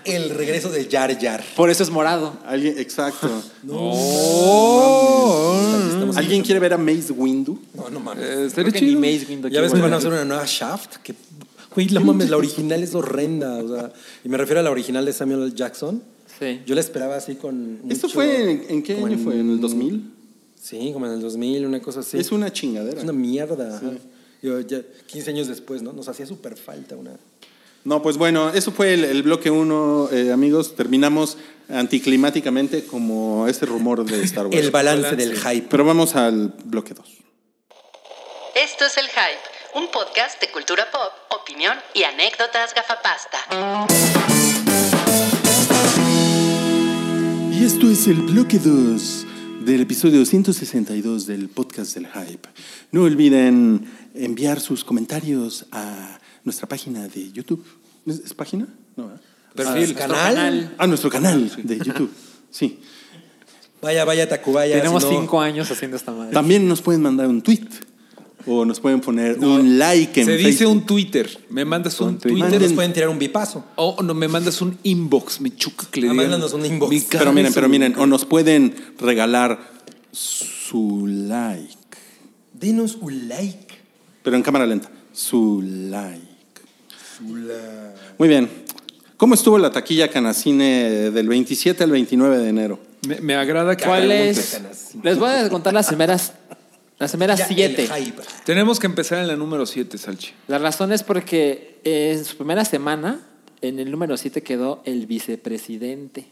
Speaker 5: El regreso de Jar Jar.
Speaker 4: Por eso es morado.
Speaker 2: Alguien, exacto.
Speaker 5: Estamos-
Speaker 2: ¿Alguien quiere ver a Maze Windu?
Speaker 5: No, no mames.
Speaker 3: Eh, estaría
Speaker 4: Creo que
Speaker 3: chido.
Speaker 4: ni Maze Window
Speaker 5: ya ves que
Speaker 4: quiere
Speaker 5: van a
Speaker 4: volver.
Speaker 5: hacer una nueva Shaft. Que, güey, la mames, la original es horrenda. O sea, y me refiero a la original de Samuel L. Jackson.
Speaker 4: Sí.
Speaker 5: Yo la esperaba así con.
Speaker 2: ¿Esto
Speaker 5: mucho-
Speaker 2: fue en, en qué
Speaker 5: como
Speaker 2: año fue? ¿En el 2000?
Speaker 5: Sí, como en el 2000, una cosa así.
Speaker 2: Es una chingadera.
Speaker 5: Es una mierda. ajá. Yo, ya 15 años después, ¿no? Nos hacía súper falta una.
Speaker 2: No, pues bueno, eso fue el, el bloque 1, amigos. Terminamos anticlimáticamente como este rumor de Star Wars.
Speaker 5: El balance del hype.
Speaker 2: Pero vamos al bloque 2.
Speaker 1: Esto es El Hype, un podcast de cultura pop, opinión y anécdotas gafapasta.
Speaker 2: Y esto es el bloque 2 del episodio 162 del podcast del hype. No olviden enviar sus comentarios a nuestra página de YouTube. ¿Es, es página? No, ¿verdad?
Speaker 4: Ah,
Speaker 5: Perfil. canal.
Speaker 2: A nuestro canal de YouTube. Sí.
Speaker 5: Vaya, vaya, Tacubaya.
Speaker 4: Tenemos
Speaker 5: si no-
Speaker 4: cinco años haciendo esta madre.
Speaker 2: También nos pueden mandar un tweet o nos pueden poner un like en
Speaker 3: Se dice
Speaker 2: Facebook.
Speaker 3: un Twitter. Me mandas un
Speaker 2: Twitter.
Speaker 3: Twitter.
Speaker 5: Ustedes
Speaker 2: Manden-
Speaker 5: pueden tirar un bipazo.
Speaker 3: O no, me mandas un inbox. Me chuca que le
Speaker 5: Ah,
Speaker 3: digan.
Speaker 5: mándanos un inbox.
Speaker 3: Mi
Speaker 2: Pero
Speaker 3: cara
Speaker 2: miren,
Speaker 3: es
Speaker 2: pero
Speaker 3: un-
Speaker 2: miren, o nos pueden regalar su like,
Speaker 5: Denos un like.
Speaker 2: pero en cámara lenta, su like. Muy bien. ¿Cómo estuvo la taquilla Canacine del 27 al 29 de enero?
Speaker 3: Me, me agrada que
Speaker 4: ¿Cuál
Speaker 3: preguntes.
Speaker 4: es? Les voy a contar las primeras, las primeras
Speaker 5: Ya, eh,
Speaker 4: siete.
Speaker 5: el hype.
Speaker 3: Tenemos que empezar en la número 7, Salchi.
Speaker 4: La razón es porque eh, en su primera semana, en el número 7 quedó el vicepresidente.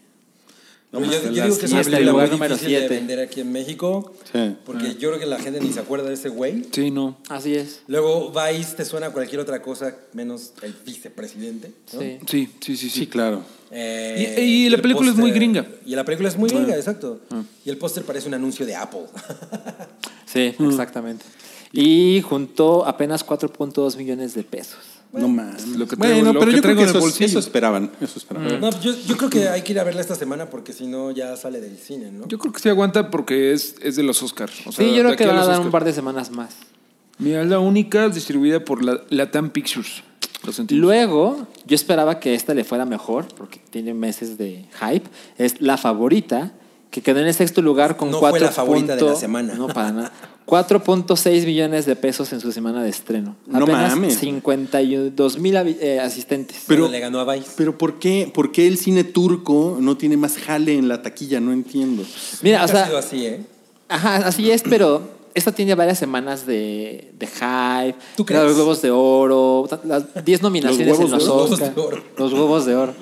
Speaker 5: Pero yo, yo digo que es
Speaker 4: hasta
Speaker 5: una
Speaker 4: el
Speaker 5: película muy
Speaker 4: lugar número
Speaker 5: difícil de
Speaker 4: siete.
Speaker 5: vender aquí en México.
Speaker 2: Sí.
Speaker 5: Porque yo creo que la gente ni se acuerda de ese güey.
Speaker 3: Sí, no.
Speaker 4: Así es.
Speaker 5: Luego Vice te suena a cualquier otra cosa menos el vicepresidente. ¿no?
Speaker 4: Sí.
Speaker 3: Sí, sí, sí, sí.
Speaker 2: Sí, claro.
Speaker 5: Eh,
Speaker 3: Y- y la
Speaker 5: el
Speaker 3: película es muy gringa. Ah.
Speaker 5: Y la película es muy gringa, exacto. Y el póster parece un anuncio de Apple.
Speaker 4: Mm. Sí, exactamente. Y juntó apenas 4.2 millones de pesos.
Speaker 2: No mames.
Speaker 3: Lo que traigo-
Speaker 2: Bueno,
Speaker 3: lo
Speaker 2: pero
Speaker 3: que
Speaker 2: yo creo
Speaker 3: traigo
Speaker 2: que
Speaker 3: en el
Speaker 2: eso,
Speaker 3: bolsillo.
Speaker 2: eso esperaban. Eso esperaban.
Speaker 5: No, yo, yo creo que hay que ir a verla esta semana porque si no ya sale del cine, ¿no?
Speaker 3: Yo creo que sí aguanta porque es, es de los Oscars.
Speaker 4: sí, yo creo que van a dar un par de semanas más.
Speaker 3: Mira, es la única distribuida por la, Latam Pictures. Lo sentimos.
Speaker 4: Luego, yo esperaba que esta le fuera mejor, porque tiene meses de hype. Es la favorita, que quedó en el sexto lugar con
Speaker 5: No fue
Speaker 4: cuatro
Speaker 5: la favorita de la semana.
Speaker 4: No, para nada. 4.6 millones de pesos en su semana de estreno.
Speaker 2: No
Speaker 4: Apenas
Speaker 2: mames.
Speaker 4: 52 mil eh, asistentes.
Speaker 2: Pero-
Speaker 5: Pero le ganó a Vice.
Speaker 2: Pero ¿por qué, ¿por qué el cine turco no tiene más jale en la taquilla? No entiendo.
Speaker 4: Mira, o
Speaker 5: Nunca ha
Speaker 4: sea,
Speaker 5: sido así, ¿eh?
Speaker 4: Ajá, así es, pero esta tiene varias semanas de, de hype.
Speaker 5: ¿Tú crees?
Speaker 4: Los Globos de Oro, ta- las 10 nominaciones
Speaker 2: Los
Speaker 4: en
Speaker 2: Globos
Speaker 4: los
Speaker 2: de
Speaker 5: Oro.
Speaker 4: Oscar.
Speaker 5: Los Globos de Oro.
Speaker 4: Los Huevos de Oro.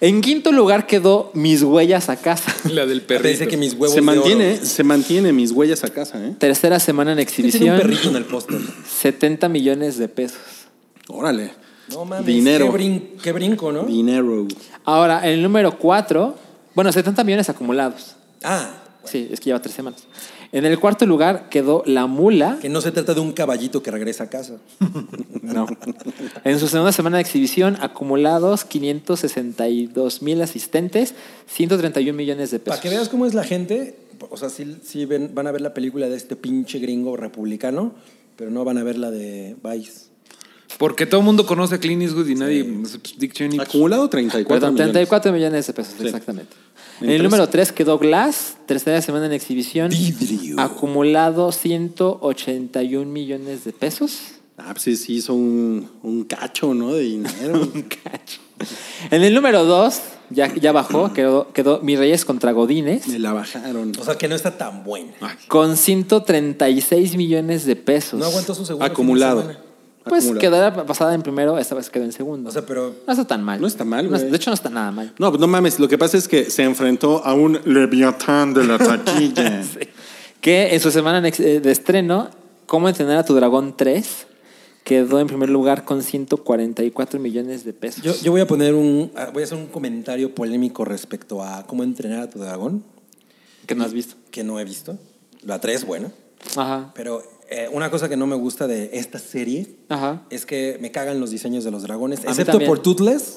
Speaker 4: En quinto lugar quedó Mis Huellas a Casa.
Speaker 3: La del
Speaker 5: Te
Speaker 3: perrito.
Speaker 5: dice que mis huevos
Speaker 2: Se
Speaker 5: de oro.
Speaker 2: mantiene, se mantiene mis huellas a casa, ¿eh?
Speaker 4: Tercera semana en
Speaker 5: Sí, tiene un
Speaker 4: exhibición.
Speaker 5: perrito en el póster.
Speaker 4: 70 millones de pesos.
Speaker 2: Órale.
Speaker 5: No mames.
Speaker 2: Dinero.
Speaker 5: Qué, brin- qué brinco, ¿no?
Speaker 2: Dinero.
Speaker 4: Ahora, el número 4, bueno, 70 millones acumulados.
Speaker 5: ah,
Speaker 4: Sí, es que lleva tres semanas. En el cuarto lugar quedó La Mula.
Speaker 5: que no se trata de un caballito que regresa a casa.
Speaker 4: No. En su segunda semana de exhibición, acumulados 562 mil asistentes, 131 millones de
Speaker 5: Para
Speaker 4: pesos.
Speaker 5: que veas cómo es la gente, o sea, sí, sí ven- van a ver la película de este pinche gringo republicano, pero no van a ver la de Vice.
Speaker 3: Porque todo el mundo conoce a Clint Eastwood y nadie. pues, Dick
Speaker 8: Ah,
Speaker 3: Cheney. pues,
Speaker 2: Acumulado 34
Speaker 4: Perdón,
Speaker 2: millones.
Speaker 4: 34 millones de pesos, exactamente. En el
Speaker 2: Interesante.
Speaker 4: número 3 quedó Glass, tercera semana en exhibición,
Speaker 2: Vidrio.
Speaker 4: acumulado 181 millones de pesos.
Speaker 2: Ah, pues sí, sí hizo un, un cacho, ¿no? De dinero.
Speaker 4: En el número 2, ya, ya bajó, quedó, quedó Mis Reyes contra Godines,
Speaker 2: Me la bajaron.
Speaker 5: O sea, que no está tan buena.
Speaker 4: con 136 millones de pesos.
Speaker 5: No aguantó su segundo. fin de
Speaker 2: Acumulado.
Speaker 5: semana.
Speaker 4: Pues
Speaker 2: Acumulado.
Speaker 4: quedó la pasada en primero, esta vez quedó en segundo.
Speaker 5: O sea, pero
Speaker 4: No está tan mal.
Speaker 2: No está mal,
Speaker 4: es-
Speaker 2: güey.
Speaker 4: de hecho, no está nada mal.
Speaker 2: No, pues no mames, lo que pasa es que se enfrentó a un leviatán de la taquilla.
Speaker 4: Que en su semana nex- eh, de estreno, ¿Cómo entrenar a tu dragón 3? Quedó en primer lugar con 144 millones de pesos.
Speaker 5: Yo, yo voy a poner un, ah, voy a hacer un comentario polémico respecto a cómo entrenar a tu dragón,
Speaker 4: que no has visto.
Speaker 5: que no he visto. La 3, bueno.
Speaker 4: Ajá.
Speaker 5: Pero eh, una cosa que no me gusta de esta serie
Speaker 4: Ajá.
Speaker 5: es que me cagan los diseños de los dragones,
Speaker 4: mí
Speaker 5: excepto
Speaker 4: también.
Speaker 5: por Toothless,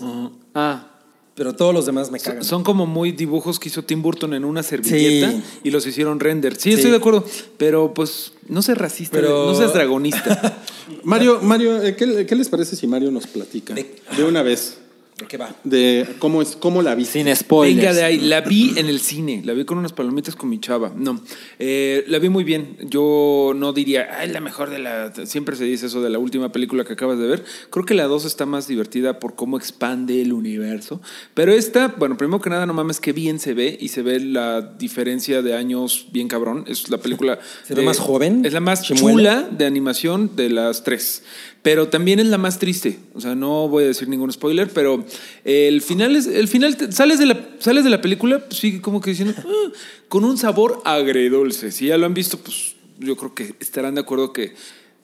Speaker 4: Ah.
Speaker 5: pero todos los demás me cagan.
Speaker 3: Son como muy dibujos que hizo Tim Burton en una servilleta
Speaker 5: Sí.
Speaker 3: y los hicieron render. Sí,
Speaker 5: Sí.
Speaker 3: estoy de acuerdo. Pero pues no seas racista,
Speaker 5: Pero-
Speaker 3: no seas dragonista.
Speaker 2: Mario, Mario, eh, ¿qué, qué les parece si Mario nos platica?
Speaker 5: De-
Speaker 2: De una vez.
Speaker 5: ¿De qué va?
Speaker 2: De cómo es, cómo la viste.
Speaker 4: Sin spoilers.
Speaker 3: Venga de ahí, la vi en el cine, la vi con unas palomitas con mi chava. No, eh, la vi muy bien. Yo no diría, "Ah, es la mejor de la. Siempre se dice eso de la última película que acabas de ver. Creo que la 2 está más divertida por cómo expande el universo. Pero esta, bueno, primero que nada, no mames, qué bien se ve y se ve la diferencia de años bien cabrón. Es la película.
Speaker 5: ¿Se ve
Speaker 3: de-
Speaker 5: más joven?
Speaker 3: Es la más
Speaker 5: Chimuela.
Speaker 3: chula de animación de las tres. Pero también es la más triste. O sea, no voy a decir ningún spoiler, pero el final es. El final te- sales de la, sales de la película, pues, sigue como que diciendo. "Ah", con un sabor agredulce. Si ya lo han visto, pues yo creo que estarán de acuerdo que.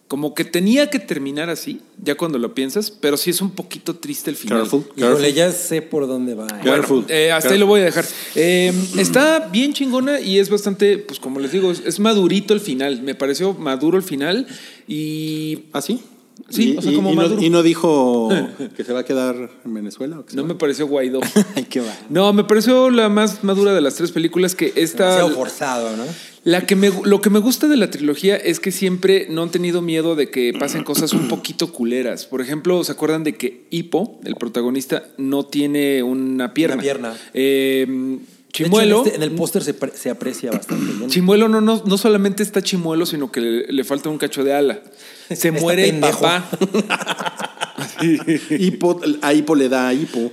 Speaker 3: Como que tenía que terminar así, ya cuando lo piensas, pero sí es un poquito triste el final.
Speaker 2: Careful,
Speaker 5: Híjole,
Speaker 2: careful.
Speaker 5: ya sé por dónde va. ¿eh?
Speaker 2: Claro.
Speaker 3: Bueno, eh, hasta ahí lo voy a dejar. Eh, está bien chingona y es bastante, pues como les digo, es, es madurito el final. Me pareció maduro el final y
Speaker 2: ¿Ah, sí?
Speaker 3: Sí,
Speaker 2: y,
Speaker 3: o sea,
Speaker 2: y-
Speaker 3: como
Speaker 2: y no,
Speaker 3: Maduro.
Speaker 2: y no dijo que se va a quedar en Venezuela. ¿o que se
Speaker 3: no
Speaker 2: va?
Speaker 3: me pareció Guaidó.
Speaker 2: Ay, qué va.
Speaker 3: No, me pareció la más madura de las tres películas que esta...
Speaker 5: Demasiado forzado, ¿no?
Speaker 3: La que me, lo que me gusta de la trilogía es que siempre no han tenido miedo de que pasen cosas un poquito culeras. Por ejemplo, ¿se acuerdan de que Hippo, el protagonista, no tiene una pierna?
Speaker 5: Una pierna.
Speaker 3: Eh,
Speaker 5: De hecho,
Speaker 3: Chimuelo.
Speaker 5: en, este- en el póster se, pre- se aprecia bastante bien.
Speaker 3: Chimuelo no, no, no solamente está chimuelo, sino que le, le falta un cacho de ala. Se
Speaker 5: Está
Speaker 3: muere el
Speaker 5: pendejo.
Speaker 3: papá.
Speaker 2: Hipo- a hipo le da a hipo.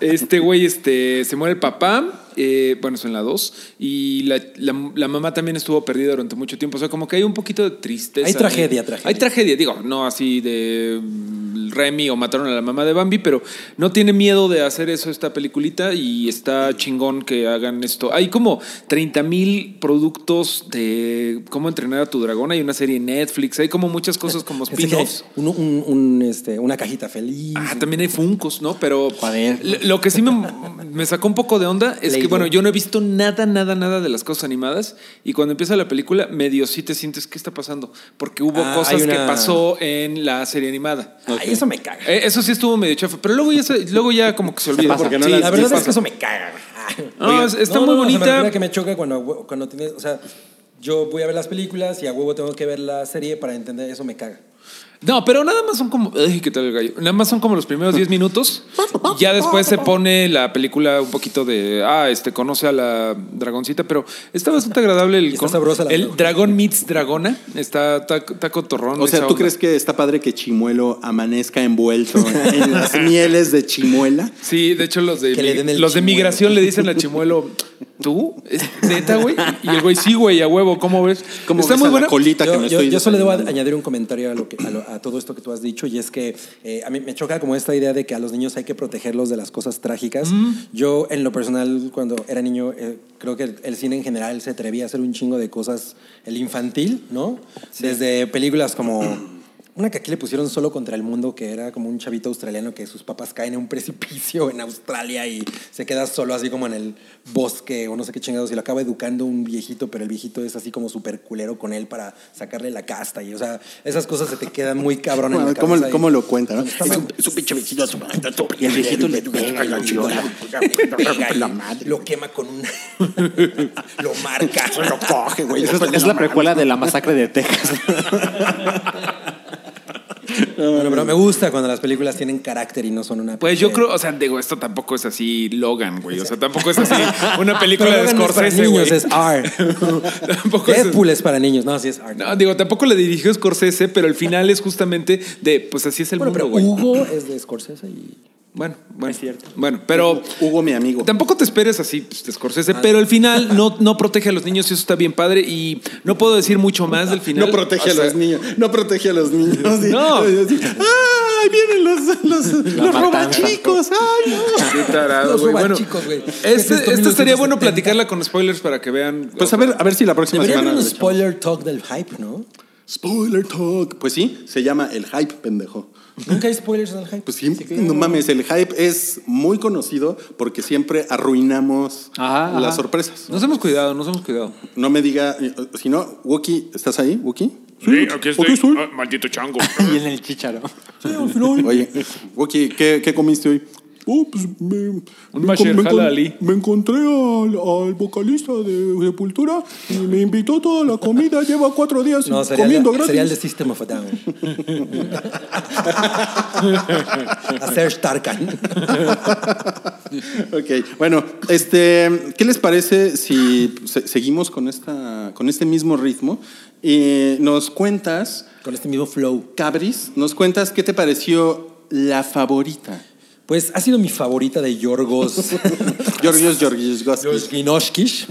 Speaker 3: Este güey, este, se muere el papá. eh, bueno, son la dos. Y la, la- la mamá también estuvo perdida durante mucho tiempo. O sea, como que hay un poquito de tristeza.
Speaker 5: Hay tragedia,
Speaker 3: Hay-
Speaker 5: tragedia.
Speaker 3: Hay tragedia, digo, no así de mm, Remy o mataron a la mamá de Bambi, pero no tiene miedo de hacer eso esta peliculita y está chingón que hagan esto. Hay como 30 mil productos de cómo entrenar a tu dragón, hay una serie en Netflix, hay como muchas cosas como
Speaker 5: Pensé que
Speaker 3: spin-offs.
Speaker 5: un- un- un, este, una cajita feliz.
Speaker 3: Ah, también hay Funcos, ¿no? Pero
Speaker 5: Joder.
Speaker 3: l- lo que sí me, me sacó un poco de onda es que,
Speaker 5: Lego.
Speaker 3: bueno, yo no he visto nada, nada, nada de las cosas animadas y cuando empieza la película, medio sí te sientes, ¿qué está pasando? Porque hubo
Speaker 5: Ah,
Speaker 3: cosas
Speaker 5: hay una-
Speaker 3: que pasó en la serie animada.
Speaker 5: Ay, eso me caga.
Speaker 3: Eh, eso sí estuvo medio chafa, pero luego ya, se- luego ya como que se olvida.
Speaker 2: pasa.
Speaker 3: porque no
Speaker 2: Sí,
Speaker 3: la-
Speaker 5: la verdad
Speaker 3: sí
Speaker 5: es que
Speaker 3: pasa.
Speaker 5: eso me caga. güey. Ah.
Speaker 3: No, es- está
Speaker 5: No,
Speaker 3: muy
Speaker 5: no, o sea, me
Speaker 3: bonita.
Speaker 5: refiero a que me choca cuando, cuando tienes, o sea, yo voy a ver las películas y a huevo tengo que ver la serie para entender, eso me caga.
Speaker 3: No, pero nada más son como. Ay, ¿qué tal el gallo? Nada más son como los primeros 10 minutos. Ya después se pone la película un poquito de. Ah, este, conoce a la dragoncita, pero está bastante agradable el.
Speaker 5: Y está sabrosa la
Speaker 3: el
Speaker 5: dragon.
Speaker 3: dragón meets dragona. Está taco, taco torrón.
Speaker 2: O sea,
Speaker 3: esa
Speaker 2: ¿tú
Speaker 3: onda.
Speaker 2: crees que está padre que Chimuelo amanezca envuelto en las mieles de Chimuela?
Speaker 3: Sí, de hecho, los de,
Speaker 5: Que le den el
Speaker 3: los de
Speaker 5: chimuelo.
Speaker 3: migración le dicen al chimuelo. ¿Tú? ¿Es neta, güey? Y el güey, sí, güey, a huevo, ¿cómo ves?
Speaker 2: ¿Cómo
Speaker 3: está
Speaker 2: ves
Speaker 3: muy
Speaker 2: a la
Speaker 3: buena.
Speaker 2: colita que
Speaker 5: Yo,
Speaker 2: me
Speaker 5: yo-
Speaker 2: estoy
Speaker 5: yo solo debo
Speaker 2: desayunando?
Speaker 5: añadir un comentario a, lo que- a lo- a todo esto que tú has dicho y es que eh, a mí me choca como esta idea de que a los niños hay que protegerlos de las cosas trágicas.
Speaker 2: Mm.
Speaker 5: Yo en lo personal cuando era niño eh, creo que el, el cine en general se atrevía a hacer un chingo de cosas, el infantil, ¿no? Desde películas como... Una que aquí le pusieron solo contra el mundo, que era como un chavito australiano que sus papás caen en un precipicio en Australia y se queda solo así como en el bosque o no sé qué chingados y lo acaba educando un viejito, pero el viejito es así como súper culero con él para sacarle la casta y o sea, esas cosas se te quedan muy cabrón en la
Speaker 2: Bueno, ¿cómo,
Speaker 5: cabeza y-
Speaker 2: cómo lo cuenta? no?
Speaker 5: Está mal.
Speaker 9: Es un pinche vecino, su madre, tanto- y el viejito le pega, lo viola,
Speaker 5: Le pega y
Speaker 9: la madre.
Speaker 5: lo quema con un... lo marca.
Speaker 9: Se lo coge, güey.
Speaker 2: Eso
Speaker 9: después
Speaker 2: es-
Speaker 9: le-
Speaker 2: es
Speaker 9: no
Speaker 2: la
Speaker 9: mames.
Speaker 2: precuela de la masacre de Texas.
Speaker 5: Bueno, pero me gusta cuando las películas tienen carácter y no son una...
Speaker 3: Pues yo
Speaker 5: pinche-
Speaker 3: creo, o sea, digo, esto tampoco es así Logan, güey. O sea, tampoco es así una
Speaker 5: Pero
Speaker 3: película de
Speaker 5: Logan no es para
Speaker 3: Scorsese, güey.
Speaker 5: niños, es R.
Speaker 3: Tampoco es-
Speaker 5: Deadpool es para niños. No, sí es R.
Speaker 3: No, digo, tampoco le dirigió Scorsese, pero el final es justamente de, pues así es el
Speaker 5: Bueno, pero
Speaker 3: mundo, güey.
Speaker 5: Hugo es de Scorsese y.
Speaker 3: Bueno, bueno. Bueno, pero
Speaker 2: Hugo, mi amigo.
Speaker 3: tampoco te esperes así, pues, de Scorsese, pero el final no, no protege a los niños y eso está bien padre y no puedo decir mucho más del final.
Speaker 2: No protege
Speaker 3: O sea,
Speaker 2: a los niños. No protege a los niños. Sí.
Speaker 3: No.
Speaker 2: Sí. ¡Ay, vienen los, los, los robachicos! ¡Ay, no!
Speaker 3: Qué tarado,
Speaker 5: Los
Speaker 3: güey. Bueno,
Speaker 5: robachicos, güey. Es
Speaker 3: este,
Speaker 5: esto,
Speaker 3: este estaría
Speaker 5: 1970.
Speaker 3: bueno platicarla con spoilers para que vean.
Speaker 2: Pues a ver, a ver si la próxima
Speaker 5: Debería haber
Speaker 2: semana.
Speaker 5: un
Speaker 2: le echamos.
Speaker 5: spoiler talk del hype, ¿no?
Speaker 2: Spoiler talk. Pues sí, se llama el hype, pendejo.
Speaker 5: Nunca hay spoilers en el hype.
Speaker 2: Pues sí, no mames, el hype es muy conocido porque siempre arruinamos
Speaker 4: Ajá, ajá.
Speaker 2: las sorpresas.
Speaker 3: Nos hemos cuidado, nos hemos cuidado.
Speaker 2: No me diga, eh, si no, Wookie, ¿estás ahí, Wookie?
Speaker 6: Sí, aquí estoy.
Speaker 8: aquí estoy.
Speaker 6: Ah, maldito chango.
Speaker 4: Y en el chícharo.
Speaker 8: Sí, al final.
Speaker 2: Oye, Wookie, ¿qué, qué comiste hoy?
Speaker 8: Oh, pues me, un
Speaker 3: masher, jala, Ali.
Speaker 8: me encontré al, al vocalista de Sepultura y me invitó toda la comida. Lleva cuatro días
Speaker 5: No, sería,
Speaker 8: comiendo
Speaker 5: el,
Speaker 8: gratis.
Speaker 5: sería el de System of a Down. a Serge Tarkan.
Speaker 2: Ok, bueno, este, ¿qué les parece si se- seguimos con, esta, con este mismo ritmo? Y nos cuentas,
Speaker 5: Con este mismo flow.
Speaker 2: Cabris, nos cuentas qué te pareció la favorita.
Speaker 5: Pues ha sido mi favorita de Yorgos.
Speaker 2: Georgios Georgios
Speaker 5: Yorgos
Speaker 2: Goskis.
Speaker 5: Ginoshkish.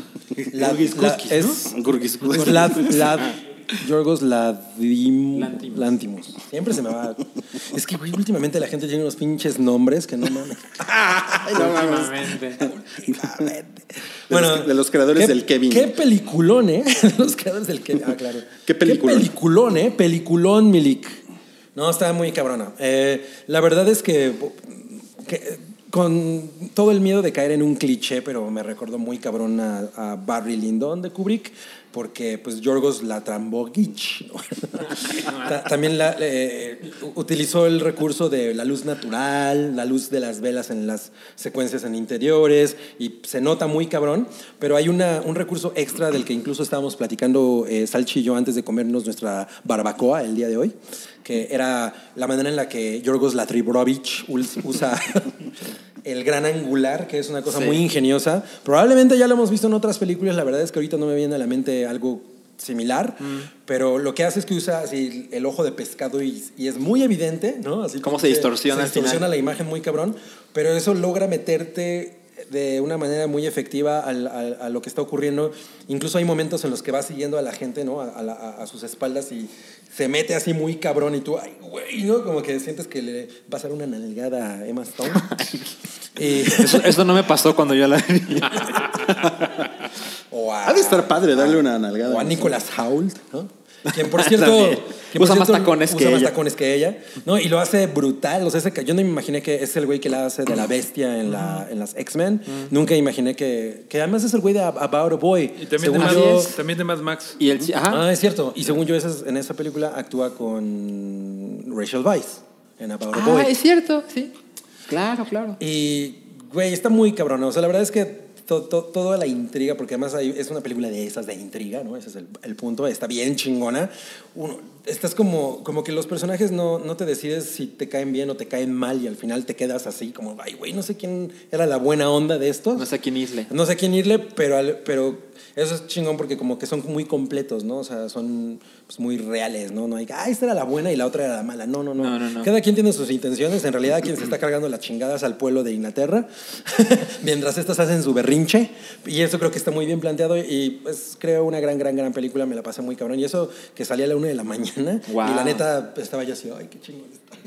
Speaker 5: La,
Speaker 2: Yorgos
Speaker 5: la-
Speaker 2: Goskis,
Speaker 5: es,
Speaker 2: ¿no? Gorgis Goskis.
Speaker 5: Lad, Lad, Yorgos Ladim- Lantimos. Siempre se me va. Es que, güey, últimamente la gente tiene unos pinches nombres que no mames.
Speaker 2: Ay, no mames. De los- de los creadores del Kevin.
Speaker 5: Qué peliculón, ¿eh? De los creadores del Kevin. Ah, claro.
Speaker 2: Qué peliculón.
Speaker 5: Qué peliculón, ¿eh? Peliculón, Milik. No, estaba muy cabrona. Eh, la verdad es que, que, con todo el miedo de caer en un cliché, pero me recordó muy cabrón a, a Barry Lyndon de Kubrick, porque pues Yorgos Latrambogic ¿no? Ta- también la- eh, utilizó el recurso de la luz natural, la luz de las velas en las secuencias en interiores, y se nota muy cabrón, pero hay una, un recurso extra del que incluso estábamos platicando eh, Salchi y yo antes de comernos nuestra barbacoa el día de hoy, que era la manera en la que Yorgos Latribrovich us- usa el gran angular, que es una cosa muy ingeniosa. Probablemente ya lo hemos visto en otras películas, la verdad es que ahorita no me viene a la mente algo similar,
Speaker 10: Mm.
Speaker 5: pero lo que hace es que usa así el ojo de pescado y, y es muy evidente, ¿no? Así
Speaker 10: Cómo
Speaker 5: como
Speaker 10: se
Speaker 5: que
Speaker 10: distorsiona
Speaker 5: Se
Speaker 10: al final.
Speaker 5: distorsiona la imagen muy cabrón, pero eso logra meterte de una manera muy efectiva al- al- a, lo que está ocurriendo. Incluso hay momentos en los que vas siguiendo a la gente, ¿no? A, a la- a- a sus espaldas y se mete así muy cabrón y tú, ay, güey, güey, ¿no? Como que sientes que le va a dar una nalgada a Emma Stone. Eh,
Speaker 4: Eso, eso no me pasó cuando yo la vi.
Speaker 5: o a,
Speaker 2: Ha de estar padre darle una nalgada.
Speaker 5: o a Nicolas Hoult, ¿no? Quien, por cierto,
Speaker 4: También.
Speaker 5: quien, por
Speaker 4: Usa más
Speaker 5: cierto,
Speaker 4: tacones
Speaker 5: usa
Speaker 4: que
Speaker 5: más
Speaker 4: ella.
Speaker 5: tacones que ella, ¿no? Y lo hace brutal. O sea, ese ca- yo no me imaginé que es el güey que la hace de la bestia en, la, en las X-Men. Nunca imaginé que. Que además es el güey de Ab- About a Boy.
Speaker 3: Y también de,
Speaker 5: Según
Speaker 3: Mad,
Speaker 5: yo-
Speaker 3: también de Mad Max.
Speaker 4: Y el chi- ajá.
Speaker 5: Ah, es cierto. Y según yo, esa es- en esa película actúa con Rachel Weisz en About a
Speaker 4: Ah,
Speaker 5: Boy.
Speaker 4: es cierto, sí. Claro, claro.
Speaker 5: Y, güey, está muy cabrón. O sea, la verdad es que to- to- toda la intriga, porque además hay- es una película de esas, de intriga, ¿no? Ese es el, el punto. Está bien chingona. Uno, estás como, como que los personajes no, no te decides si te caen bien o te caen mal y al final te quedas así como, ay, güey, no sé quién era la buena onda de estos.
Speaker 4: No sé quién isle.
Speaker 5: No sé a quién irle, pero, al- pero eso es chingón porque como que son muy completos, ¿no? O sea, son pues, muy reales, ¿no? No hay, ah, esta era la buena y la otra era la mala. No, no, no.
Speaker 4: No, no, no.
Speaker 5: Cada quien tiene sus intenciones. En realidad, quien se está cargando las chingadas al pueblo de Inglaterra, mientras estas hacen su berrinche. Y eso creo que está muy bien planteado y pues creo una gran, gran, gran película. Me la pasé muy cabrón. Y eso que salía a la una de la mañana.
Speaker 4: Guau.
Speaker 5: Y la neta estaba yo así, ay, qué chingón está.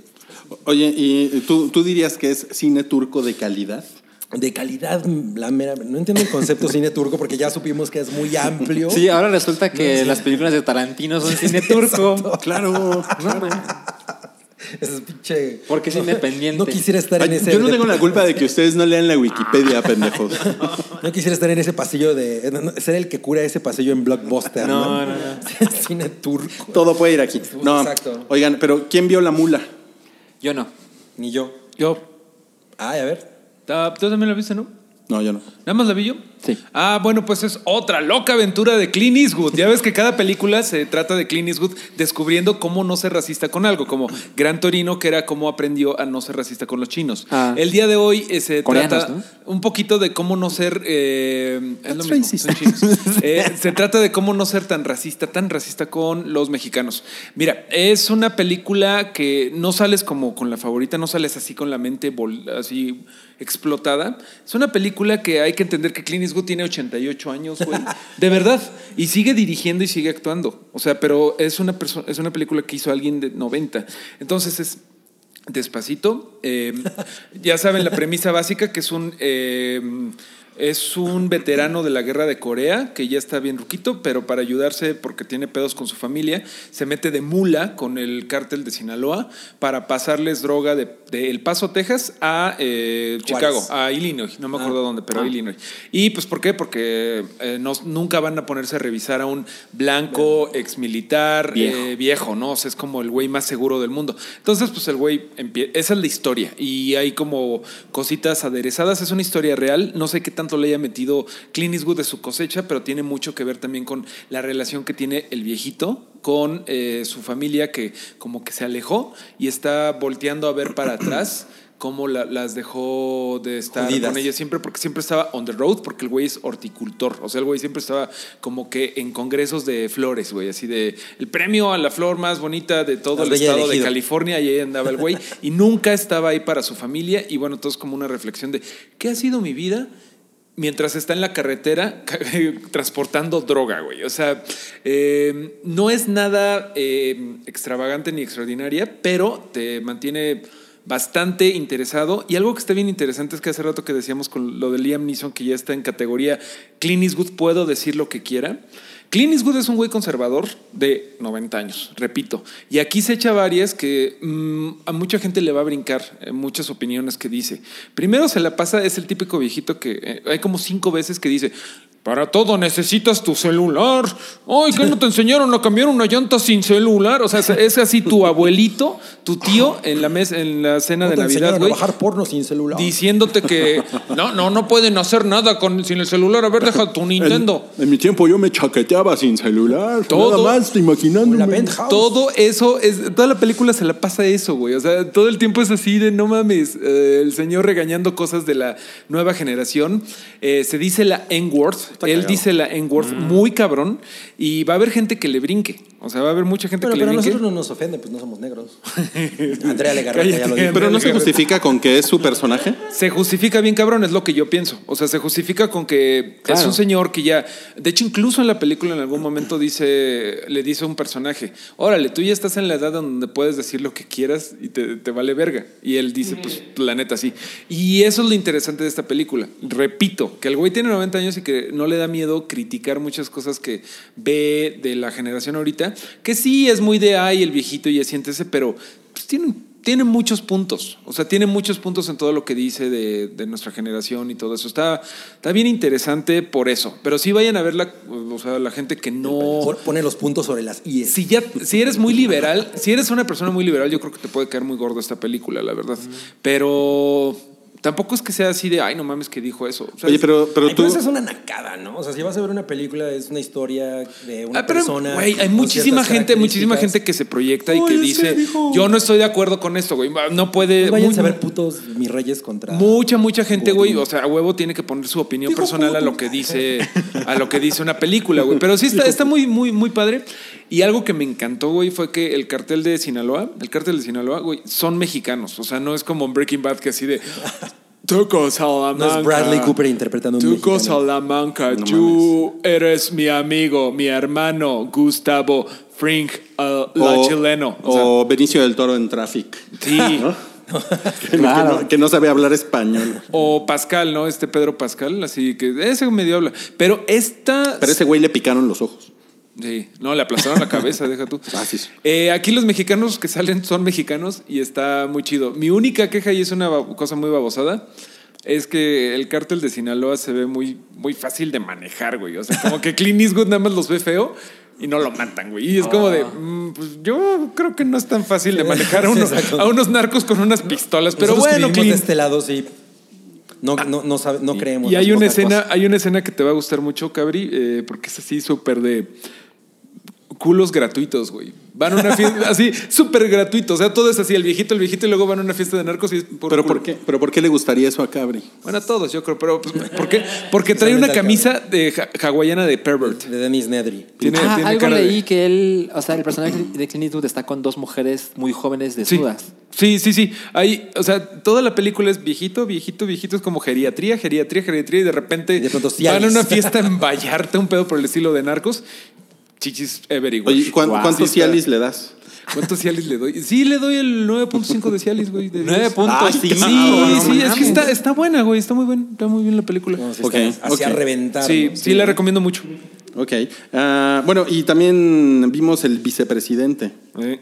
Speaker 2: Oye, ¿y tú, tú dirías que es cine turco de calidad?
Speaker 5: De calidad, la mera. No entiendo el concepto cine turco porque ya supimos que es muy amplio.
Speaker 4: Sí, ahora resulta que las películas de Tarantino son cine turco.
Speaker 2: Claro.
Speaker 5: Ese es pinche.
Speaker 4: Porque es
Speaker 5: no,
Speaker 4: independiente.
Speaker 5: No quisiera estar en ese.
Speaker 2: yo no tengo la culpa de que ustedes no lean la Wikipedia, pendejos.
Speaker 5: No quisiera estar en ese pasillo de. no, no, ser el que cura ese pasillo en Blockbuster. No,
Speaker 4: No, no, no.
Speaker 5: Cine turco.
Speaker 2: Todo puede ir aquí. No.
Speaker 5: Exacto.
Speaker 2: Oigan, pero ¿quién vio la mula?
Speaker 4: Yo no.
Speaker 5: Ni yo.
Speaker 3: Yo.
Speaker 5: Ay, a ver.
Speaker 3: Ah, Tú también la viste, ¿no?
Speaker 2: No, yo no.
Speaker 3: ¿Nada más la vi yo?
Speaker 4: Sí.
Speaker 3: Ah, bueno, pues es otra loca aventura de Clint Eastwood. Ya ves que cada película se trata de Clint Eastwood descubriendo cómo no ser racista con algo, como Gran Torino, que era cómo aprendió a no ser racista con los chinos.
Speaker 4: Ah.
Speaker 3: El día de hoy eh, se
Speaker 4: Coreanos,
Speaker 3: trata
Speaker 4: ¿no?
Speaker 3: un poquito de cómo no ser... eh, es lo
Speaker 2: That's
Speaker 3: mismo,
Speaker 2: racist.
Speaker 3: son chinos. Eh, se trata de cómo no ser tan racista, tan racista con los mexicanos. Mira, es una película que no sales como con la favorita, no sales así con la mente vol- así explotada. Es una película que hay que entender que Clint Eastwood tiene 88 años, güey. De verdad. Y sigue dirigiendo y sigue actuando. O sea, pero es una, perso- es una película que hizo alguien de 90. Entonces es Despacito. eh, ya saben la premisa básica que es un. eh, es un veterano de la guerra de Corea que ya está bien ruquito, pero para ayudarse porque tiene pedos con su familia, se mete de mula con el cártel de Sinaloa para pasarles droga de, de El Paso, Texas a eh, Chicago, a Illinois, no me acuerdo dónde, pero a Illinois. ¿Y pues por qué? Porque eh, no- nunca van a ponerse a revisar a un blanco exmilitar
Speaker 2: Viejo.
Speaker 3: eh, viejo, ¿no? O sea, es como el güey más seguro del mundo. Entonces, pues el güey, empie- esa es la historia. Y hay como cositas aderezadas. Es una historia real. No sé qué tanto le haya metido Clint Eastwood de su cosecha, pero tiene mucho que ver también con la relación que tiene el viejito con eh, su familia que como que se alejó y está volteando a ver para atrás cómo la- las dejó de estar
Speaker 5: Jodidas.
Speaker 3: con ellas siempre, porque siempre estaba on the road, porque el güey es horticultor. O sea, el güey siempre estaba como que en congresos de flores, güey, así de el premio a la flor más bonita de todo
Speaker 5: La
Speaker 3: el
Speaker 5: bella
Speaker 3: estado de
Speaker 5: elegida.
Speaker 3: California, y ahí andaba el güey, y nunca estaba ahí para su familia. Y bueno, entonces como una reflexión de ¿qué ha sido mi vida? Mientras está en la carretera transportando droga, güey. O sea, eh, no es nada eh, extravagante ni extraordinaria, pero te mantiene bastante interesado. Y algo que está bien interesante es que hace rato que decíamos con lo de Liam Neeson, que ya está en categoría Clint Eastwood, puedo decir lo que quiera. Clint Eastwood es un güey conservador de 90 años, repito. Y aquí se echa varias que mm, a mucha gente le va a brincar, eh, muchas opiniones que dice. Primero se la pasa, es el típico viejito que eh, hay como cinco veces que dice, para todo necesitas tu celular. Ay, ¿qué no te enseñaron a cambiar una llanta sin celular? O sea, es así tu abuelito, tu tío en la mesa, en la cena
Speaker 5: No
Speaker 3: de
Speaker 5: te
Speaker 3: Navidad,
Speaker 5: enseñaron a
Speaker 3: güey.
Speaker 5: bajar porno sin celular.
Speaker 3: Diciéndote que no, no, no pueden hacer nada con, sin el celular. A ver, deja tu Nintendo.
Speaker 8: En, en mi tiempo yo me chaqueteaba sin celular.
Speaker 3: Todo.
Speaker 8: Nada más, imaginando.
Speaker 5: la penthouse.
Speaker 3: Todo eso, es, toda la película se la pasa eso, güey. O sea, todo el tiempo es así de no mames. eh, el señor regañando cosas de la nueva generación. Eh, se
Speaker 5: Mm.
Speaker 3: dice la N-word. Él dice la N-word muy cabrón. Y va a haber gente que le brinque. O O sea, va a haber mucha gente
Speaker 5: Bueno,
Speaker 3: que
Speaker 5: pero a
Speaker 3: le vinque.
Speaker 5: nosotros no nos ofende, pues no somos negros. Andrea Legarreta ya lo
Speaker 3: Cállate,
Speaker 5: dijo.
Speaker 2: Pero no se justifica con que es su personaje.
Speaker 3: Se justifica bien cabrón, es lo que yo pienso. O sea, se justifica con que
Speaker 4: Claro.
Speaker 3: es un señor que ya. De hecho, incluso en la película en algún momento dice, le dice a un personaje, órale, tú ya estás en la edad donde puedes decir lo que quieras y te, te vale verga. Y él dice, pues la neta sí. Y eso es lo interesante de esta película. Repito, que el güey tiene 90 años y que no le da miedo criticar muchas cosas que ve de la generación ahorita, que sí es muy de ay, el viejito y siéntese, pero pues, tiene un tiene muchos puntos, o sea, tiene muchos puntos en todo lo que dice de, de nuestra generación y todo eso. Está, está bien interesante por eso, pero sí vayan a ver la, o sea, la gente que no...
Speaker 5: Por- Pone los puntos sobre las IES.
Speaker 3: Si, ya, si eres muy liberal, si eres una persona muy liberal, yo creo que te puede caer muy gordo esta película, la verdad. Pero tampoco es que sea así de, ay, no mames que dijo eso. O sea, Ah,
Speaker 2: Oye, pero, pero
Speaker 5: Ay,
Speaker 2: tú.
Speaker 5: pero esa es una nacada, ¿no? O sea, si vas a ver una película, es una historia de una
Speaker 3: Ah, pero,
Speaker 5: persona.
Speaker 3: güey, hay
Speaker 5: con
Speaker 3: muchísima
Speaker 5: ciertas
Speaker 3: gente, muchísima gente
Speaker 5: características.
Speaker 3: que se proyecta y
Speaker 8: Ay,
Speaker 3: que
Speaker 8: es que
Speaker 3: dice,
Speaker 8: dijo-
Speaker 3: yo no estoy de acuerdo con esto, güey. No puede...
Speaker 5: Váyanse a
Speaker 3: muy-
Speaker 5: ver putos mis reyes contra.
Speaker 3: Mucha, mucha gente, güey. O sea, a huevo tiene que poner su opinión personal a lo que dice, a lo que dice una película, güey. Pero sí está, está muy, muy, muy padre. Y algo que me encantó, güey, fue que el cartel de Sinaloa, el cartel de Sinaloa, güey, son mexicanos. O sea, no es como Breaking Bad que así de Tuco Salamanca.
Speaker 5: No es Bradley Cooper interpretando a un
Speaker 3: Tuco
Speaker 5: mexicano.
Speaker 3: Salamanca, tú eres mi amigo, mi hermano, Gustavo Frink, uh, la chileno. O sea,
Speaker 2: o Benicio del Toro en Traffic.
Speaker 3: sí.
Speaker 2: Que no- que, no, que no sabe hablar español.
Speaker 3: O Pascal, ¿no? Este Pedro Pascal, así que ese medio habla. Pero esta.
Speaker 2: Pero ese güey le picaron los ojos.
Speaker 3: Sí, no, le aplastaron la cabeza, deja tú.
Speaker 2: Ah, sí, sí.
Speaker 3: Eh, aquí los mexicanos que salen son mexicanos y está muy chido. Mi única queja, y es una bab- cosa muy babosada, es que el cártel de Sinaloa se ve muy, muy fácil de manejar, güey. O sea, como que Clint Eastwood nada más los ve feo. Y no lo matan, güey. Y es como de, mm, pues yo creo que no es tan fácil de manejar a unos,
Speaker 5: Exacto.
Speaker 3: a unos narcos con unas pistolas. Pero
Speaker 5: Nosotros que
Speaker 3: bueno,
Speaker 5: vivimos
Speaker 3: Clint. Ah,
Speaker 5: de este lado, sí. No, no, no, sabe- no creemos.
Speaker 3: Y
Speaker 5: en
Speaker 3: hay una
Speaker 5: poca
Speaker 3: escena,
Speaker 5: cosa.
Speaker 3: hay una escena que te va a gustar mucho, Cabri, eh, porque es así súper de culos gratuitos, güey. Van a una fiesta así súper gratuito, o sea, todo es así, el viejito, el viejito y luego van a una fiesta de narcos y es por
Speaker 2: pero,
Speaker 3: culo.
Speaker 2: ¿por qué, pero ¿por qué le gustaría eso a Cabri?
Speaker 3: Bueno, a todos, yo creo, pero pues, ¿por qué? Porque trae una camisa de ja- hawaiana de pervert.
Speaker 5: De Dennis Nedry.
Speaker 3: Tiene,
Speaker 4: Ah,
Speaker 3: tiene
Speaker 4: algo
Speaker 3: cara de-
Speaker 4: leí que él, o sea, el personaje de Clint Eastwood está con dos mujeres muy jóvenes
Speaker 3: Sí.
Speaker 4: desnudas.
Speaker 3: Sí, sí, sí. Ahí, o sea, toda la película es viejito, viejito, viejito. Es como geriatría, geriatría, geriatría. Y de repente
Speaker 5: Y de pronto
Speaker 3: van a
Speaker 5: Cialis.
Speaker 3: una fiesta en Vallarta, un pedo por el estilo de narcos. Chichis everywhere.
Speaker 2: Oye, ¿cuán-
Speaker 3: Wow.
Speaker 2: ¿cuántos
Speaker 3: Sí, está.
Speaker 2: Cialis le das?
Speaker 3: ¿Cuántos Cialis le doy? Sí, le doy el 9.5 de Cialis, güey. de diez. Sí,
Speaker 2: Ay,
Speaker 3: sí,
Speaker 2: cabrón, Ah, no
Speaker 3: es que
Speaker 2: mames.
Speaker 3: está, está buena, güey. Está muy buena. Está muy bien la película.
Speaker 5: No, sí
Speaker 2: Ok,
Speaker 5: está Así a
Speaker 2: ok.
Speaker 5: reventar.
Speaker 3: sí,
Speaker 5: ¿no?
Speaker 3: sí, la recomiendo mucho.
Speaker 2: Ok. Ah, bueno, y también vimos el vicepresidente.
Speaker 3: Eh,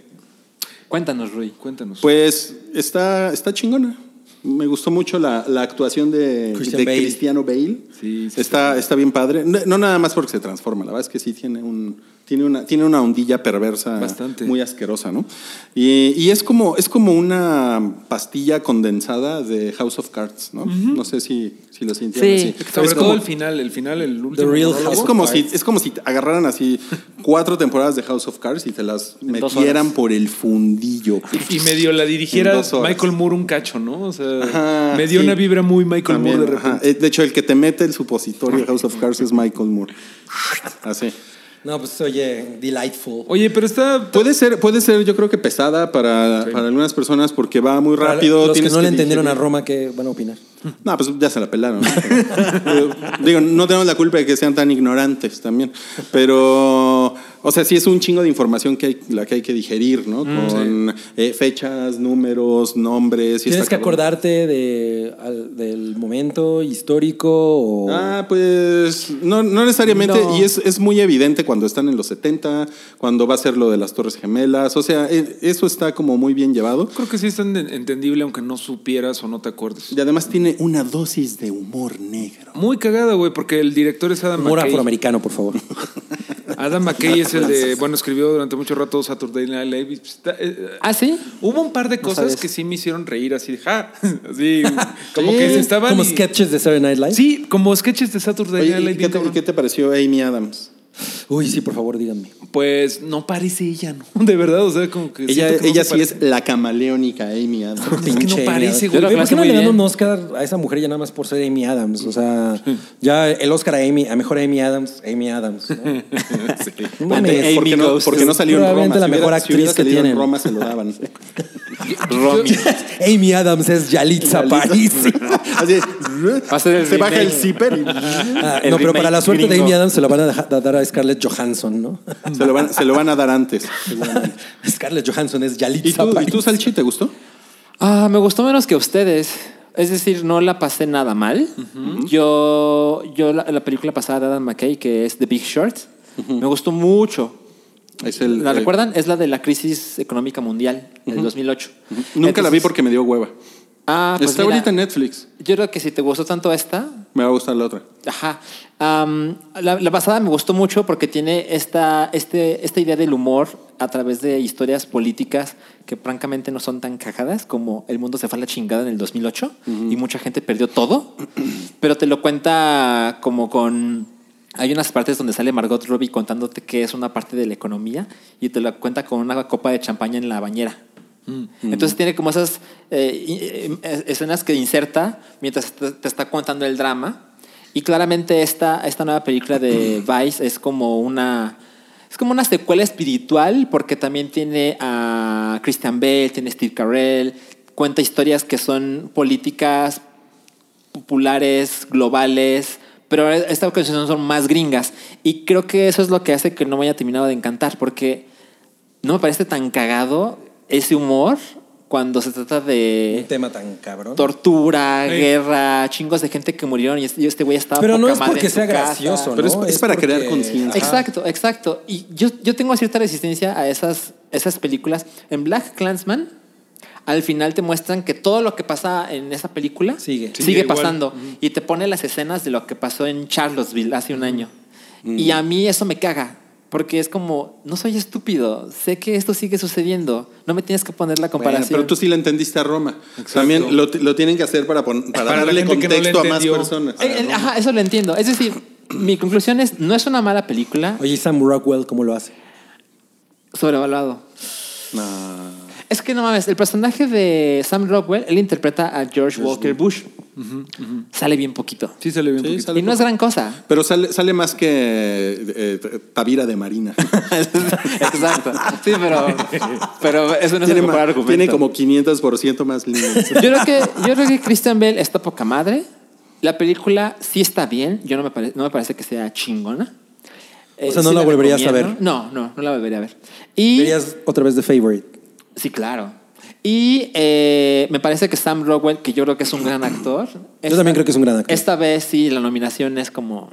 Speaker 4: Cuéntanos, Rui.
Speaker 3: cuéntanos.
Speaker 2: Pues está, está chingona. Me gustó mucho la, la actuación de,
Speaker 5: Christian
Speaker 2: de
Speaker 5: Bale.
Speaker 2: Cristiano Bale.
Speaker 3: Sí, sí,
Speaker 2: está, está bien padre. No, no nada más porque se transforma, la verdad es que sí tiene un. Tiene una, tiene una ondilla perversa
Speaker 3: Bastante.
Speaker 2: muy asquerosa, ¿no? Y, y es, como, es como una pastilla condensada de House of Cards, ¿no? No sé si, si lo sintieron
Speaker 4: Sí.
Speaker 2: así.
Speaker 4: Es
Speaker 3: Sobre
Speaker 2: Es
Speaker 3: todo
Speaker 2: como-
Speaker 3: el final, el final, el último.
Speaker 5: Real
Speaker 3: monólogo.
Speaker 5: House
Speaker 2: es
Speaker 5: of
Speaker 2: como, si,
Speaker 5: Cards.
Speaker 2: es como si te agarraran así cuatro temporadas de House of Cards y te las
Speaker 4: dos
Speaker 2: metieran
Speaker 4: horas.
Speaker 2: por el fundillo.
Speaker 3: Y medio la
Speaker 2: En
Speaker 3: dirigiera
Speaker 2: dos horas.
Speaker 3: Michael Moore un cacho, ¿no? O sea,
Speaker 2: Ajá,
Speaker 3: me dio
Speaker 2: sí.
Speaker 3: una vibra muy Michael
Speaker 2: También,
Speaker 3: Moore de
Speaker 2: ajá.
Speaker 3: repente.
Speaker 2: Eh, De hecho, el que te mete el supositorio de House of Cards es Michael Moore. Así.
Speaker 5: No, pues oye, delightful.
Speaker 3: Oye, pero está.
Speaker 2: Puede ser, puede ser, yo creo que pesada para, para algunas personas porque va muy
Speaker 5: Para
Speaker 2: rápido.
Speaker 5: Los que
Speaker 2: tienes
Speaker 5: no le entendieron a
Speaker 2: digerir.
Speaker 5: Roma, ¿qué van a opinar?
Speaker 2: No, pues ya se la pelaron. Eh, Digo, no tenemos la culpa de que sean tan ignorantes también. Pero, o sea, sí es un chingo de información que hay, la que hay que digerir, ¿no? Con eh, fechas, números, nombres. y
Speaker 5: Tienes
Speaker 2: está
Speaker 5: que
Speaker 2: cabrón.
Speaker 5: acordarte de, al- del momento histórico o.
Speaker 2: Ah, pues no, no necesariamente.
Speaker 5: No.
Speaker 2: Y es, es muy evidente cuando están en los 70, cuando va a ser lo de las Torres Gemelas. O sea, e- eso está como muy bien llevado.
Speaker 3: Creo que sí es tan en- entendible, aunque no supieras o no te acuerdes.
Speaker 2: Y además tiene una dosis de humor negro.
Speaker 3: Muy cagada, güey, porque el director es Adam
Speaker 5: Humor
Speaker 3: McKay.
Speaker 5: afroamericano, por favor.
Speaker 3: Adam McKay es el de. Bueno, escribió durante mucho rato Saturday Night Live. y está- eh, eh,
Speaker 4: ¿Ah, sí?
Speaker 3: Hubo un par de cosas
Speaker 4: sabes.
Speaker 3: que sí me hicieron reír así de ja. Así, como que se estaban.
Speaker 5: Como
Speaker 3: y-
Speaker 5: sketches de Saturday Night Live.
Speaker 3: Sí, como sketches de Saturday
Speaker 2: ¿eh? Oye, ¿y
Speaker 3: Night Live.
Speaker 2: qué,
Speaker 3: bien
Speaker 2: te, y
Speaker 3: cabrón.
Speaker 2: qué te pareció Amy Adams?
Speaker 10: Uy, sí, por favor, díganme.
Speaker 3: Pues no parece ella, ¿no? De verdad, o sea, como que.
Speaker 2: Ella,
Speaker 3: siento que no
Speaker 2: ella
Speaker 3: se
Speaker 2: sí
Speaker 3: parece.
Speaker 2: es la camaleónica Amy Adams.
Speaker 3: Es que no
Speaker 10: Pinche
Speaker 3: parece,
Speaker 10: Amy
Speaker 3: güey.
Speaker 10: Adams.
Speaker 3: Ve,
Speaker 10: ¿Por qué no
Speaker 3: muy
Speaker 10: le dan
Speaker 3: bien.
Speaker 10: un Oscar a esa mujer ya nada más por ser Amy Adams? O sea, ya el Oscar a Amy, a mejor Amy Adams, Amy Adams. ¿no? No mames,
Speaker 2: Porque
Speaker 10: ¿por qué
Speaker 2: no,
Speaker 10: no-
Speaker 2: porque no salió en Roma.
Speaker 10: Probablemente la
Speaker 2: Si hubiera-
Speaker 10: mejor
Speaker 2: si hubiera
Speaker 10: actriz que
Speaker 2: salido en
Speaker 10: tienen.
Speaker 2: Roma se lo daban.
Speaker 10: Amy Adams es Yalitza Parisi.
Speaker 2: Así es.
Speaker 11: Va a ser el
Speaker 2: se baja el
Speaker 11: remake.
Speaker 2: zipper y
Speaker 10: Ah,
Speaker 11: El
Speaker 10: no, pero para la
Speaker 11: remake
Speaker 10: suerte de
Speaker 11: gringo.
Speaker 10: Amy Adams se lo van a dejar- a dar a Scarlett Johansson, ¿no?
Speaker 2: se lo, van, se lo van a dar antes. seguramente.
Speaker 10: Scarlett Johansson es
Speaker 2: ¿Y
Speaker 10: Yalitza
Speaker 2: tú, ¿Y
Speaker 10: Parisi.
Speaker 2: tú, Salchi, te gustó?
Speaker 4: Ah, me gustó menos que ustedes. Es decir, no la pasé nada mal. Yo, yo la, la película pasada de Adam McKay, que es The Big Short, me gustó mucho.
Speaker 2: Es el-
Speaker 4: ¿La
Speaker 2: eh,
Speaker 4: recuerdan? Es la de la crisis económica mundial del 2008.
Speaker 2: Nunca la vi
Speaker 4: Entonces-
Speaker 2: porque me dio hueva.
Speaker 4: Ah, pues
Speaker 2: Está
Speaker 4: mira,
Speaker 2: ahorita en Netflix.
Speaker 4: Yo creo que si te gustó tanto esta,
Speaker 2: Me va a gustar la otra.
Speaker 4: Ajá. Am, la, la pasada me gustó mucho porque tiene esta, este, esta idea del humor a través de historias políticas que francamente no son tan cajadas como el mundo se fue a la chingada en el 2008 y mucha gente perdió todo, pero te lo cuenta como con... Hay unas partes donde sale Margot Robbie contándote que es una parte de la economía y te lo cuenta con una copa de champaña en la bañera. Entonces tiene como esas eh, i- eh, escenas que inserta mientras te, te está contando el drama. Y claramente esta, esta nueva película de Vice es como una es como una secuela espiritual porque también tiene a Christian Bale, tiene a Steve Carell, cuenta historias que son políticas populares, globales, pero esta ocasión son más gringas. Y creo que eso es lo que hace que no me haya terminado de encantar porque no me parece tan cagado ese humor cuando se trata
Speaker 5: Un
Speaker 4: de
Speaker 5: tema tan cabrón.
Speaker 4: tortura, guerra, chingos de gente que murieron y este- y este güey estaba
Speaker 10: Pero no
Speaker 4: poca
Speaker 10: es
Speaker 4: madre
Speaker 10: porque
Speaker 4: en su
Speaker 10: sea
Speaker 4: casa.
Speaker 10: gracioso, ¿no?
Speaker 2: Pero es- es para crear
Speaker 10: porque-
Speaker 2: conciencia.
Speaker 10: Ajá.
Speaker 4: Exacto, exacto. Y yo, yo tengo cierta resistencia a esas, esas películas. En Black Clansman, al final te muestran que todo lo que pasa en esa película
Speaker 10: Sigue.
Speaker 3: Sigue igual.
Speaker 4: pasando. Y te pone las escenas de lo que pasó en Charlottesville hace un año. Y a mí eso me caga. Porque es como, no soy estúpido, sé que esto sigue sucediendo, no me tienes que poner la comparación.
Speaker 2: Pero tú sí la entendiste a Roma. También lo, lo tienen que hacer para, pon- para
Speaker 3: Para la
Speaker 2: darle
Speaker 3: gente que no le
Speaker 2: contexto a más
Speaker 3: entendió.
Speaker 2: personas.
Speaker 4: Eh, eh, ajá, eso lo entiendo. Es decir, mi conclusión es, no es una mala película,
Speaker 10: Oye, ¿y Sam Rockwell, ¿cómo lo hace?
Speaker 4: sobrevaluado.
Speaker 2: No.
Speaker 4: Es que no mames, el personaje de Sam Rockwell, él interpreta a George, Walker Bush. Sale bien poquito.
Speaker 3: Sí, sale bien.
Speaker 2: Sí,
Speaker 3: poquito.
Speaker 2: sale
Speaker 4: y no es gran cosa.
Speaker 2: Pero sale, sale más que eh, Tavira de Marina.
Speaker 4: Exacto. Sí, pero, pero eso no es
Speaker 2: tiene,
Speaker 4: un
Speaker 2: ma-
Speaker 4: buen argumento.
Speaker 2: tiene como 500% más líneas.
Speaker 4: Yo creo que, yo creo que Christian Bale está poca madre. La película sí está bien. Yo no me, pare- no me parece que sea chingona. Eh,
Speaker 10: O sea, ¿no
Speaker 4: sí
Speaker 10: la volverías a
Speaker 4: recomiendo.
Speaker 10: ver?
Speaker 4: No, no, no la volvería a ver. Y
Speaker 10: Verías otra vez de Favorite.
Speaker 4: Sí, claro. Y eh, me parece que Sam Rockwell, que yo creo que es un gran actor. esta-
Speaker 10: también creo que es un gran actor.
Speaker 4: Esta vez sí, la nominación es como.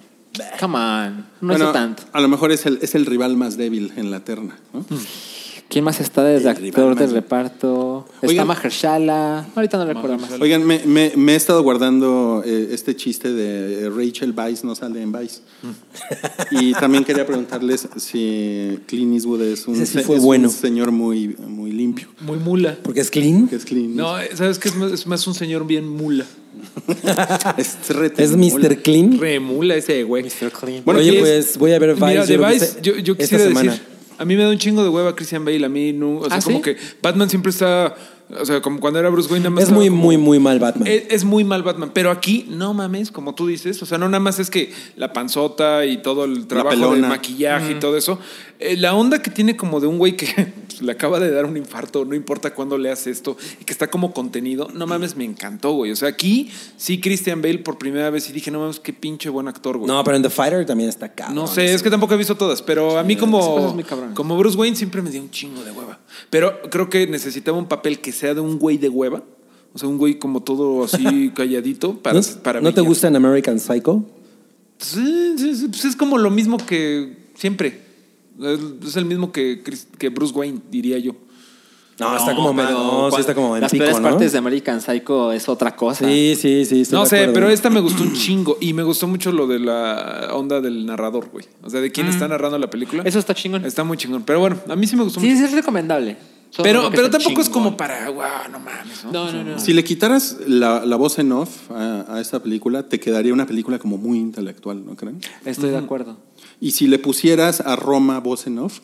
Speaker 4: Come on, no hizo
Speaker 2: Bueno,
Speaker 4: tanto.
Speaker 2: A lo mejor es el, es el rival más débil en la terna. ¿no?
Speaker 4: ¿Quién más está de
Speaker 2: rival
Speaker 4: actor de
Speaker 2: más-
Speaker 4: reparto? está
Speaker 2: Oigan-
Speaker 4: Mahershala. Ahorita no recuerdo más.
Speaker 2: Oigan, me, me- me he estado guardando eh, este chiste de eh, Rachel Weisz no sale en Vice.
Speaker 10: Mm.
Speaker 2: y también quería preguntarles si Clint Eastwood es un,
Speaker 10: Ese sí
Speaker 2: se-
Speaker 10: fue
Speaker 2: es
Speaker 10: bueno.
Speaker 2: un señor muy, muy limpio.
Speaker 3: Muy mula.
Speaker 10: Porque es clean.
Speaker 2: Que es Clint.
Speaker 3: No, eh, ¿sabes qué? Es más, es más un señor bien mula.
Speaker 2: es,
Speaker 10: Es Mr. Clean.
Speaker 3: Remula ese güey.
Speaker 10: Oye,
Speaker 3: ¿qué es?
Speaker 10: pues voy a ver Vice.
Speaker 3: Mira,
Speaker 10: yo
Speaker 3: de
Speaker 10: creo que
Speaker 3: Vice,
Speaker 10: este-
Speaker 3: yo, yo
Speaker 10: esta
Speaker 3: quisiera
Speaker 10: semana.
Speaker 3: decir, a mí me da un chingo de hueva Christian Bale, a mí no, o sea,
Speaker 4: ¿Ah,
Speaker 3: como
Speaker 4: sí?
Speaker 3: que Batman siempre está, o sea, como cuando era Bruce Wayne nada más
Speaker 10: Es muy,
Speaker 3: estaba como-
Speaker 10: muy, muy mal Batman.
Speaker 3: Es, es muy mal Batman, pero aquí no mames, como tú dices, o sea, no nada más es que la panzota y todo el trabajo de
Speaker 2: pelona.
Speaker 3: maquillaje y todo eso, Eh, la onda que tiene como de un güey que pues, le acaba de dar un infarto, no importa cuándo le hace esto y que está como contenido, no mames, me encantó, güey. O sea, aquí sí Christian Bale por primera vez y dije, no mames, qué pinche buen actor, güey.
Speaker 10: No, pero en The Fighter también está cabrón.
Speaker 3: No sé, es que tampoco he visto todas, pero a mí
Speaker 4: cosas
Speaker 3: como,
Speaker 4: muy cabronas.
Speaker 3: como Bruce Wayne siempre me dio un chingo de hueva. Pero creo que necesitaba un papel que sea de un güey de hueva. O sea, un güey como todo así calladito para,
Speaker 10: ¿No,
Speaker 3: para
Speaker 10: ¿no te
Speaker 3: brillar.
Speaker 10: gusta en American Psycho?
Speaker 3: Sí, sí, sí, pues es como lo mismo que siempre. Es- Es el mismo que, Chris- que Bruce Wayne, diría yo.
Speaker 10: No, está como
Speaker 4: pero
Speaker 10: medio.
Speaker 4: cuando-
Speaker 10: Sí, está como en
Speaker 4: Las
Speaker 10: pico,
Speaker 4: peores
Speaker 10: ¿no?
Speaker 4: partes de American Psycho es otra cosa.
Speaker 10: Sí, sí, sí. estoy
Speaker 3: no
Speaker 10: de
Speaker 3: sé,
Speaker 10: acuerdo.
Speaker 3: pero esta me gustó un chingo. Y me gustó mucho lo de la onda del narrador,
Speaker 10: Mm.
Speaker 3: güey. O sea, de quién está narrando la película.
Speaker 4: Eso está chingón.
Speaker 3: Está muy chingón. Pero bueno, a mí sí me gustó
Speaker 4: Sí,
Speaker 3: mucho.
Speaker 4: sí, es recomendable. Solo
Speaker 3: Pero,
Speaker 4: porque
Speaker 3: pero
Speaker 4: está
Speaker 3: tampoco es como
Speaker 4: chingón.
Speaker 3: para, wow, no mames. ¿no?
Speaker 4: No, no, no.
Speaker 8: Si le quitaras la, la voz en off a, a esta película, te quedaría una película como muy intelectual, ¿no creen?
Speaker 4: Estoy de acuerdo.
Speaker 8: Y si le pusieras a Roma voz en off,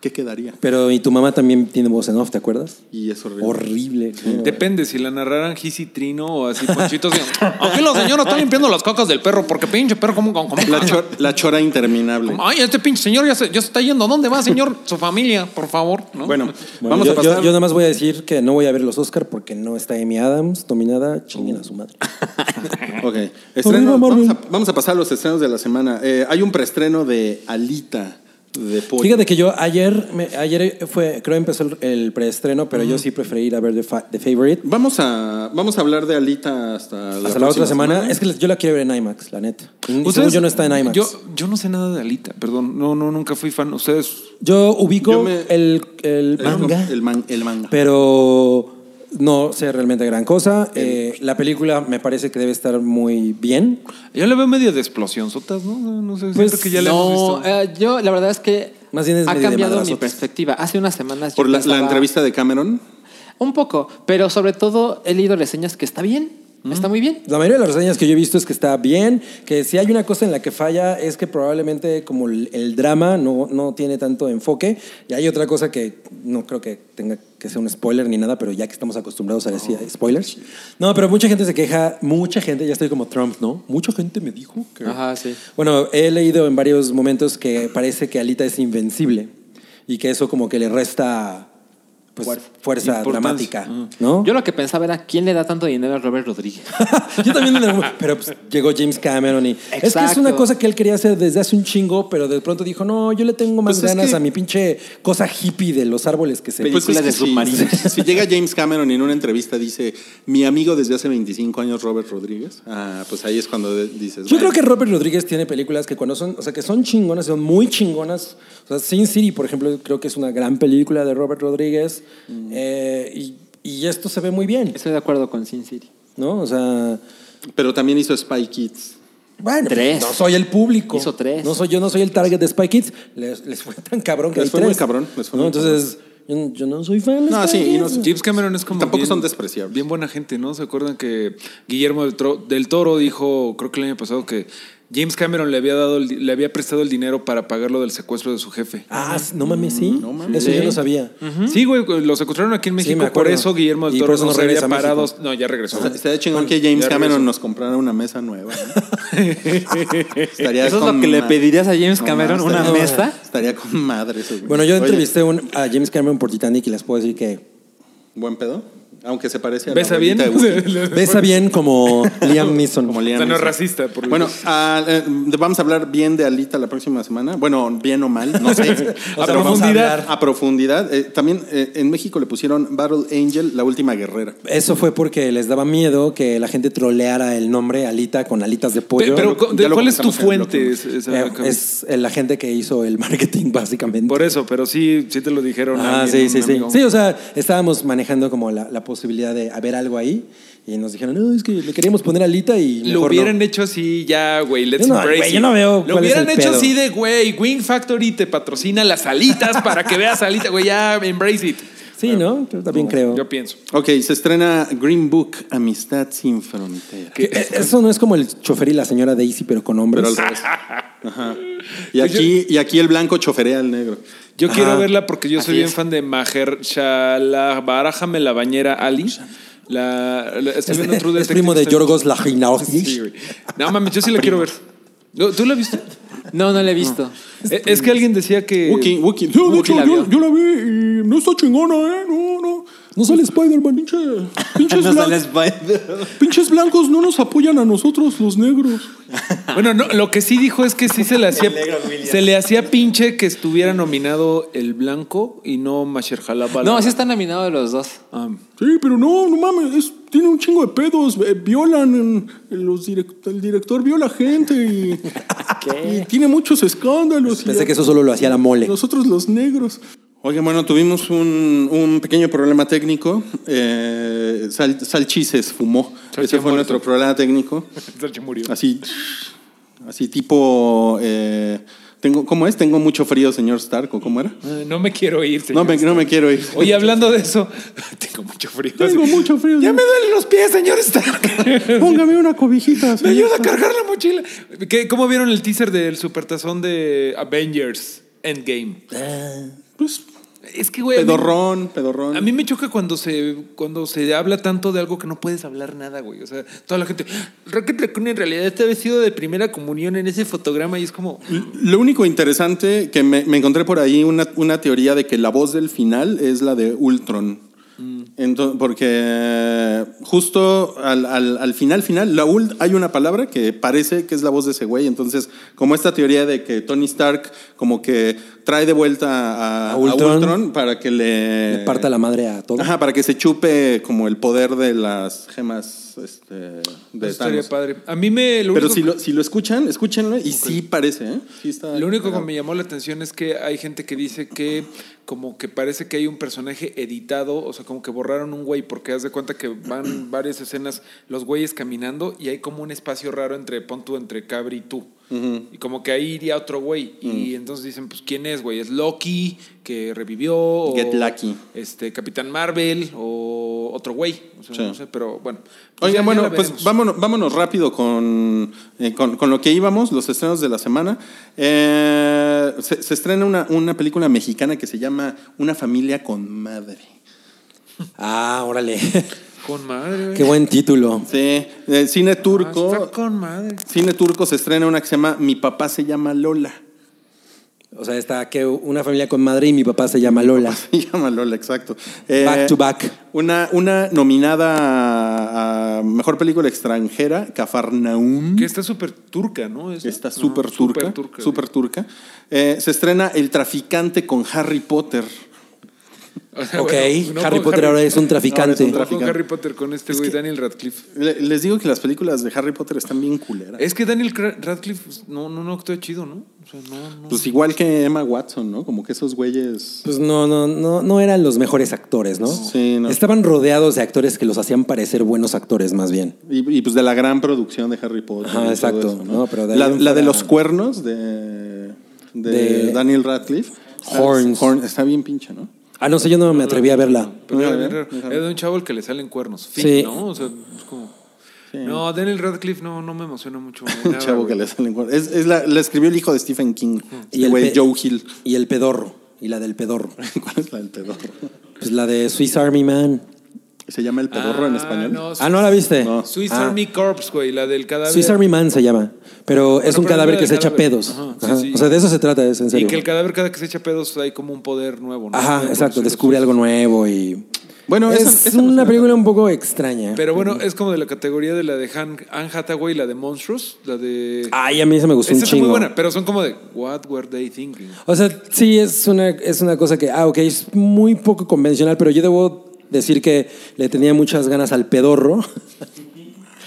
Speaker 8: ¿qué quedaría?
Speaker 5: Pero y tu mamá también tiene voz en off, ¿te acuerdas?
Speaker 8: Y es horrible.
Speaker 5: Horrible.
Speaker 3: Depende si la narraran Gis y Trino o así Ponchitos. Aquí la señora está limpiando las cacas del perro porque pinche perro como como- como-
Speaker 8: La, chor- la chora interminable.
Speaker 3: Ay, este pinche señor ya se, ya se está yendo. ¿A ¿Dónde va, señor? Su familia, por favor. ¿no?
Speaker 8: Bueno,
Speaker 5: Bueno,
Speaker 8: vamos
Speaker 5: yo,
Speaker 8: a pasar.
Speaker 5: yo- yo nada más voy a decir que no voy a ver los Oscar porque no está Amy Adams dominada. Chinguen a su madre.
Speaker 8: Ok. Estreno,
Speaker 12: Arriba, Marvel.
Speaker 8: vamos, a, vamos a pasar a los estrenos de la semana. Eh, hay un preestreno de Alita de Pollo.
Speaker 5: Fíjate que yo ayer, me- ayer fue, creo empezó el, el preestreno, pero yo sí preferí ir a ver The, Fa- The Favorite.
Speaker 8: Vamos a, vamos a hablar de Alita hasta la,
Speaker 5: Hasta la
Speaker 8: próxima
Speaker 5: otra semana. Es que les- yo la quiero ver en IMAX, la neta. Y según
Speaker 3: Ustedes-
Speaker 5: yo no está en IMAX.
Speaker 3: Yo,
Speaker 5: Yo,
Speaker 3: yo no sé nada de Alita, perdón. No, no, nunca fui fan. Ustedes.
Speaker 5: ubico
Speaker 8: Yo me-
Speaker 5: el, el manga,
Speaker 8: El, man- el manga.
Speaker 5: pero no sé realmente gran cosa. Eh, la película me parece que debe estar muy bien.
Speaker 3: Yo le veo medio de explosión, sotas, ¿no? No, no sé.
Speaker 5: Pues
Speaker 3: siento que ya le hemos
Speaker 4: no,
Speaker 3: visto.
Speaker 4: eh, yo la verdad es que
Speaker 5: Más bien es
Speaker 4: ha
Speaker 5: medio de
Speaker 4: cambiado mi
Speaker 5: madrazotes.
Speaker 4: perspectiva. Hace unas semanas yo
Speaker 8: Por la, la
Speaker 4: pensaba-
Speaker 8: entrevista de Cameron.
Speaker 4: Un poco, pero sobre todo he leído reseñas que está bien, está muy bien.
Speaker 5: La mayoría de las reseñas que yo he visto es que está bien, que si hay una cosa en la que falla es que probablemente como el, el drama no, no tiene tanto enfoque. Y hay otra cosa que no creo que tenga que ser un spoiler ni nada, pero ya que estamos acostumbrados a decir
Speaker 4: Oh,
Speaker 5: spoilers. No, pero mucha gente se queja, mucha gente, ya estoy como Trump, ¿no? Mucha gente me dijo que...
Speaker 4: Ajá, sí.
Speaker 5: Bueno, he leído en varios momentos que parece que Alita es invencible y que eso como que le resta pues, fuerza
Speaker 3: Importancia.
Speaker 5: dramática, ¿no?
Speaker 4: Ah. Yo lo que pensaba era quién le da tanto dinero a Robert Rodríguez.
Speaker 5: Yo también, en algún- pero pues, llegó James Cameron y es que es
Speaker 4: Exacto.
Speaker 5: una cosa que él quería hacer desde hace un chingo, pero de pronto dijo, no, yo le tengo más
Speaker 8: Pues es
Speaker 5: ganas
Speaker 8: que-
Speaker 5: a mi pinche cosa hippie de los árboles que se...
Speaker 8: Pues es que
Speaker 4: de
Speaker 8: si-
Speaker 4: submarinos.
Speaker 8: Si, llega James Cameron y en una entrevista dice, mi amigo desde hace 25 años, Robert Rodríguez, ah, pues ahí es cuando de- dices.
Speaker 5: Yo creo
Speaker 8: bueno,
Speaker 5: que Robert Rodríguez tiene películas que cuando son, o sea, que son chingonas, son muy chingonas. O sea, Sin City, por ejemplo, creo que es una gran película de Robert Rodríguez
Speaker 8: Mm.
Speaker 5: eh, y, y esto se ve muy bien,
Speaker 4: Estoy de acuerdo con Sin City.
Speaker 5: ¿no? O sea,
Speaker 8: Pero también hizo Spy Kids.
Speaker 5: bueno, pues,
Speaker 4: Tres.
Speaker 5: no soy el público.
Speaker 4: Hizo tres.
Speaker 5: No soy, yo no soy el target de Spy Kids. Les, les fue tan cabrón que
Speaker 8: Les
Speaker 5: hay
Speaker 8: fue
Speaker 5: tres.
Speaker 8: muy cabrón, les fue
Speaker 5: ¿No?
Speaker 8: muy
Speaker 5: Entonces, yo, yo no soy fan de
Speaker 8: No,
Speaker 5: Spy
Speaker 8: sí, y no-
Speaker 5: Kids.
Speaker 3: James Cameron es como.
Speaker 8: Tampoco son despreciables.
Speaker 3: Bien buena gente, ¿no? ¿Se acuerdan que Guillermo del, Tro- del Toro dijo, creo que el año pasado, que James Cameron le había, dado el di- le había prestado el dinero para pagar lo del secuestro de su jefe?
Speaker 5: Ah, no mames, sí. Eso yo no sabía.
Speaker 3: Sí, güey, lo secuestraron aquí en
Speaker 5: Sí, me
Speaker 3: México. por
Speaker 5: acuerdo.
Speaker 3: eso Guillermo del
Speaker 5: Y
Speaker 3: Toro
Speaker 5: por eso
Speaker 3: no
Speaker 5: no
Speaker 3: se había
Speaker 5: regresa a México.
Speaker 3: parado. No, ya regresó.
Speaker 8: Estaría chingón que James
Speaker 3: ya
Speaker 8: Cameron
Speaker 3: regresó.
Speaker 8: nos comprara una mesa nueva. ¿no? Estaría
Speaker 4: ¿Eso es
Speaker 8: con
Speaker 4: lo que le
Speaker 8: ma-
Speaker 4: pedirías a James
Speaker 8: No,
Speaker 4: Cameron?
Speaker 8: no,
Speaker 4: ¿Una
Speaker 8: estaría-
Speaker 4: mesa?
Speaker 8: Estaría con madre eso. güey.
Speaker 5: Bueno, yo
Speaker 8: Oye,
Speaker 5: entrevisté un- a James Cameron por Titanic y les puedo decir que
Speaker 8: Buen pedo. Aunque se parece a la
Speaker 3: ¿Besa bien?
Speaker 8: abuelita de Woody.
Speaker 5: besa bien como Liam Neeson.
Speaker 8: Como Liam
Speaker 3: O sea, no es
Speaker 8: Neeson.
Speaker 3: racista, por lo
Speaker 8: bueno,
Speaker 3: menos.
Speaker 8: ah, eh, vamos a hablar bien de Alita la próxima semana. Bueno, bien o mal, no sé.
Speaker 3: A
Speaker 8: Pero vamos
Speaker 3: profundidad.
Speaker 8: hablar A profundidad. Eh, también eh, en México le pusieron Battle Angel, la última guerrera.
Speaker 5: Eso fue porque les daba miedo que la gente troleara el nombre Alita con alitas de pollo.
Speaker 3: Pe- Pero,
Speaker 8: ya
Speaker 3: ¿de
Speaker 8: lo
Speaker 3: ¿cuál es tu
Speaker 8: comentamos en
Speaker 3: fuente?
Speaker 8: el bloque.
Speaker 3: Es- es-
Speaker 5: Eh, es eh, la gente que hizo el marketing, básicamente.
Speaker 3: Por eso, pero sí, sí te lo dijeron.
Speaker 5: Ah,
Speaker 3: alguien,
Speaker 5: sí,
Speaker 3: un
Speaker 5: sí, sí.
Speaker 3: amigo.
Speaker 5: Sí, o sea, estábamos manejando como la, la posibilidad de haber algo ahí y nos dijeron, no, es que le queríamos poner alita y.
Speaker 3: Lo
Speaker 5: mejor
Speaker 3: hubieran
Speaker 5: no".
Speaker 3: hecho así ya, güey. Let's
Speaker 5: Yo no,
Speaker 3: embrace
Speaker 5: güey,
Speaker 3: it.
Speaker 5: yo no veo
Speaker 3: Lo
Speaker 5: cuál es
Speaker 3: hubieran
Speaker 5: el
Speaker 3: hecho
Speaker 5: pedo.
Speaker 3: así de, güey, Wing Factory te patrocina las alitas para que veas alitas, güey, ya embrace it.
Speaker 5: Sí, ¿no? Yo también creo.
Speaker 3: Yo pienso.
Speaker 8: Ok, se estrena Green Book, Amistad sin fronteras.
Speaker 5: Que, eh, Eso no es como el chofer y la señora Daisy, pero con hombres.
Speaker 8: Pero al revés. Ajá. Y
Speaker 4: Pues
Speaker 8: aquí, y aquí el blanco choferea al negro.
Speaker 3: Yo
Speaker 5: Ajá.
Speaker 3: quiero verla porque yo soy
Speaker 4: Así
Speaker 3: bien
Speaker 4: es.
Speaker 3: fan de Maher Shala, barájame la bañera Ali. La, la- estoy
Speaker 5: es,
Speaker 3: viendo True
Speaker 5: es
Speaker 3: Detective,
Speaker 5: primo de
Speaker 3: está-
Speaker 5: Yorgos Laginaosis.
Speaker 3: Sí, güey. No mames, yo sí la quiero ver. No, ¿Tú la viste?
Speaker 4: No, no lo he visto.
Speaker 3: Eh, es que alguien decía que.
Speaker 8: Wookie, Wookie.
Speaker 12: Yo, de
Speaker 4: Wookie
Speaker 12: hecho,
Speaker 4: la
Speaker 12: yo,
Speaker 4: vio.
Speaker 12: yo la vi y no está chingona, ¿eh? No, no. No sale Spider-Man, pinche. Pinches,
Speaker 8: No
Speaker 12: blan-
Speaker 8: sale Spider.
Speaker 12: pinches blancos no nos apoyan a nosotros, los negros.
Speaker 3: Bueno, no, lo que sí dijo es que sí se le hacía se le hacía pinche que estuviera nominado el blanco y no Maher Jalaba.
Speaker 4: No, sí están nominados los dos.
Speaker 12: Sí, pero no, no mames, es- tiene un chingo de pedos. eh, violan, eh, los direct- el director viola gente y, y tiene muchos escándalos. y
Speaker 5: Pensé que eso solo lo hacía la mole.
Speaker 12: Nosotros los negros.
Speaker 8: Oigan, bueno, tuvimos un, un pequeño problema técnico. Eh, Sal- Salchi se esfumó. Ese fue nuestro problema técnico.
Speaker 3: murió.
Speaker 8: Así, así tipo eh, Tengo, ¿Cómo es? Tengo mucho frío, señor Stark, ¿o cómo era?
Speaker 3: Ah, No me quiero ir.
Speaker 8: No
Speaker 3: señor.
Speaker 8: me, no me quiero ir.
Speaker 3: Oye, hablando de eso, tengo mucho frío.
Speaker 8: Tengo mucho frío.
Speaker 3: Ya me duelen los pies, señor Stark.
Speaker 8: Póngame una cobijita.
Speaker 3: me
Speaker 8: señor
Speaker 3: ayuda a
Speaker 8: Stark.
Speaker 3: cargar la mochila. ¿Qué- ¿Cómo vieron el teaser del supertazón de Avengers Endgame?
Speaker 8: Pues,
Speaker 3: Es que, güey. a mí-
Speaker 8: pedorrón, pedorrón.
Speaker 3: A mí me choca cuando se, cuando se habla tanto de algo que no puedes hablar nada, güey. O sea, toda la gente. "Ah, Rocket Raccoon en realidad está vestido de primera comunión en ese fotograma y es como. "Mm,
Speaker 8: Lo único interesante que me, me encontré por ahí una, una teoría de que la voz del final es la de Ultron.
Speaker 3: Mm.
Speaker 8: Ento- porque justo al, al- al final, final, la ul- hay una palabra que parece que es la voz de ese güey. Entonces, como esta teoría de que Tony Stark como que trae de vuelta a,
Speaker 5: A Ultron.
Speaker 8: a para que le...
Speaker 5: Le parta la madre a todo.
Speaker 8: Ajá, para que se chupe como el poder de las gemas este, de
Speaker 3: Eso Pues estaría
Speaker 8: Thanos.
Speaker 3: padre. A mí me. Lo
Speaker 8: Pero
Speaker 3: único
Speaker 8: si lo, si lo escuchan, escúchenlo y sí parece, ¿eh? Sí está
Speaker 3: Lo único que
Speaker 8: cagado.
Speaker 3: me llamó la atención es que hay gente que dice que como que parece que hay un personaje editado, o sea, como que borraron un güey, porque haz de cuenta que van varias escenas los güeyes caminando y hay como un espacio raro entre pon tú, entre Cabri y tú. Y como que ahí iría otro güey.
Speaker 8: Mm.
Speaker 3: Y entonces dicen, pues, ¿quién es, güey? ¿Es Loki que revivió? O,
Speaker 8: Get Lucky.
Speaker 3: Este, Capitán Marvel o otro güey. O sea,
Speaker 8: Sí.
Speaker 3: no sé, pero bueno. Pues ya-
Speaker 8: Oigan,
Speaker 3: ya
Speaker 8: bueno,
Speaker 3: la
Speaker 8: pues
Speaker 3: veremos.
Speaker 8: vámonos, vámonos rápido con, eh, con, con lo que íbamos, los estrenos de la semana. Eh, se, se estrena una, una película mexicana que se llama Una familia con madre.
Speaker 5: Ah, órale.
Speaker 3: Con madre, güey.
Speaker 5: Qué buen título.
Speaker 8: Sí, eh, cine
Speaker 3: Ah, está
Speaker 8: turco.
Speaker 3: con madre.
Speaker 8: Cine turco se estrena una que se llama Mi papá se llama Lola.
Speaker 5: O sea, está que una familia con madre y mi papá se llama Lola.
Speaker 8: Se llama Lola, exacto. Eh,
Speaker 5: Back to back.
Speaker 8: Una, una nominada a, a mejor película extranjera, Cafarnaum.
Speaker 3: Que está súper turca, ¿no?
Speaker 8: que está
Speaker 3: No,
Speaker 8: súper turca, súper turca. Eh, se estrena El traficante con Harry Potter.
Speaker 3: O sea,
Speaker 5: Ok,
Speaker 3: bueno, no
Speaker 5: Harry
Speaker 3: con
Speaker 5: Potter ahora es un
Speaker 8: Ahora es
Speaker 5: traficante.
Speaker 8: un
Speaker 3: No con
Speaker 8: traficante.
Speaker 3: Harry Potter, con este güey, Daniel Radcliffe.
Speaker 8: Le- les digo que las películas de Harry Potter están bien culeras.
Speaker 3: Es que Daniel Cra- Radcliffe pues, no, no, no actúa chido, ¿no? O sea, no, no.
Speaker 8: Pues igual que Emma Watson, ¿no? Como que esos güeyes.
Speaker 5: Pues no, no, no, no eran los mejores actores, ¿no?
Speaker 8: Sí, no.
Speaker 5: Estaban rodeados de actores que los hacían parecer buenos actores, más bien.
Speaker 8: Y, y, pues de la gran producción de Harry Potter.
Speaker 5: Ajá,
Speaker 8: y todo
Speaker 5: exacto. No, pero de ahí
Speaker 8: la,
Speaker 5: en
Speaker 8: la de
Speaker 5: fuera-
Speaker 8: los cuernos de, de
Speaker 5: De-
Speaker 8: Daniel Radcliffe. Está-
Speaker 5: Horns.
Speaker 8: Horn- está bien pinche, ¿no?
Speaker 5: Ah, no sé, yo no me atreví a verla.
Speaker 3: Pero
Speaker 8: Mira,
Speaker 3: era, bien
Speaker 8: mira,
Speaker 3: raro. Era de un chavo al que le salen cuernos. Fin,
Speaker 5: Sí.
Speaker 3: ¿no? O sea, es como... No, Daniel Radcliffe no, no me emociona mucho.
Speaker 8: Un
Speaker 3: nada,
Speaker 8: chavo
Speaker 3: güey.
Speaker 8: que le salen cuernos. Es, es la, la escribió el hijo de Stephen King.
Speaker 5: Y
Speaker 8: Y
Speaker 5: el
Speaker 8: el güey
Speaker 5: pe-
Speaker 8: Joe Hill.
Speaker 5: Y el pedorro. Y la del pedorro.
Speaker 8: ¿Cuál es la del pedorro?
Speaker 5: Pues la de Swiss Army Man.
Speaker 8: ¿Se llama el pedorro en
Speaker 3: Ah,
Speaker 8: español?
Speaker 3: No,
Speaker 5: Ah, ¿no la viste?
Speaker 8: No.
Speaker 3: Swiss
Speaker 5: Ah.
Speaker 3: Army Corps, güey, la del cadáver.
Speaker 5: Swiss Army Man se llama. Pero es
Speaker 3: Bueno,
Speaker 5: un
Speaker 3: pero
Speaker 5: cadáver
Speaker 3: era
Speaker 5: que
Speaker 3: el
Speaker 5: se echa
Speaker 3: cadáver.
Speaker 5: pedos.
Speaker 3: Ajá, sí,
Speaker 5: Ajá.
Speaker 3: sí.
Speaker 5: O sea, de eso se trata, es en
Speaker 3: Y
Speaker 5: serio.
Speaker 3: que el cadáver cada que se echa pedos hay como un poder nuevo, ¿no?
Speaker 5: Ajá,
Speaker 3: Una
Speaker 5: exacto.
Speaker 3: evolución.
Speaker 5: Descubre algo nuevo y.
Speaker 8: Bueno,
Speaker 5: es
Speaker 8: esa- esa no
Speaker 5: una
Speaker 8: suena
Speaker 5: película un poco extraña.
Speaker 3: Pero bueno, es como de la categoría de la de Han, Anne Hathaway, la de Monstrous, la de...
Speaker 5: Ay, a mí se me gustó
Speaker 3: Esa
Speaker 5: Ah, un
Speaker 3: está muy
Speaker 5: chingo.
Speaker 3: buena, pero son como de What were they thinking?
Speaker 5: O sea, sí, es una, es una cosa que, ah, ok, es muy poco convencional, pero yo debo decir que le tenía muchas ganas al pedorro,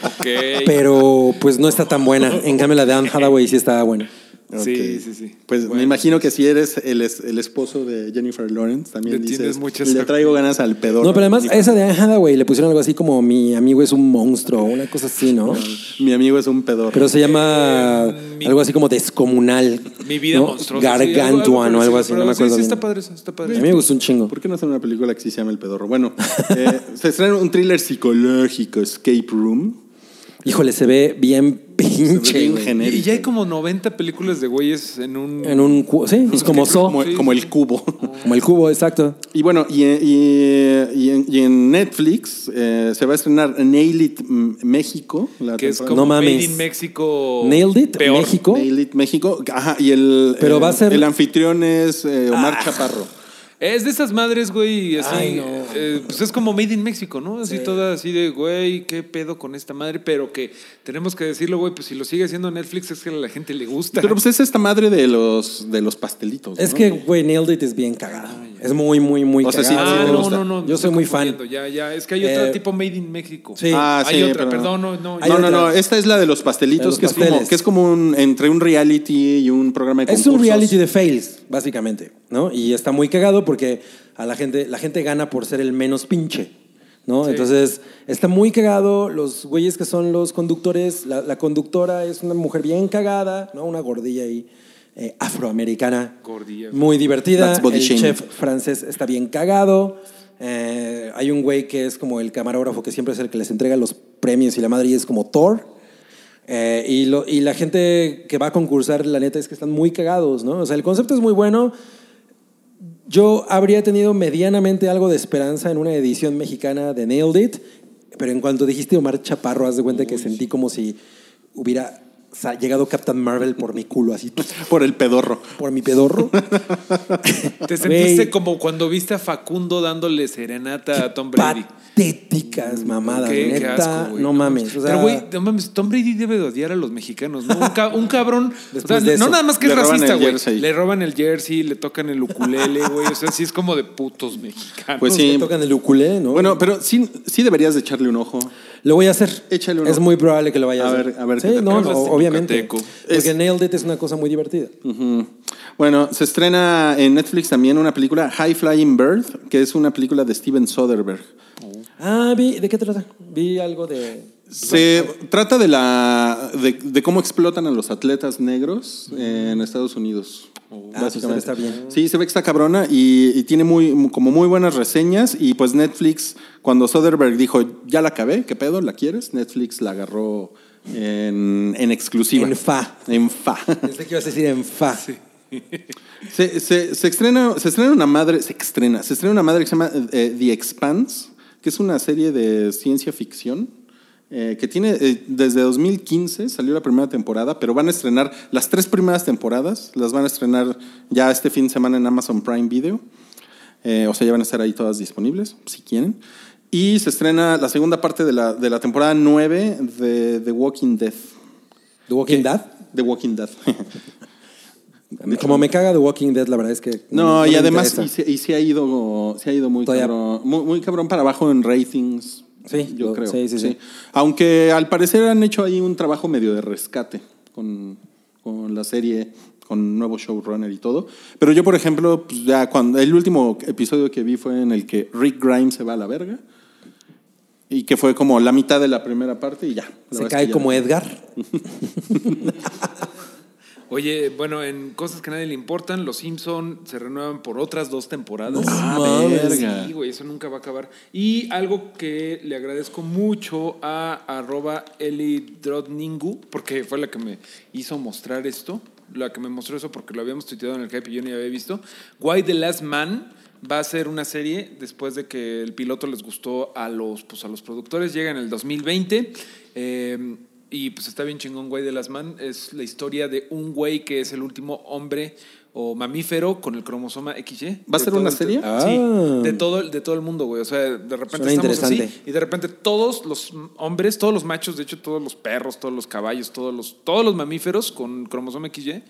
Speaker 3: Ok.
Speaker 5: pero pues no está tan buena. En cambio, la de Anne Hathaway sí estaba buena.
Speaker 3: Sí,
Speaker 8: Ok.
Speaker 3: sí, sí.
Speaker 8: Pues
Speaker 3: Bueno.
Speaker 8: me imagino que si eres el, es- el esposo de Jennifer Lawrence, también
Speaker 3: Le
Speaker 8: dices,
Speaker 3: tienes muchas-
Speaker 8: le traigo ganas al pedorro.
Speaker 5: No, pero además,
Speaker 8: Jennifer.
Speaker 5: esa de Anne Hathaway le pusieron algo así como mi amigo es un monstruo, una cosa así, ¿no?
Speaker 8: Mi amigo es un pedorro.
Speaker 5: Pero se llama algo así como descomunal.
Speaker 3: Mi vida
Speaker 5: ¿no?
Speaker 3: monstruosa.
Speaker 5: Gargantuan o algo así,
Speaker 3: pero
Speaker 5: no me acuerdo.
Speaker 3: Sí, sí,
Speaker 5: bien.
Speaker 3: está padre eso, está
Speaker 5: A
Speaker 3: padre.
Speaker 5: mí me gustó un chingo.
Speaker 8: ¿Por qué no hacer una película que sí se llama El Pedorro? Bueno, eh, se estrena un thriller psicológico, Escape Room.
Speaker 5: Híjole, se ve bien pinche.
Speaker 8: Bien
Speaker 5: güey.
Speaker 8: genérico.
Speaker 3: Y ya hay como 90 películas de güeyes en un...
Speaker 5: En un cu- sí, es como
Speaker 8: como,
Speaker 5: So,
Speaker 8: como el cubo.
Speaker 5: como el cubo, exacto.
Speaker 8: Y bueno, y, y- y en, y en Netflix eh, se va a estrenar Nail It M- México. La
Speaker 3: que es
Speaker 8: temporada-
Speaker 3: como
Speaker 5: No
Speaker 3: Made
Speaker 5: mames.
Speaker 3: in México
Speaker 5: Nailed It,
Speaker 3: peor.
Speaker 5: México.
Speaker 8: Nail It México. Ajá, y el,
Speaker 5: Pero va a
Speaker 8: el-
Speaker 5: ser- Ah.
Speaker 8: el anfitrión es eh, Omar Chaparro.
Speaker 3: Es de esas madres, güey, así...
Speaker 5: Ay, no.
Speaker 3: eh, pues es como Made in México, ¿no? Así toda así de, güey, qué pedo con esta madre, pero que tenemos que decirlo, güey, pues si lo sigue haciendo Netflix es que a la gente le gusta.
Speaker 8: Pero pues es esta madre de los, de los pastelitos.
Speaker 5: Es
Speaker 8: ¿no?
Speaker 5: que, güey, Nailed It es bien cagada. Es muy, muy, muy
Speaker 8: O sea, sí,
Speaker 5: cagada.
Speaker 8: sí
Speaker 3: Ah,
Speaker 8: me
Speaker 3: no,
Speaker 8: gusta.
Speaker 3: no, no.
Speaker 5: Yo
Speaker 3: me
Speaker 5: soy
Speaker 3: estoy
Speaker 5: muy fan.
Speaker 3: confundiendo, Ya, ya. Es que hay otra
Speaker 5: Eh,
Speaker 3: tipo Made in México.
Speaker 5: sí.
Speaker 8: Ah,
Speaker 3: hay
Speaker 8: sí,
Speaker 3: otra,
Speaker 8: pero-
Speaker 3: perdón, no, no.
Speaker 5: Hay
Speaker 8: no, no,
Speaker 5: otra.
Speaker 8: no, esta es la de los pastelitos,
Speaker 5: De los
Speaker 8: que, es
Speaker 5: pasteles.
Speaker 8: como, que es como un, entre un reality y un programa de
Speaker 5: Es
Speaker 8: concursos.
Speaker 5: un reality de fails, básicamente, ¿no? Y está muy cagado porque a la gente, la gente gana por ser el menos pinche, ¿no? Entonces, está muy cagado. Los güeyes que son los conductores, la, la conductora es una mujer bien cagada, ¿no? Una gordilla ahí. eh, afroamericana.
Speaker 3: Gordillas.
Speaker 5: Muy divertida.
Speaker 8: That's body
Speaker 5: el
Speaker 8: shaming.
Speaker 5: chef francés está bien cagado. Eh, hay un güey que es como el camarógrafo que siempre es el que les entrega los premios y la madre y es como Thor. Eh, y, lo- y la gente que va a concursar, la neta, es que están muy cagados, ¿no? O sea, el concepto es muy bueno. Yo habría tenido medianamente algo de esperanza en una edición mexicana de Nailed It, pero en cuanto dijiste Omar Chaparro, haz de cuenta que sentí como si hubiera sa- llegado Captain Marvel por mi culo, así,
Speaker 8: Por el pedorro.
Speaker 5: por mi pedorro.
Speaker 3: Te sentiste
Speaker 5: Güey.
Speaker 3: como cuando viste a Facundo dándole serenata a Tom Brady.
Speaker 5: Patéticas mamadas,
Speaker 3: Qué- qué
Speaker 5: neta,
Speaker 3: asco, güey. pues,
Speaker 5: no mames. O sea,
Speaker 3: Pero, güey, no mames, Tom Brady debe de odiar a los mexicanos, ¿no? Un, ca- un cabrón. o sea,
Speaker 5: Después de
Speaker 3: no
Speaker 5: eso,
Speaker 3: nada más que
Speaker 8: le
Speaker 3: es
Speaker 8: roban
Speaker 3: racista,
Speaker 8: el
Speaker 3: güey.
Speaker 8: jersey.
Speaker 3: Le roban el jersey, le tocan el ukulele, güey. O sea, sí es como de putos mexicanos.
Speaker 8: Pues
Speaker 5: que
Speaker 8: sí.
Speaker 5: tocan el ukulele, ¿no?
Speaker 8: Bueno, pero sí, sí deberías de echarle un ojo.
Speaker 5: Lo voy a hacer.
Speaker 8: Échale uno.
Speaker 5: Es muy probable que lo vaya a,
Speaker 8: A
Speaker 5: hacer.
Speaker 8: ver, a ver
Speaker 5: Sí,
Speaker 8: qué tal.
Speaker 5: no, no,
Speaker 3: Hablas de
Speaker 5: obviamente.
Speaker 3: yucateco.
Speaker 5: Porque Nailed It es una cosa muy divertida.
Speaker 8: Ujú. Bueno, se estrena en Netflix también una película, High Flying Bird, que es una película de Steven Soderbergh.
Speaker 5: Ah, vi, ¿de qué trata? Vi algo de.
Speaker 8: Uh,
Speaker 5: Ah,
Speaker 8: Se trata de, la, de, de cómo explotan a los atletas negros en Estados Unidos.
Speaker 5: Ah, pues debe estar bien.
Speaker 8: Sí, se ve que está cabrona y, y tiene muy, como muy buenas reseñas. Y pues Netflix, cuando Soderbergh dijo, ya la acabé, ¿qué pedo? ¿La quieres? Netflix la agarró en, en exclusiva.
Speaker 5: En fa.
Speaker 8: En fa.
Speaker 5: Pensé que ibas a decir en fa.
Speaker 8: se, se, se estrena, se estrena una madre, se estrena, se estrena una madre que se llama eh, The Expanse, que es una serie de ciencia ficción. eh, que tiene eh, desde 2015 salió la primera temporada, pero van a estrenar las tres primeras temporadas, las van a estrenar ya este fin de semana en Amazon Prime Video. Eh, o sea, ya van a estar ahí todas disponibles, si quieren. Y se estrena la segunda parte de la, de la temporada 9 de The Walking Dead.
Speaker 5: The Walking Dead.
Speaker 8: The Walking Dead.
Speaker 5: Como me caga The Walking Dead, la verdad es que.
Speaker 8: No, y
Speaker 5: me
Speaker 8: además y
Speaker 5: interesa.
Speaker 8: se, y se ha ido, se ha ido muy,
Speaker 5: Todavía-
Speaker 8: cabrón, muy, muy cabrón para abajo en ratings.
Speaker 5: Sí,
Speaker 8: yo
Speaker 5: lo-
Speaker 8: creo.
Speaker 5: sí, sí, sí.
Speaker 8: Aunque al parecer han hecho ahí un trabajo medio de rescate con, con la serie, con nuevo showrunner y todo. Pero yo, por ejemplo, pues, ya cuando el último episodio que vi fue en el que Rick Grimes se va a la verga. Y que fue como la mitad de la primera parte y ya. La verdad
Speaker 5: Se
Speaker 8: es que
Speaker 5: cae
Speaker 8: ya-
Speaker 5: como Edgar.
Speaker 3: Oye, bueno, en cosas que a nadie le importan, los Simpson se renuevan por otras dos temporadas.
Speaker 8: Ah,
Speaker 5: Mames.
Speaker 8: verga.
Speaker 3: Sí, güey, eso nunca va a acabar. Y algo que le agradezco mucho a arroba Eli Drodningu, porque fue la que me hizo mostrar esto, la que me mostró eso porque lo habíamos tuiteado en el hype y yo ni había visto. Why the Last Man va a ser una serie después de que el piloto les gustó a los, pues, a los productores. Llega en el 2020. eh, y pues está bien chingón, güey, de las man. Es la historia de un güey que es el último hombre o mamífero con el cromosoma XY.
Speaker 8: ¿Va a
Speaker 3: De
Speaker 8: ser
Speaker 3: todo
Speaker 8: una
Speaker 3: el-
Speaker 8: serie?
Speaker 3: Sí,
Speaker 5: Ah.
Speaker 3: de todo, el- de todo el mundo, güey. O sea, de repente
Speaker 5: Suena
Speaker 3: estamos así
Speaker 5: interesante.
Speaker 3: y de repente todos los hombres, todos los machos, de hecho todos los perros, todos los caballos, todos los, todos los mamíferos con cromosoma XY,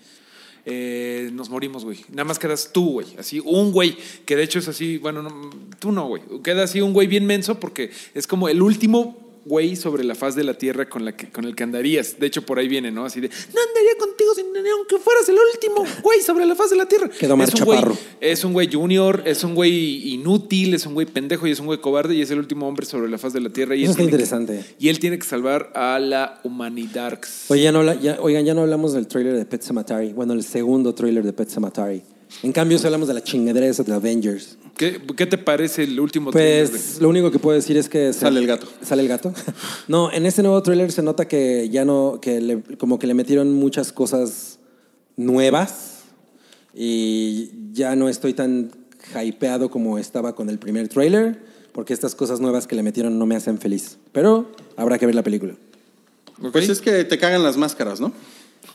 Speaker 3: eh, nos morimos, güey. Nada más quedas tú, güey. Así, un güey, que de hecho es así, bueno, no, tú no, güey. Queda así un güey bien menso porque es como el último güey sobre la faz de la tierra con, la que, con el que andarías. De hecho, por ahí viene, ¿no? Así de, no andaría contigo sin aunque fueras el último güey sobre la faz de la tierra.
Speaker 5: Quedó Omar
Speaker 3: Es un güey-
Speaker 5: Chaparro.
Speaker 3: es un güey junior, es un güey inútil, es un güey pendejo y es un güey cobarde y es el último hombre sobre la faz de la tierra. Y
Speaker 5: Eso
Speaker 3: él
Speaker 5: está
Speaker 3: tiene que-
Speaker 5: interesante.
Speaker 3: y él tiene que salvar a la humanidad.
Speaker 5: Oye, ya no habla- ya- oigan, ya no hablamos del tráiler de Pet Sematary. Bueno, el segundo tráiler de Pet Sematary. En cambio, sí hablamos de la chingadera esa de Avengers.
Speaker 3: ¿Qué, qué te parece el último tráiler de-
Speaker 5: Pues lo único que puedo decir es que se-
Speaker 8: Sale el gato.
Speaker 5: Sale el gato. No, en este nuevo tráiler se nota que ya no, que le- como que le metieron muchas cosas nuevas y ya no estoy tan hypeado como estaba con el primer tráiler porque estas cosas nuevas que le metieron no me hacen feliz. Pero habrá que ver la película.
Speaker 8: Pues es que te cagan las máscaras, ¿no?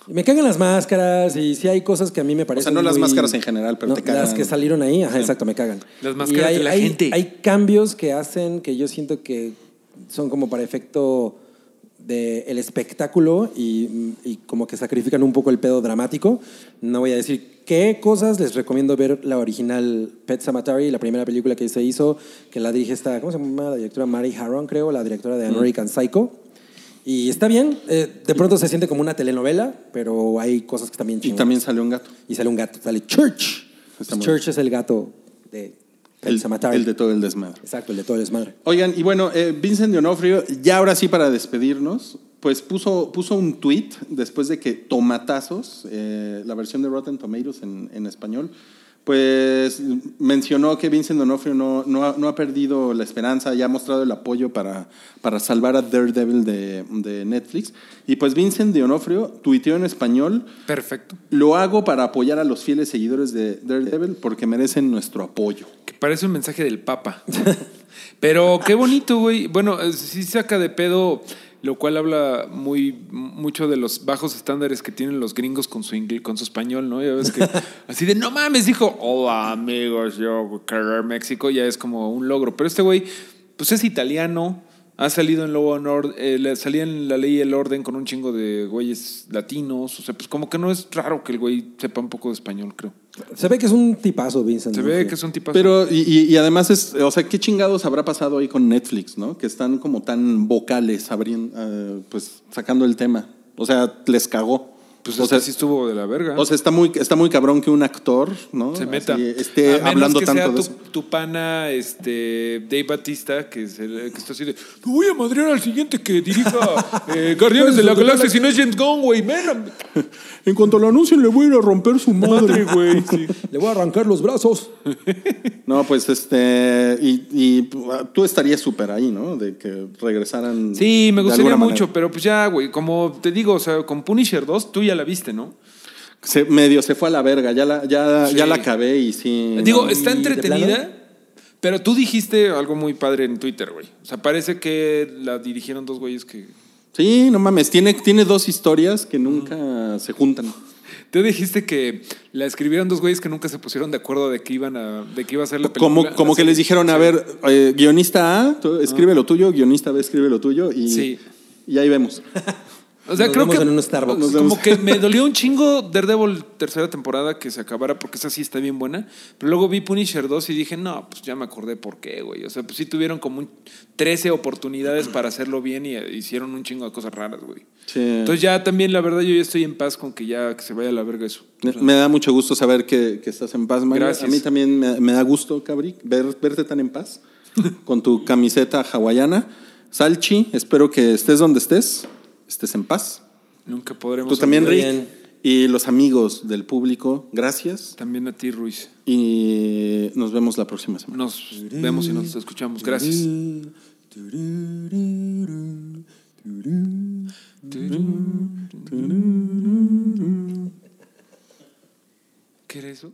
Speaker 5: Me cagan las máscaras y sí hay cosas que a mí me parecen.
Speaker 8: no las
Speaker 5: muy-
Speaker 8: máscaras en general, pero te cagan.
Speaker 5: Las que salieron ahí, ajá, exacto, me cagan.
Speaker 3: Las máscaras
Speaker 5: Y hay,
Speaker 3: de la
Speaker 5: hay-
Speaker 3: gente.
Speaker 5: Hay cambios que hacen que yo siento que son como para efecto del el espectáculo y, y como que sacrifican un poco el pedo dramático. No voy a decir qué cosas, les recomiendo ver la original Pet Sematary, la primera película que se hizo, que la dirige esta, ¿cómo se llama? La directora Mary Harron, creo, la directora de American Psycho. Y está bien, eh, de pronto se siente como una telenovela, pero hay cosas que están bien
Speaker 8: Y
Speaker 5: chingonas.
Speaker 8: también sale un gato.
Speaker 5: Y sale un gato, sale Church. Pues
Speaker 8: Está muy
Speaker 5: Church es el gato de Pet
Speaker 8: El,
Speaker 5: Sematary.
Speaker 8: el de todo el desmadre.
Speaker 5: Exacto, el de todo el desmadre.
Speaker 8: Oigan, y bueno, eh, Vincent D'Onofrio, ya ahora sí para despedirnos, pues puso, puso un tweet después de que Tomatazos, eh, la versión de Rotten Tomatoes en, en español, pues mencionó que Vincent D'Onofrio no, no, ha, no ha perdido la esperanza y ha mostrado el apoyo para, para salvar a Daredevil de, de Netflix. Y pues Vincent D'Onofrio tuiteó en español,
Speaker 3: Perfecto.
Speaker 8: lo hago para apoyar a los fieles seguidores de Daredevil porque merecen nuestro apoyo.
Speaker 3: Que parece un mensaje del Papa. Pero qué bonito, güey. Bueno, eh, sí saca de pedo, lo cual habla muy mucho de los bajos estándares que tienen los gringos con su ingl- con su español, ¿no? Ya ves que así de no mames, dijo, hola amigos, yo querer México, ya es como un logro. Pero este güey, pues es italiano. Ha salido en Lobo Honor, eh, la- salía en la ley y el orden con un chingo de güeyes latinos. O sea, pues como que no es raro que el güey sepa un poco de español, creo.
Speaker 5: Se ve que es un tipazo, Vincent.
Speaker 3: Se ve
Speaker 5: D'Onofrio.
Speaker 3: que es un tipazo.
Speaker 8: Pero, y, y- y además es, o sea, ¿qué chingados habrá pasado ahí con Netflix, no? Que están como tan vocales abriendo, eh, pues sacando el tema. O sea, les cagó.
Speaker 3: Pues
Speaker 8: o,
Speaker 3: es que
Speaker 8: sea,
Speaker 3: sí estuvo de la verga.
Speaker 8: o sea, está muy, está muy cabrón que un actor, ¿no?
Speaker 3: se
Speaker 8: Así
Speaker 3: meta.
Speaker 8: esté
Speaker 3: A menos
Speaker 8: hablando
Speaker 3: que
Speaker 8: tanto
Speaker 3: sea
Speaker 8: de
Speaker 3: tu,
Speaker 8: eso.
Speaker 3: tu pana, este, Dave Batista, que, es el- que está así de, "Me voy a madrear al siguiente que dirija eh, Guardianes de la Galaxia, si no es James Gunn, güey, men, am-
Speaker 13: En cuanto lo anuncien, le voy a ir a romper su madre, güey.
Speaker 5: Le voy a arrancar los brazos.
Speaker 8: No, pues este. Y, y, uh, tú estarías súper ahí, ¿no? De que regresaran.
Speaker 3: Sí, me
Speaker 8: de
Speaker 3: gustaría
Speaker 8: alguna
Speaker 3: mucho,
Speaker 8: manera.
Speaker 3: pero pues ya, güey, como te digo, o sea, con Punisher 2, tú ya la viste, ¿no?
Speaker 8: Se, medio se fue a la verga, ya la, ya,
Speaker 3: Sí.
Speaker 8: ya la acabé y sí.
Speaker 3: Digo,
Speaker 8: no.
Speaker 3: está
Speaker 5: ¿Y de
Speaker 3: entretenida,
Speaker 5: plano?
Speaker 3: pero tú dijiste algo muy padre en Twitter, güey. O sea, parece que la dirigieron dos güeyes que...
Speaker 8: Sí, no mames. Tiene, tiene dos historias que nunca se juntan.
Speaker 3: Tú dijiste que la escribieron dos güeyes que nunca se pusieron de acuerdo de que iban a, de que iba a ser la película.
Speaker 8: Como, como
Speaker 3: la
Speaker 8: que
Speaker 3: serie. Ah.
Speaker 8: les dijeron, a ver, eh, guionista A, tú escribe lo tuyo, guionista B, escribe lo tuyo y,
Speaker 3: Sí.
Speaker 8: y ahí vemos.
Speaker 3: O sea,
Speaker 5: Nos
Speaker 3: creo
Speaker 5: vemos
Speaker 3: que
Speaker 5: en un Starbucks.
Speaker 8: Nos
Speaker 3: como
Speaker 8: vemos.
Speaker 3: que me dolió un chingo Daredevil tercera temporada que se acabara porque esa sí está bien buena, pero luego vi Punisher 2 y dije, "No, pues ya me acordé por qué, güey." O sea, pues sí tuvieron como un 13 oportunidades para hacerlo bien y eh, hicieron un chingo de cosas raras, güey.
Speaker 8: Sí.
Speaker 3: Entonces ya también la verdad yo ya estoy en paz con que ya que se vaya a la verga eso.
Speaker 8: Me- Me da mucho gusto saber que, que estás en paz, Mario.
Speaker 3: Gracias.
Speaker 8: A mí también me, me da gusto, Cabri, ver, verte tan en paz con tu camiseta hawaiana. Salchi, espero que estés donde estés, estés en paz.
Speaker 3: Nunca podremos
Speaker 8: Tú también,
Speaker 3: olvidar.
Speaker 8: Rick.
Speaker 5: bien.
Speaker 8: Y los amigos del público, gracias.
Speaker 3: También a ti, Ruiz.
Speaker 8: Y nos vemos la próxima semana.
Speaker 3: Nos vemos y nos escuchamos. Gracias. ¿Qué era eso?